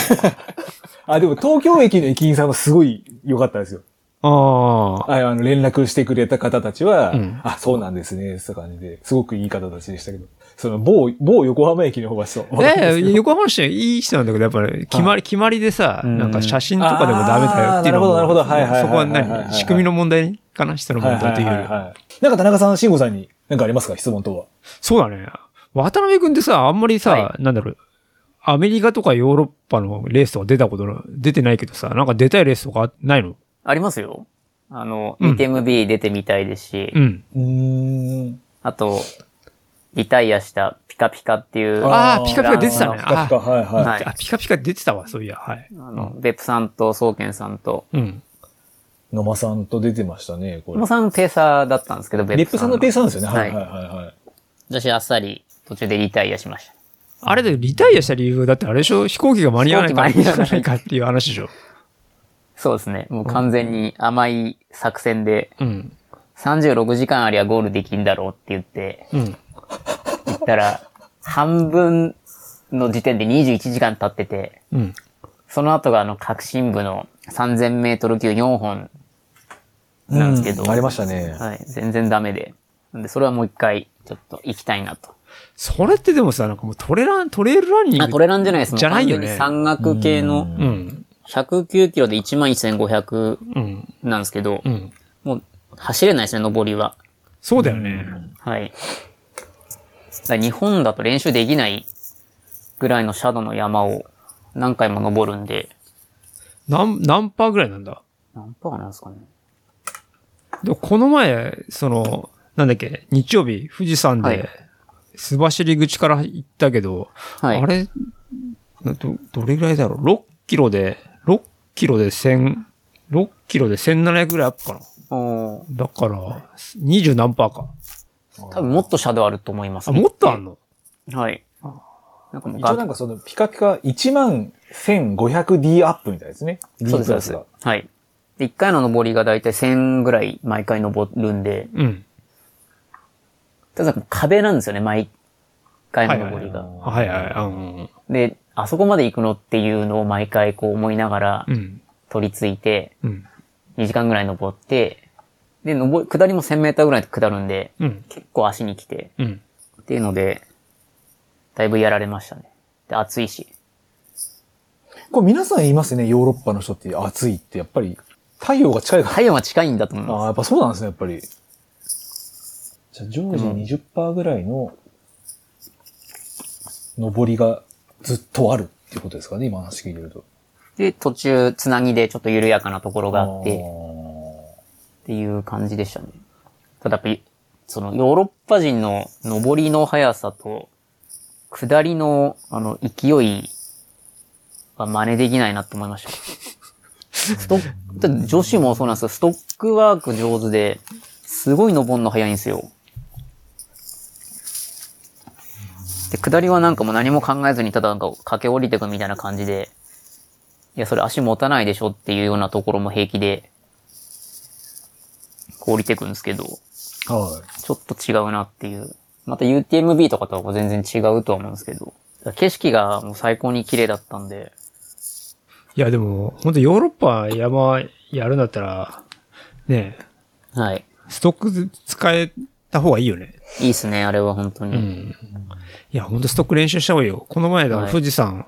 Speaker 2: あ、でも東京駅の駅員さんもすごい良かったですよ。
Speaker 3: ああ。
Speaker 2: ああの、連絡してくれた方たちは、
Speaker 3: うん
Speaker 2: あ、そうなんですね、って感じで、すごくいい方たちでしたけど、その、某、某横浜駅の方はそう。
Speaker 3: ええ、横浜の人はいい人なんだけど、やっぱり決まり、決まりでさ、
Speaker 1: うん
Speaker 3: なんか写真とかでもダメだよっていうのも
Speaker 2: あーなるほどなるほどはいはいはい
Speaker 3: そこは
Speaker 2: はいはいはいは
Speaker 3: 何
Speaker 2: い
Speaker 3: 仕組みの問題かな人の
Speaker 2: はい
Speaker 3: 問
Speaker 2: はい
Speaker 3: 題というよ
Speaker 2: は
Speaker 3: り
Speaker 2: い
Speaker 3: は
Speaker 2: はい。なんか田中さん、慎吾さんに何かありますか質問等は。
Speaker 3: そうだね。渡辺君ってさ、あんまりさ、
Speaker 1: は
Speaker 3: なんだろう、アメリカとかヨーロッパのレースとか出たことの、出てないけどさ、なんか出たいレースとかないの
Speaker 1: ありますよ。あの、
Speaker 3: うん
Speaker 1: ETMB 出てみたいですし、
Speaker 3: うん。
Speaker 2: うーん。
Speaker 1: あと、リタイアしたピカピカっていう、あ
Speaker 3: あーピカピカ出てたね
Speaker 2: ピカピカ、はいはい。
Speaker 1: はい
Speaker 3: あ、ピカピカ出てたわ、そういや、はい。
Speaker 1: の、別府さんと宗健さんと、
Speaker 3: うん。
Speaker 2: 野間さんと出てましたね、こ
Speaker 1: 野
Speaker 2: れ
Speaker 1: 間。さんペーサーだったんですけど、
Speaker 2: 別府さんのペースなんですよね。は
Speaker 1: はいい
Speaker 2: はいはいはい。
Speaker 1: 私あっさり途中でリタイアしました。
Speaker 3: あれだよ、リタイアした理由はだってあれでしょ飛行機が間に合わないから、
Speaker 1: 飛行機間に合わない
Speaker 3: ないかっていう話でしょ。
Speaker 1: そうですね。もう完全に甘い作戦で、
Speaker 3: うん。
Speaker 1: 36時間ありゃゴールできんだろうって言って、
Speaker 3: うん。
Speaker 1: 行った ら、半分の時点で21時間経ってて、
Speaker 3: うん。
Speaker 1: その後があの、革新部の3000メートル級4本なんですけど、
Speaker 2: うんありましたね。
Speaker 1: はい、全然ダメで。なんで、それはもう一回、ちょっと行きたいなと。
Speaker 3: それってでもさ、なんかもうトレラン、トレイルランニング。
Speaker 1: あ、トレランじゃないです。もう
Speaker 3: じゃないよね
Speaker 1: 完全に山岳系の、
Speaker 3: うん。
Speaker 1: 109キロで11,500
Speaker 3: うん。
Speaker 1: なんですけど
Speaker 3: う、ん。
Speaker 1: もう、走れないですね、上りは。
Speaker 3: そうだよね。
Speaker 1: はい。だから日本だと練習できないぐらいのシャドウの山を何回も登るんで、
Speaker 3: なん、何パーぐらいなんだ
Speaker 1: 何パーなんですかね。
Speaker 3: でもこの前、その、なんだっけ、日曜日、富士山
Speaker 1: はい
Speaker 3: で、須走口から行ったけど、
Speaker 1: はい。
Speaker 3: あれ、など、どれぐらいだろう ?6 キロで、6キロで1000、6キロで1700ぐらいアップかな。
Speaker 1: おー
Speaker 3: だから、20何パーか。
Speaker 1: 多分もっとシャドウあると思います、
Speaker 3: あ、もっとあんの
Speaker 1: はい。なんかもう
Speaker 2: 一応なん
Speaker 1: が、
Speaker 2: かその、ピカピカ 11,500D アップみたいですね。D
Speaker 1: そうです、そう
Speaker 2: プラ
Speaker 1: で
Speaker 2: ス
Speaker 1: す
Speaker 2: が。。
Speaker 1: はい。で、1回の登りがだいたい1000ぐらい毎回登るんで、
Speaker 3: うん。
Speaker 1: ただ壁なんですよね、毎回の登り
Speaker 2: はい
Speaker 1: が。
Speaker 2: はい
Speaker 3: はいはい、あの、
Speaker 1: で、あそこまで行くのっていうのを毎回こう思いながら
Speaker 3: うん。
Speaker 1: 取り付いて、
Speaker 3: うん。
Speaker 1: 2時間ぐらい登って、で、登り、下りも1000メーターぐらいで下るんで、
Speaker 3: うん。
Speaker 1: 結構足に来て、
Speaker 3: うん。
Speaker 1: っていうので、だいぶやられましたね。で、暑いし。
Speaker 2: これ皆さん言いますね、ヨーロッパの人って暑いって、やっぱり太陽が近いから。
Speaker 1: 太陽が近いんだと思い
Speaker 2: ああ、
Speaker 1: ま
Speaker 2: やっぱそうなんですね、やっぱり。じゃあ、常
Speaker 1: うん
Speaker 2: 時20%ぐらいの、上りがずっとあるっていうことですかね、今話聞いてると。
Speaker 1: す。で、途中、つなぎでちょっと緩やかなところがあっ
Speaker 2: あ
Speaker 1: て、っ
Speaker 2: ー
Speaker 1: ていう感じでしたね。ただやっぱり、そのヨーロッパ人の上りの速さと、下りの、あの、勢いは真似できないなって思いました。ストック、女子もそうなんですよ。ストックワーク上手で、すごい登るの速いんですよ。で、下りはなんかもう何も考えずに、ただなんか駆け下りてくみたいな感じで、いや、それ足持たないでしょっていうようなところも平気で、こう降りてくんですけど、
Speaker 2: はい。
Speaker 1: ちょっと違うなっていう。また UTMB とかとは全然違うとは思うんですけど。景色がもう最高に綺麗だったんで。
Speaker 3: いや、でも、本当ヨーロッパ山やるんだったら、ねえ
Speaker 1: はい。
Speaker 3: ストック使えた方がいいよね。
Speaker 1: いいっすね、あれは本当に。
Speaker 3: うん。いや、ほんとストック練習した方がいいよ。この前だから
Speaker 1: はい
Speaker 3: 富士山、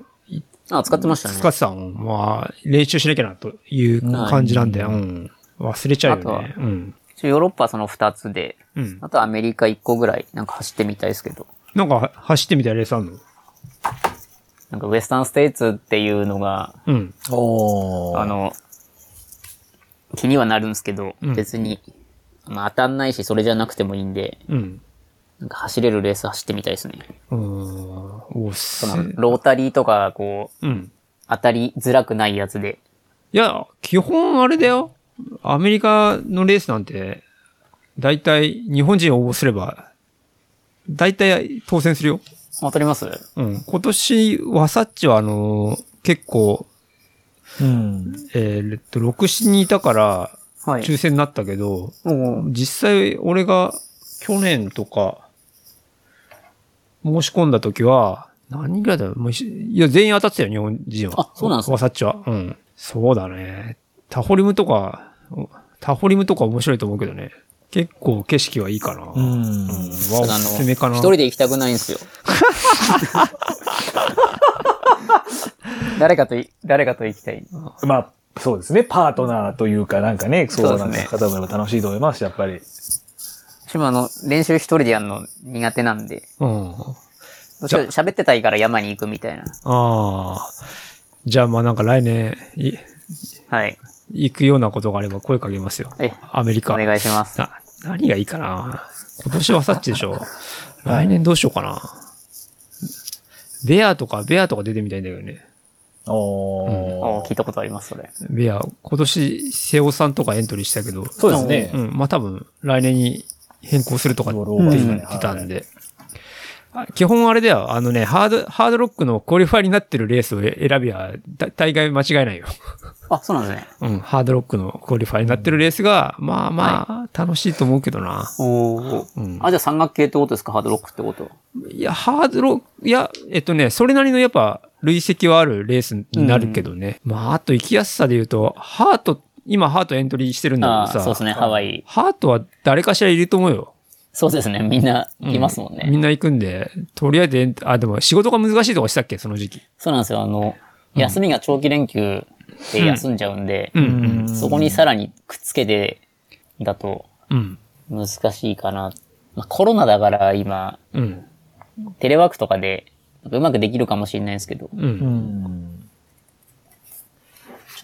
Speaker 1: あ、使ってましたね。
Speaker 3: 塚地さんを、まあ、練習しなきゃなという感じなんで、うん。忘れちゃう
Speaker 1: あと
Speaker 3: よ
Speaker 1: は
Speaker 3: ね。うん。
Speaker 1: 一応ヨーロッパはその2つで、
Speaker 3: うん。
Speaker 1: あとはアメリカ1個ぐらいなんか走ってみたいですけど。
Speaker 3: なんか、走ってみたいレースあんの
Speaker 1: なんかウエスタンステイツっていうのが、
Speaker 3: うん。
Speaker 2: おー
Speaker 1: あ、の、気にはなるんですけど、
Speaker 3: うん
Speaker 1: 別に、まあ当たんないし、それじゃなくてもいいんで、
Speaker 3: うん。
Speaker 1: なんか走れるレース走ってみたいですね。
Speaker 3: うーん。おっす
Speaker 1: そ。のロータリーとか、こう、
Speaker 3: うん。
Speaker 1: 当たりづらくないやつで、
Speaker 3: いや、基本あれだよ。アメリカのレースなんて、だいたい日本人応募すれば、だいたい当選するよ。
Speaker 1: わかります
Speaker 3: うん。今年、ワサッチはあの、結構、
Speaker 2: うん。
Speaker 3: えーっと、6、7にいたから、
Speaker 1: は
Speaker 3: 抽選になったけど、
Speaker 1: おう
Speaker 3: 実際俺が去年とか、申し込んだ時は、何人ぐらいだろうもうしいや、全員当たってたよ、日本人は。
Speaker 1: あそうなんですか
Speaker 3: ワサッチは。うん。そうだね。タホリムとか、おタホリムとか面白いと思うけどね。結構景色はいいかな。うん。は
Speaker 2: ん
Speaker 3: お
Speaker 1: あ
Speaker 3: すすめか
Speaker 1: の、
Speaker 3: な。
Speaker 1: 一人で行きたくないんですよ。誰かとい、誰かと行きたい。
Speaker 2: まあ、そうですね。パートナーというか、なんかね、
Speaker 1: そう
Speaker 2: そ
Speaker 1: で
Speaker 2: う
Speaker 1: す
Speaker 2: なん
Speaker 1: ね
Speaker 2: か方も楽しいと思いますし、やっぱり。
Speaker 1: 私もあの、練習一人でやるの苦手なんで、
Speaker 3: うん。あ
Speaker 1: どっちか喋ってたいから山に行くみたいな。
Speaker 3: あー。じゃあまあなんか来年、い
Speaker 1: はい。
Speaker 3: 行くようなことがあれば声かけますよ。
Speaker 1: え、
Speaker 3: アメリカ。
Speaker 1: お願いします。
Speaker 3: な、何がいいかな今年はサッチでしょ来年どうしようかなベアとか、ベアとか出てみたいんだけどね。
Speaker 1: お
Speaker 2: おー
Speaker 1: 聞いたことあります、それ。
Speaker 3: ベア、今年、瀬尾さんとかエントリーしたけど、
Speaker 2: そうですね
Speaker 3: う。ん、まあ多分、来年に変更するとかって言ってたんで。あ基本あれだよ、あのね、ハード、ハードロックのクオリファイになってるレースを選びは、だ大概間違いないよ。
Speaker 1: あ、そうなんですね。
Speaker 3: うん、ハードロックのクオリファイになってるレースが、まあまあ、楽しいと思うけどな。
Speaker 1: おお、
Speaker 3: うん
Speaker 1: あ、じゃあ山岳系ってことですかハードロックってこと
Speaker 3: いや、ハードロいや、えっとね、それなりのやっぱ、累積はあるレースになるけどね。まあ、あと行きやすさで言うと、ハート、今ハートエントリーしてるん
Speaker 1: あ
Speaker 3: だ
Speaker 1: あ、
Speaker 3: けど
Speaker 1: そうです
Speaker 3: さ、
Speaker 1: ね、ハワイ。
Speaker 3: ハートは誰かしらいると思うよ。
Speaker 1: そうですね、みんな
Speaker 3: うん
Speaker 1: 行きますもんね。
Speaker 3: みんな行くんで、とりあえずエン、あ、でも仕事が難しいとかしたっけその時期。
Speaker 1: そうなんですよ、あの、休みが長期連休で休んじゃうんで、
Speaker 3: うん、
Speaker 2: うん
Speaker 1: そこにさらにくっつけてだと
Speaker 3: うん、
Speaker 1: 難しいかな。まあ、コロナだから今、
Speaker 3: うん、
Speaker 1: テレワークとかでなんかうまくできるかもしれないんですけど、ちょ
Speaker 3: うん。うん
Speaker 2: ん。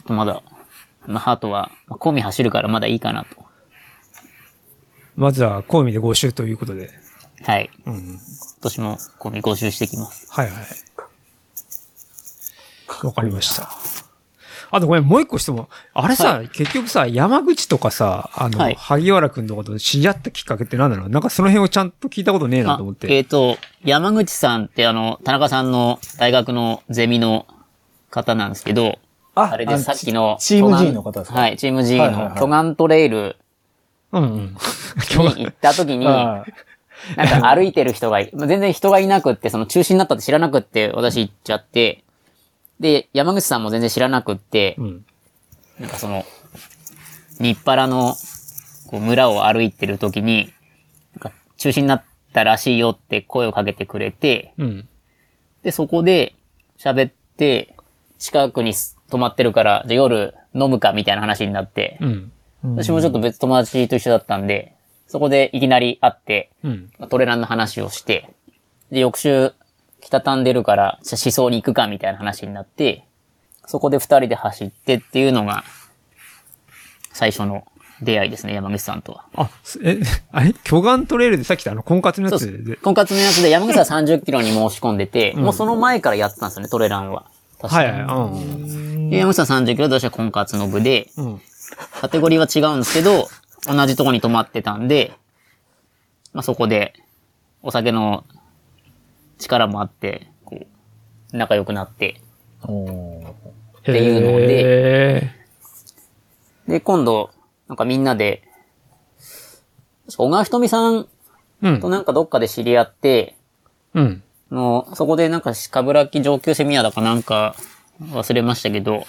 Speaker 1: っとまだ、まあ、ハートは、まあ、コミ走るからまだいいかなと。
Speaker 3: まずは、コウミで5周ということで。
Speaker 1: はい。今
Speaker 3: うん。
Speaker 1: 年もコミ募集してきます。
Speaker 3: はいはい。わかりました。あとごめん、もう一個質問。あれさ、結局さ、山口とかさ、あの、
Speaker 1: はい
Speaker 3: 萩原くんとかと知り合ったきっかけって何なのなんかその辺をちゃんと聞いたことねえな
Speaker 1: あ
Speaker 3: と思っ、
Speaker 1: え
Speaker 3: て。
Speaker 1: っ、と、山口さんってあの、田中さんの大学のゼミの方なんですけど、
Speaker 2: あ
Speaker 1: あれで
Speaker 2: の
Speaker 1: さっきの、
Speaker 2: チチーム
Speaker 1: 巨
Speaker 2: G
Speaker 1: 岩
Speaker 2: の方ですか
Speaker 1: はい、チーム G
Speaker 2: はいはいは
Speaker 1: の
Speaker 2: い
Speaker 1: 巨岩トレイル
Speaker 3: うんうん。 今
Speaker 1: に
Speaker 3: 日
Speaker 1: 行った時に、なん
Speaker 2: あ
Speaker 1: か歩いてる人がい、全然人がいなくって、その中止になったって知らなくって、私行っちゃって、で、山口さんも全然知らなくって
Speaker 3: う、ん。
Speaker 1: なんかその、日原の、ここう村を歩いてる時に、なんか中止になったらしいよって声をかけてくれて、
Speaker 3: うん。
Speaker 1: で、そこで喋って、近くに泊まってるから、じゃあ夜飲むかみたいな話になって、
Speaker 3: うん。
Speaker 1: 私もちょっと別友達と一緒だったんで、そこでいきなり会って、
Speaker 3: うん。
Speaker 1: まあトレランの話をして、で、翌週、北たんでるから、じゃあ思想に行くかみたいな話になって、そこで二人で走ってっていうのが、最初の出会いですね、山口さんとは。
Speaker 3: あ、すえ、あれ巨岩トレイルでさっきのあの、婚活のや
Speaker 1: そう
Speaker 3: つで。
Speaker 1: です。婚活のやつで山口さん30キロに申し込んでて、もうその前からやってたんですよね、トレランは。確
Speaker 3: は
Speaker 1: か
Speaker 3: い
Speaker 1: に。
Speaker 3: はい、うん。
Speaker 1: で山口さん30キロで私は婚活の部で、
Speaker 3: うん。
Speaker 1: カテゴリーは違うんですけど、同じとこに泊まってたんで、まあ、そこで、お酒の力もあって、こう、仲良くなって。
Speaker 2: お
Speaker 3: って
Speaker 1: いうの
Speaker 3: で。
Speaker 1: で、今度、なんかみんなで、確か小川ひとみさん
Speaker 3: うん
Speaker 1: と。なんかどっかで知り合って、
Speaker 3: うん。
Speaker 1: あの、そこでなんか、かぶらき上級セミナーだかなんか、忘れましたけど、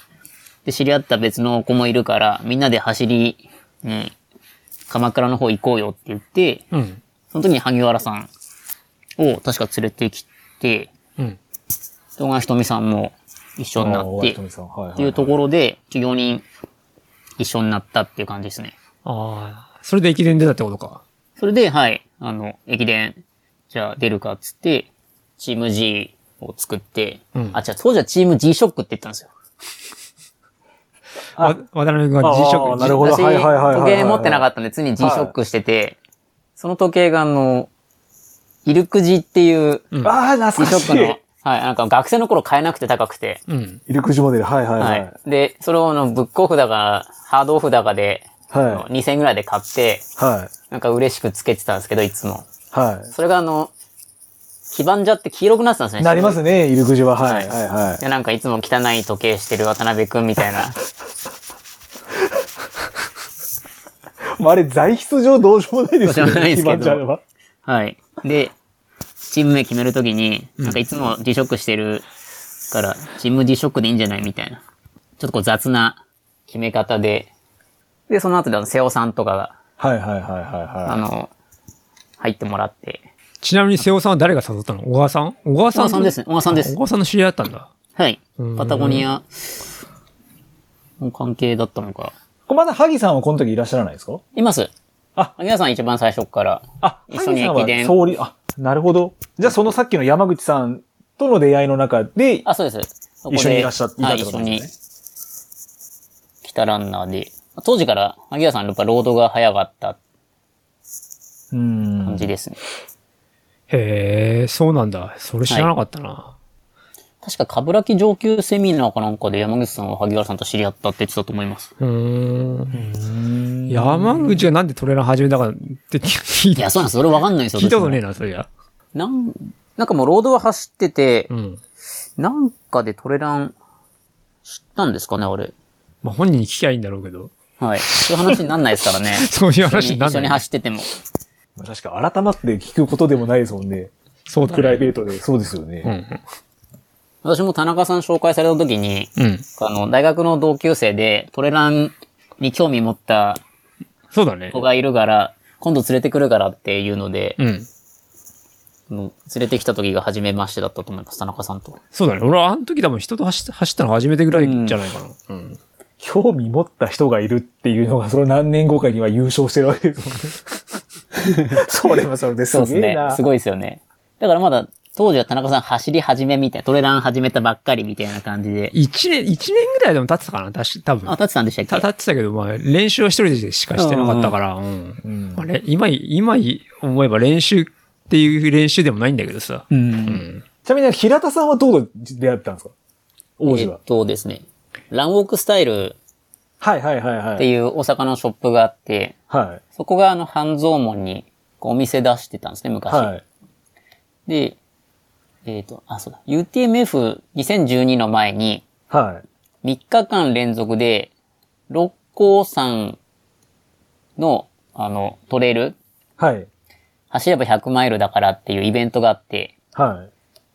Speaker 1: で、知り合った別の子もいるから、みんなで走りに、鎌倉の方行こうよって言って、
Speaker 3: うん。
Speaker 1: その時に萩原さんを確か連れてきて、
Speaker 3: うん。
Speaker 1: 小川ひとみさんも一緒になって、っ
Speaker 2: さん、はい、はい。
Speaker 1: ていうところで、4人一緒になったっていう感じですね。
Speaker 3: ああ、それで駅伝出たってことか。
Speaker 1: それで、はい、あの、駅伝、じゃあ出るかっつって、チーム G を作って、
Speaker 3: うん
Speaker 1: あ、じゃあ当時はチーム G ショックって言ったんですよ。
Speaker 2: あ
Speaker 3: わ渡辺君が辞
Speaker 2: ああ
Speaker 3: 職。
Speaker 2: なるほど
Speaker 1: 私、
Speaker 2: はいはいはいはいはいはい
Speaker 1: 時計持ってなかったんで、常に G ショックしてて、その時計があの、イルクジっていう、
Speaker 3: うん
Speaker 2: ああ、
Speaker 1: G
Speaker 2: 懐
Speaker 1: シ
Speaker 2: か
Speaker 1: ョ
Speaker 2: し
Speaker 1: ックの
Speaker 2: い。、
Speaker 1: はい、なんか学生の頃買えなくて高くて、
Speaker 3: うん。
Speaker 2: イルクジモデル、はいはいは。
Speaker 1: はいい。で、それをあのブックオフだか、ハードオフだかで、
Speaker 2: は
Speaker 1: 2000円ぐらいで買って、
Speaker 2: い。はい。
Speaker 1: なんか嬉しくつけてたんですけど、いつも。
Speaker 2: は
Speaker 1: それがあの、基板じゃって黄色くなってたんですね。
Speaker 2: い。なりますね、イルクジは。は
Speaker 1: はいい
Speaker 2: はいは
Speaker 1: で、なんかいつも汚い時計してる渡辺くんみたいな。
Speaker 2: い。まあ、あれ、材質上どうしようもないですよ
Speaker 1: どうしようもないです
Speaker 2: ね、
Speaker 1: けど
Speaker 2: 基盤じゃあれば。
Speaker 1: はい。で、チーム名決めるときに、なんかいつも G ショックしてるから、チーム G ショックでいいんじゃないみたいな。ちょっとこう雑な決め方で。で、その後であの瀬尾さんとかが、
Speaker 2: はいはいはいはい
Speaker 1: あ
Speaker 2: は
Speaker 1: の、入ってもらって。
Speaker 3: ちなみに瀬尾さんは誰が誘ったの小川さん小川
Speaker 1: 小
Speaker 3: さ
Speaker 1: 川
Speaker 3: ん
Speaker 1: さんですね。小川さんです
Speaker 3: 小。川さんの知り合いだったんだ。
Speaker 1: はい
Speaker 3: ん。
Speaker 1: パタゴニアの関係だったのか。
Speaker 2: い。これまだ萩さんはこの時いらっしゃらないですか
Speaker 1: います。
Speaker 2: あ
Speaker 1: 萩原さん一番最初から。
Speaker 2: あ、
Speaker 1: 一緒に
Speaker 2: 萩さんは
Speaker 1: 駅伝
Speaker 2: 総理、あ、なるほど。じゃあそのさっきの山口さんとの出会いの中で、
Speaker 1: あ、そうです。そこで
Speaker 2: 一緒にいらっしゃいたっ
Speaker 1: はい、
Speaker 2: てこ
Speaker 1: 一
Speaker 2: と
Speaker 1: 緒
Speaker 2: なん
Speaker 1: に
Speaker 2: ですね
Speaker 1: 来たランナーで。当時から萩原さんやっぱロードが早かった
Speaker 2: う
Speaker 1: 感
Speaker 2: ん。
Speaker 1: じですね。
Speaker 3: へえ、そうなんだ。それ知らなかったな。
Speaker 1: 確か、かぶらき上級セミナーかなんかで山口さんは萩原さんと知り合ったって言ってたと思います。
Speaker 3: うーん。山口がなんでトレーラー始めたかって聞い
Speaker 1: い
Speaker 3: た
Speaker 1: や、そうなんです。それわかんないんですよ。
Speaker 3: 聞いたことねえ
Speaker 1: 私も
Speaker 3: な、そりゃ。
Speaker 1: なん、なんかもうロードは走ってて
Speaker 3: う、ん。
Speaker 1: なんかでトレラン知ったんですかね、あれ。
Speaker 3: まあ本人に聞きゃいいんだろうけど。
Speaker 1: はい。そういう話になんないですからね。
Speaker 3: そういう
Speaker 1: 一緒
Speaker 3: 話
Speaker 1: に
Speaker 3: になん
Speaker 1: 一緒に
Speaker 3: ない。
Speaker 1: 走ってても。
Speaker 2: 確か改まって聞くことでもないですもんね。
Speaker 3: そうだ
Speaker 2: プライ
Speaker 3: ね。
Speaker 2: ベートで。そうですよね。
Speaker 3: うん。
Speaker 1: 私も田中さん紹介された時に、
Speaker 3: うん。
Speaker 1: あの、大学の同級生でトレランに興味持った
Speaker 3: そうだね
Speaker 1: 子。がいるから、今度連れてくるからっていうので、
Speaker 3: うん。
Speaker 1: あの連れてきた時が初めましてだったと思います、田中さんと。
Speaker 3: そうだね。俺はあの時多分人と走っ走ったの初めてぐらいじゃないかな。うん。
Speaker 2: 興味持った人がいるっていうのが、その何年後かには優勝してるわけです もんね。それはそれです
Speaker 1: そうです
Speaker 2: げえ
Speaker 1: ね
Speaker 2: な。。
Speaker 1: すごいですよね。だからまだ、当時は田中さん走り始めみたいな、トレラン始めたばっかりみたいな感じで。
Speaker 3: 一年、一年ぐらいでも経ってたかな、たし、多分。
Speaker 1: あ、タツさんでした
Speaker 3: た、
Speaker 1: っけ
Speaker 3: 立ってたけど、まあ、練習は一人でしかしてなかったから、うん。
Speaker 2: うん
Speaker 3: あれ、今、今思えば練習っていう練習でもないんだけどさ。
Speaker 1: う。
Speaker 3: うんん。
Speaker 2: ちなみに平田さんはどう出会ったんですか王
Speaker 1: え
Speaker 2: 子
Speaker 1: っ
Speaker 2: は。
Speaker 1: とですね、ランウォークスタイル
Speaker 2: はいはいは
Speaker 1: っ
Speaker 2: いは
Speaker 1: て
Speaker 2: い。
Speaker 1: いう大阪のショップがあって、
Speaker 2: はい。
Speaker 1: そこがあの、半蔵門にこうお店出してたんですね、昔。
Speaker 2: はい。
Speaker 1: で、えっ、と、あ、そうだ、UTMF2012 の前に、
Speaker 2: はい。
Speaker 1: 3日間連続で、六甲山の、あの、トレイル、
Speaker 2: はい。
Speaker 1: 走れば100マイルだからっていうイベントがあって、
Speaker 2: は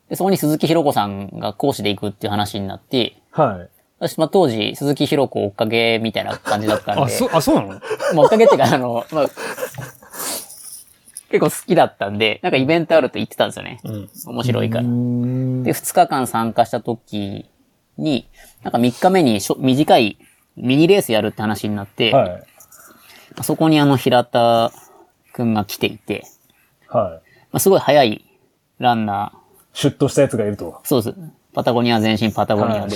Speaker 2: い。
Speaker 1: でそこに鈴木ひろ子さんが講師で行くっていう話になって、
Speaker 2: はい。
Speaker 1: 私、まあ、当時、鈴木弘子追っかけみたいな感じだったんで。
Speaker 3: あ、そ、あ、そうなの
Speaker 1: まあ、追っかけっていうか、あの、まあ、結構好きだったんで、なんかイベントあると言ってたんですよね。
Speaker 3: うん。
Speaker 1: 面白いから。
Speaker 2: ん
Speaker 1: で、2日間参加した時に、なんか3日目にしょ短いミニレースやるって話になって、
Speaker 2: はい。
Speaker 1: そこにあの平田くんが来ていて、
Speaker 2: はい。
Speaker 1: まあ、すごい速いランナ
Speaker 2: シュッとしたやつがいると。
Speaker 1: ー、そうです。パタゴニア全身パタゴニアで、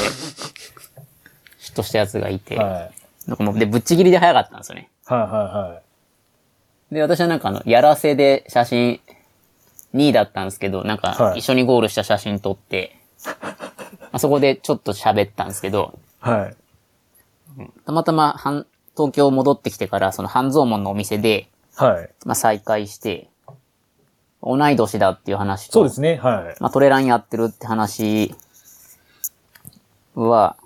Speaker 1: ヒットしたやつがいて、
Speaker 2: はい。はい
Speaker 1: なんかもうで、ぶっちぎりで速かったんですよね。
Speaker 2: は
Speaker 1: で、私はなんかあの、やらせで写真2位だったんですけど、なんか
Speaker 2: はい
Speaker 1: 一緒にゴールした写真撮って、まあそこでちょっと喋ったんですけど、
Speaker 2: いはい。はい。
Speaker 1: たまたま半東京戻ってきてから、その半蔵門のお店で、
Speaker 2: はい。
Speaker 1: まあ再会して、同い年だっていう話と、
Speaker 2: そうですね。はい。
Speaker 1: まあトレランやってるって話は、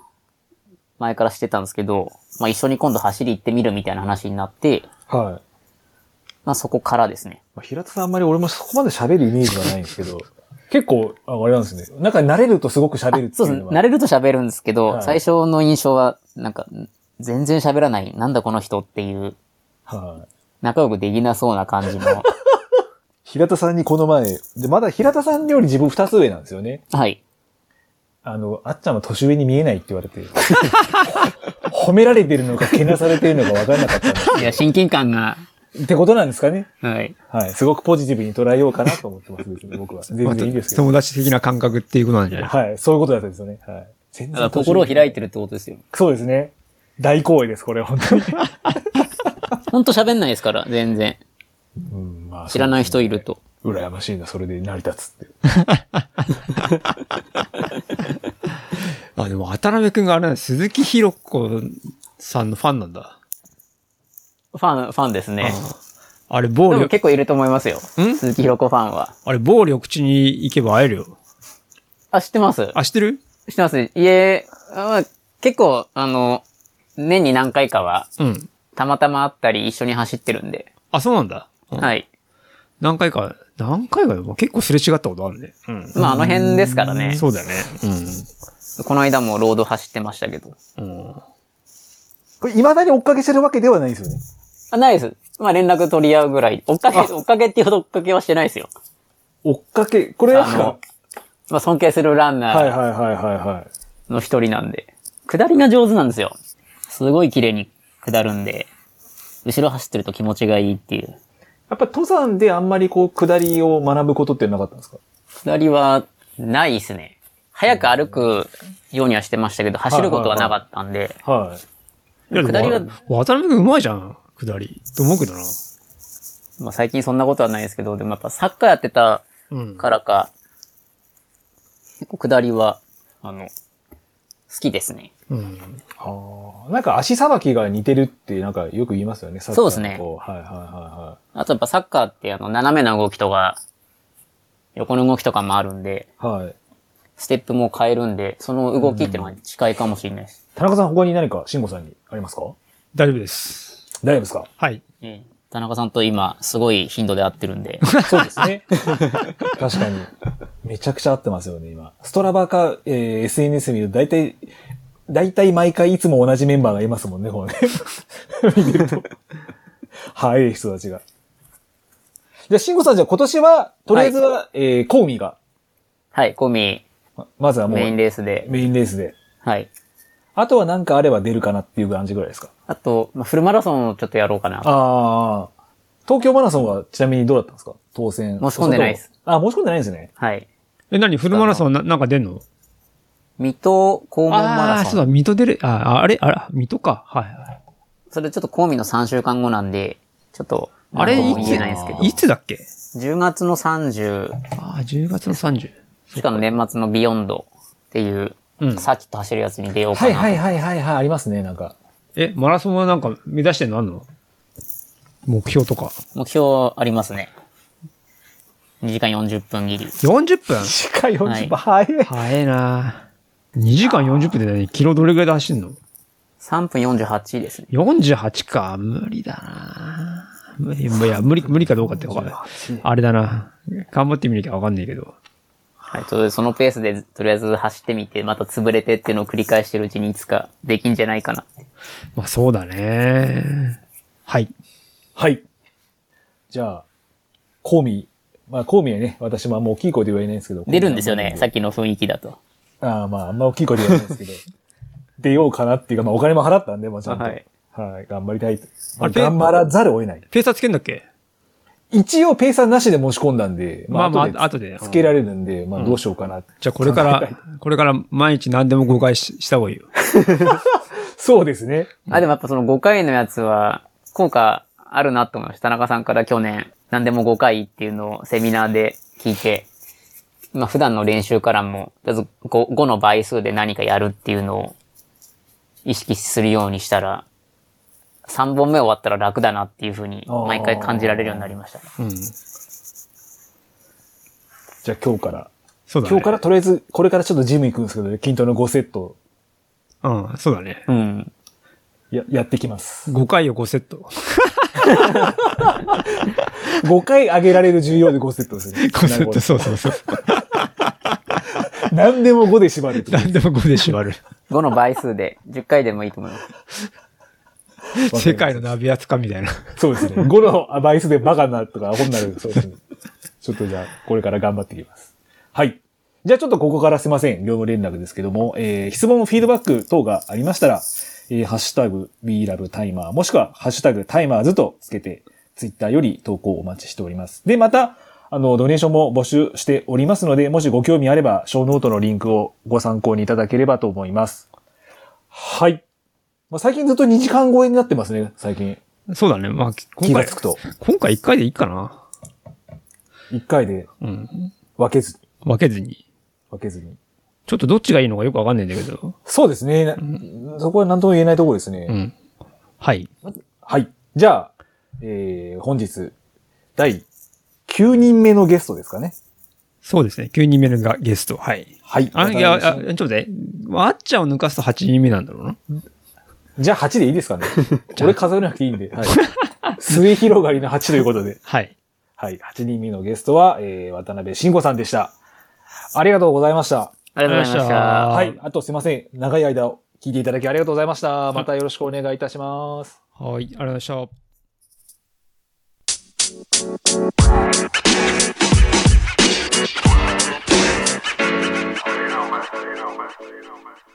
Speaker 1: 前からしてたんですけど、まあ一緒に今度走り行ってみるみたいな話になって、
Speaker 2: はい。
Speaker 1: まあそこからですね。
Speaker 2: まあ、平田さんあんまり俺もそこまで喋るイメージはないんですけど、 結構、ああれなんですね。なんか慣れるとすごく喋るって
Speaker 1: そ
Speaker 2: いうう
Speaker 1: です
Speaker 2: の
Speaker 1: ね。
Speaker 2: は。
Speaker 1: 慣れると喋るんですけど、
Speaker 2: はい
Speaker 1: 最初の印象は、なんか、全然喋らない、なんだこの人っていう、
Speaker 2: はい。
Speaker 1: 仲良くできなそうな感じ の。
Speaker 2: 平田さんにこの前、で、まだ平田さんより自分二つ上なんですよね。
Speaker 1: はい。
Speaker 2: あの、あっちゃんは年上に見えないって言わ れて、褒められてるのか、けなされてるのか分かんなかったんで
Speaker 1: いや、親近感が、
Speaker 2: すってことなんですかね。
Speaker 1: はい。
Speaker 2: はい。すごくポジティブに捉えようかなと思ってます、別に僕 は。全然いいですけど。
Speaker 3: 友達的な感覚っていうことなんじゃない
Speaker 2: はい。そういうことだったんですよね。はい。全
Speaker 1: だから心を
Speaker 2: い
Speaker 1: 開いてるってことですよ。
Speaker 2: そうですね。大行為です、これ、本当に。
Speaker 1: ほんと喋んないですから、全然。
Speaker 2: うんまあ
Speaker 1: 知らない人いると。
Speaker 2: 羨ましいな、それで成り立つって。
Speaker 3: あ、でも渡辺くんがあれなんだ鈴木ひろ子さんのファンなんだ。
Speaker 1: ファン、ファンですね。
Speaker 3: あれ、
Speaker 1: で
Speaker 3: 暴
Speaker 1: も
Speaker 3: 力、
Speaker 1: 結構いると思いますよ。鈴木ひろ子ファンは。
Speaker 3: あれ、暴力地に行けば会えるよ。
Speaker 1: あ、知ってます
Speaker 3: あ、知ってる
Speaker 1: 知ってます家、あ結構、あの、年に何回かは、
Speaker 3: うん。
Speaker 1: たまたま会ったり一緒に走ってるんで。
Speaker 3: あ、そうなんだ。うん
Speaker 1: はい。
Speaker 3: 何回か、何回かよ。結構すれ違ったことあるね。うん。
Speaker 1: まあ、あの辺ですからね。
Speaker 3: そうだよね。
Speaker 1: この間もロード走ってましたけど。
Speaker 3: うん。うん。
Speaker 2: これ、未だに追っかけしてるわけではないですよね。
Speaker 1: あ、ないです。まあ連絡取り合うぐらい。追っかけ、追っかけっていうほど追っかけはしてないですよ。
Speaker 2: 追っかけ、これは
Speaker 1: あの、まあ尊敬するラン
Speaker 2: はい
Speaker 1: ナー
Speaker 2: はいはいはいはい。
Speaker 1: の一人なんで。下りが上手なんですよ。すごい綺麗に下るんで、後ろ走ってると気持ちがいいっていう。
Speaker 2: やっぱ登山であんまりこう、下りを学ぶことってなかったんですか
Speaker 1: 下りはないですね。早く歩くようにはしてましたけど、走ることはなかったんで、
Speaker 2: はい。
Speaker 3: いや、
Speaker 1: 下りは
Speaker 3: でも、渡辺くんうまいじゃん。下り。と思うけどな。
Speaker 1: まあ最近そんなことはないですけど、でもやっぱサッカーやってた
Speaker 3: うん。
Speaker 1: からか、結構下りは、あの、好きですね。
Speaker 3: うん。
Speaker 2: ああ。なんか足さばきが似てるって、なんかよく言いますよね、サッカー
Speaker 1: そうですね
Speaker 2: とこはいはいは
Speaker 1: あとやっぱサッカーってあの斜めな動きとか、横の動きとかもあるんで、
Speaker 2: いはい。はい。
Speaker 1: ステップも変えるんで、その動きっていうのは近いかもしれないです。
Speaker 2: 田中さん他に何か、慎吾さんにありますか
Speaker 3: 大丈夫です。
Speaker 2: 大丈夫ですか
Speaker 3: はい。
Speaker 1: ええ田中さんと今、すごい頻度で会ってるん で。
Speaker 2: そうですね。 確かに。めちゃくちゃ合ってますよね、今。ストラバか、えー SNS 見ると大体、大体毎回いつも同じメンバーがいますもんね、このね。 見てると。はい、人たちが。じゃあ、慎吾さん、じゃあ今年は、とりあえずは、えー、コウミが、
Speaker 1: はい、コミ、
Speaker 2: ままずはもう、
Speaker 1: メイン
Speaker 2: メ
Speaker 1: レースで。
Speaker 2: インレースで。
Speaker 1: はい。
Speaker 2: あとは何かあれば出るかなっていう感じぐらいですか。
Speaker 1: あと、まあ、フルマラソンをちょっとやろうかな。
Speaker 2: ああ。東京マラソンはちなみにどうだったんですか当選。
Speaker 1: 申し込んでないです。
Speaker 2: あ、申し込んでないんですね。
Speaker 1: はい。
Speaker 3: え、何フルマラソンななんか出んの
Speaker 1: 水戸黄門マ
Speaker 3: ああ
Speaker 1: ラ
Speaker 3: ー、
Speaker 1: ソン。
Speaker 3: そうだ、水戸出る。あ、あれあれ水戸か。はいはい。
Speaker 1: それちょっとコミの3週間後なんで、ちょっと、
Speaker 3: あれ、
Speaker 1: 何
Speaker 3: い
Speaker 1: とも言えないですけど
Speaker 3: つ、いつだっけ
Speaker 1: 10月の30、
Speaker 3: ああ、10月の30。
Speaker 1: しかも年末のビヨンドっていう、
Speaker 3: うん
Speaker 1: サーキット走るやつに出ようか
Speaker 2: は
Speaker 1: な。
Speaker 2: いはいはいはいはい、ありますね、なんか。
Speaker 3: え、マラソンはなんか目指してんのあんの目標とか。
Speaker 1: 目標ありますね。2時間40分切り。
Speaker 3: 40分
Speaker 2: 時間40分、早い。
Speaker 3: 早いな2時間40分で何キロどれぐらいで走んの
Speaker 1: 3分48ですね。
Speaker 3: ?48 か。無理だな無理、いや、無理、無理かどうかってわかんない。あれだな。頑張ってみなきゃわかんないけど。
Speaker 1: はい、とりあえずそのペースでとりあえず走ってみて、また潰れてっていうのを繰り返してるうちにいつかできんじゃないかな。
Speaker 3: まあそうだね。はい。
Speaker 2: はい。じゃあ、コーミー。まあ、コーミーはね、私もあんま大きい声で言えないんですけど。
Speaker 1: 出るんですよね、さっきの雰囲気だと。
Speaker 2: ああ、まあ、あんま大きい声で言えないんですけど。出ようかなっていうか、まあ、お金も払ったんで、まあ、ちゃんと。
Speaker 1: あ
Speaker 2: は
Speaker 1: はいい。
Speaker 2: 頑張りたいと。
Speaker 3: あれ
Speaker 2: 頑張らざるを得ない。
Speaker 3: ペーサーつけんだっけ
Speaker 2: 一応、ペーサーなしで申し込んだんで、
Speaker 3: まあ
Speaker 2: で
Speaker 3: まあ後で
Speaker 2: つけられるんで、まあ、どうしようかな。
Speaker 3: じゃあこれから、これから毎日何でも誤解しした方がいいよ。
Speaker 2: そうですね。
Speaker 1: あ、でもやっぱその5回のやつは、効果あるなと思いました。田中さんから去年、何でも5回っていうのをセミナーで聞いて、まあ普段の練習からも、とりあえず 5, 5の倍数で何かやるっていうのを意識するようにしたら、3本目終わったら楽だなっていうふうに、毎回感じられるようになりましたね。
Speaker 3: うん。
Speaker 2: じゃあ、今日から。
Speaker 3: そうだね。
Speaker 2: 今日から、とりあえず、これからちょっとジム行くんですけど、筋トレの5セット、
Speaker 3: らうん、そうだね。
Speaker 1: うん。
Speaker 2: や、やってき ます。
Speaker 3: 5回を5セット。
Speaker 2: 5回上げられる重要で5セットですね。
Speaker 3: 5セット、
Speaker 2: な
Speaker 3: そうそうそう。
Speaker 2: るほど何でも5で縛るってこと
Speaker 3: 何でも5で 縛る。
Speaker 1: 5の倍数で10回でもいいと思います。
Speaker 3: 世界のナビアツかみたいな。
Speaker 2: そうですね。5のアバイスでバカになるとか、アホになる。そうですね。ちょっとじゃあ、これから頑張っていきます。はい。じゃあちょっとここからすいません。業務連絡ですけども、えー、質問、フィードバック等がありましたら、えー、ハッシュタグ、WeLoveTimer、もしくは、ハッシュタグ、タイマーズとつけて、ツイッターより投稿お待ちしております。で、また、あの、ドネーションも募集しておりますので、もしご興味あれば、ショーノートのリンクをご参考にいただければと思います。はい。まあ、最近ずっと2時間超えになってますね、最近。
Speaker 3: そうだね。まあ、
Speaker 2: 気
Speaker 3: 今
Speaker 2: が
Speaker 3: 回
Speaker 2: つ、くと。
Speaker 3: 今回1回でいいかな。
Speaker 2: 一回で
Speaker 3: うん。
Speaker 2: 分けずに、
Speaker 3: 分けずに。
Speaker 2: 分けずに。
Speaker 3: ちょっとどっちがいいのかよくわかんないんだけど。
Speaker 2: そうですね。そこは何とも言えないところですね。
Speaker 3: うん。はい。
Speaker 2: はい。じゃあ、えー、本日、第9人目のゲストですかね。
Speaker 3: そうですね。9人目がゲスト。はい。
Speaker 2: はい。
Speaker 3: あ、いや、あ
Speaker 2: 渡
Speaker 3: ちょ
Speaker 2: 辺
Speaker 3: っ
Speaker 2: さん
Speaker 3: と待って。あっちゃんを抜かすと8人目なんだろうな。
Speaker 2: じゃあ8でいい ですかね。俺数えなくていいんで。はい。末広がりの8ということで。
Speaker 3: はい。
Speaker 2: はい。8人目のゲストは、えー、渡辺慎吾さんでした。ありがとうございました。
Speaker 1: ありがとうございまし
Speaker 3: ありがとうございまし
Speaker 1: た。
Speaker 3: た
Speaker 2: はい。あとすいません。長い間聞いていただきありがとうございました。またよろしくお願いいたします。
Speaker 3: はい。ありがとうございました。
Speaker 4: Don't mess with it, don't mess with it, don't mess with it.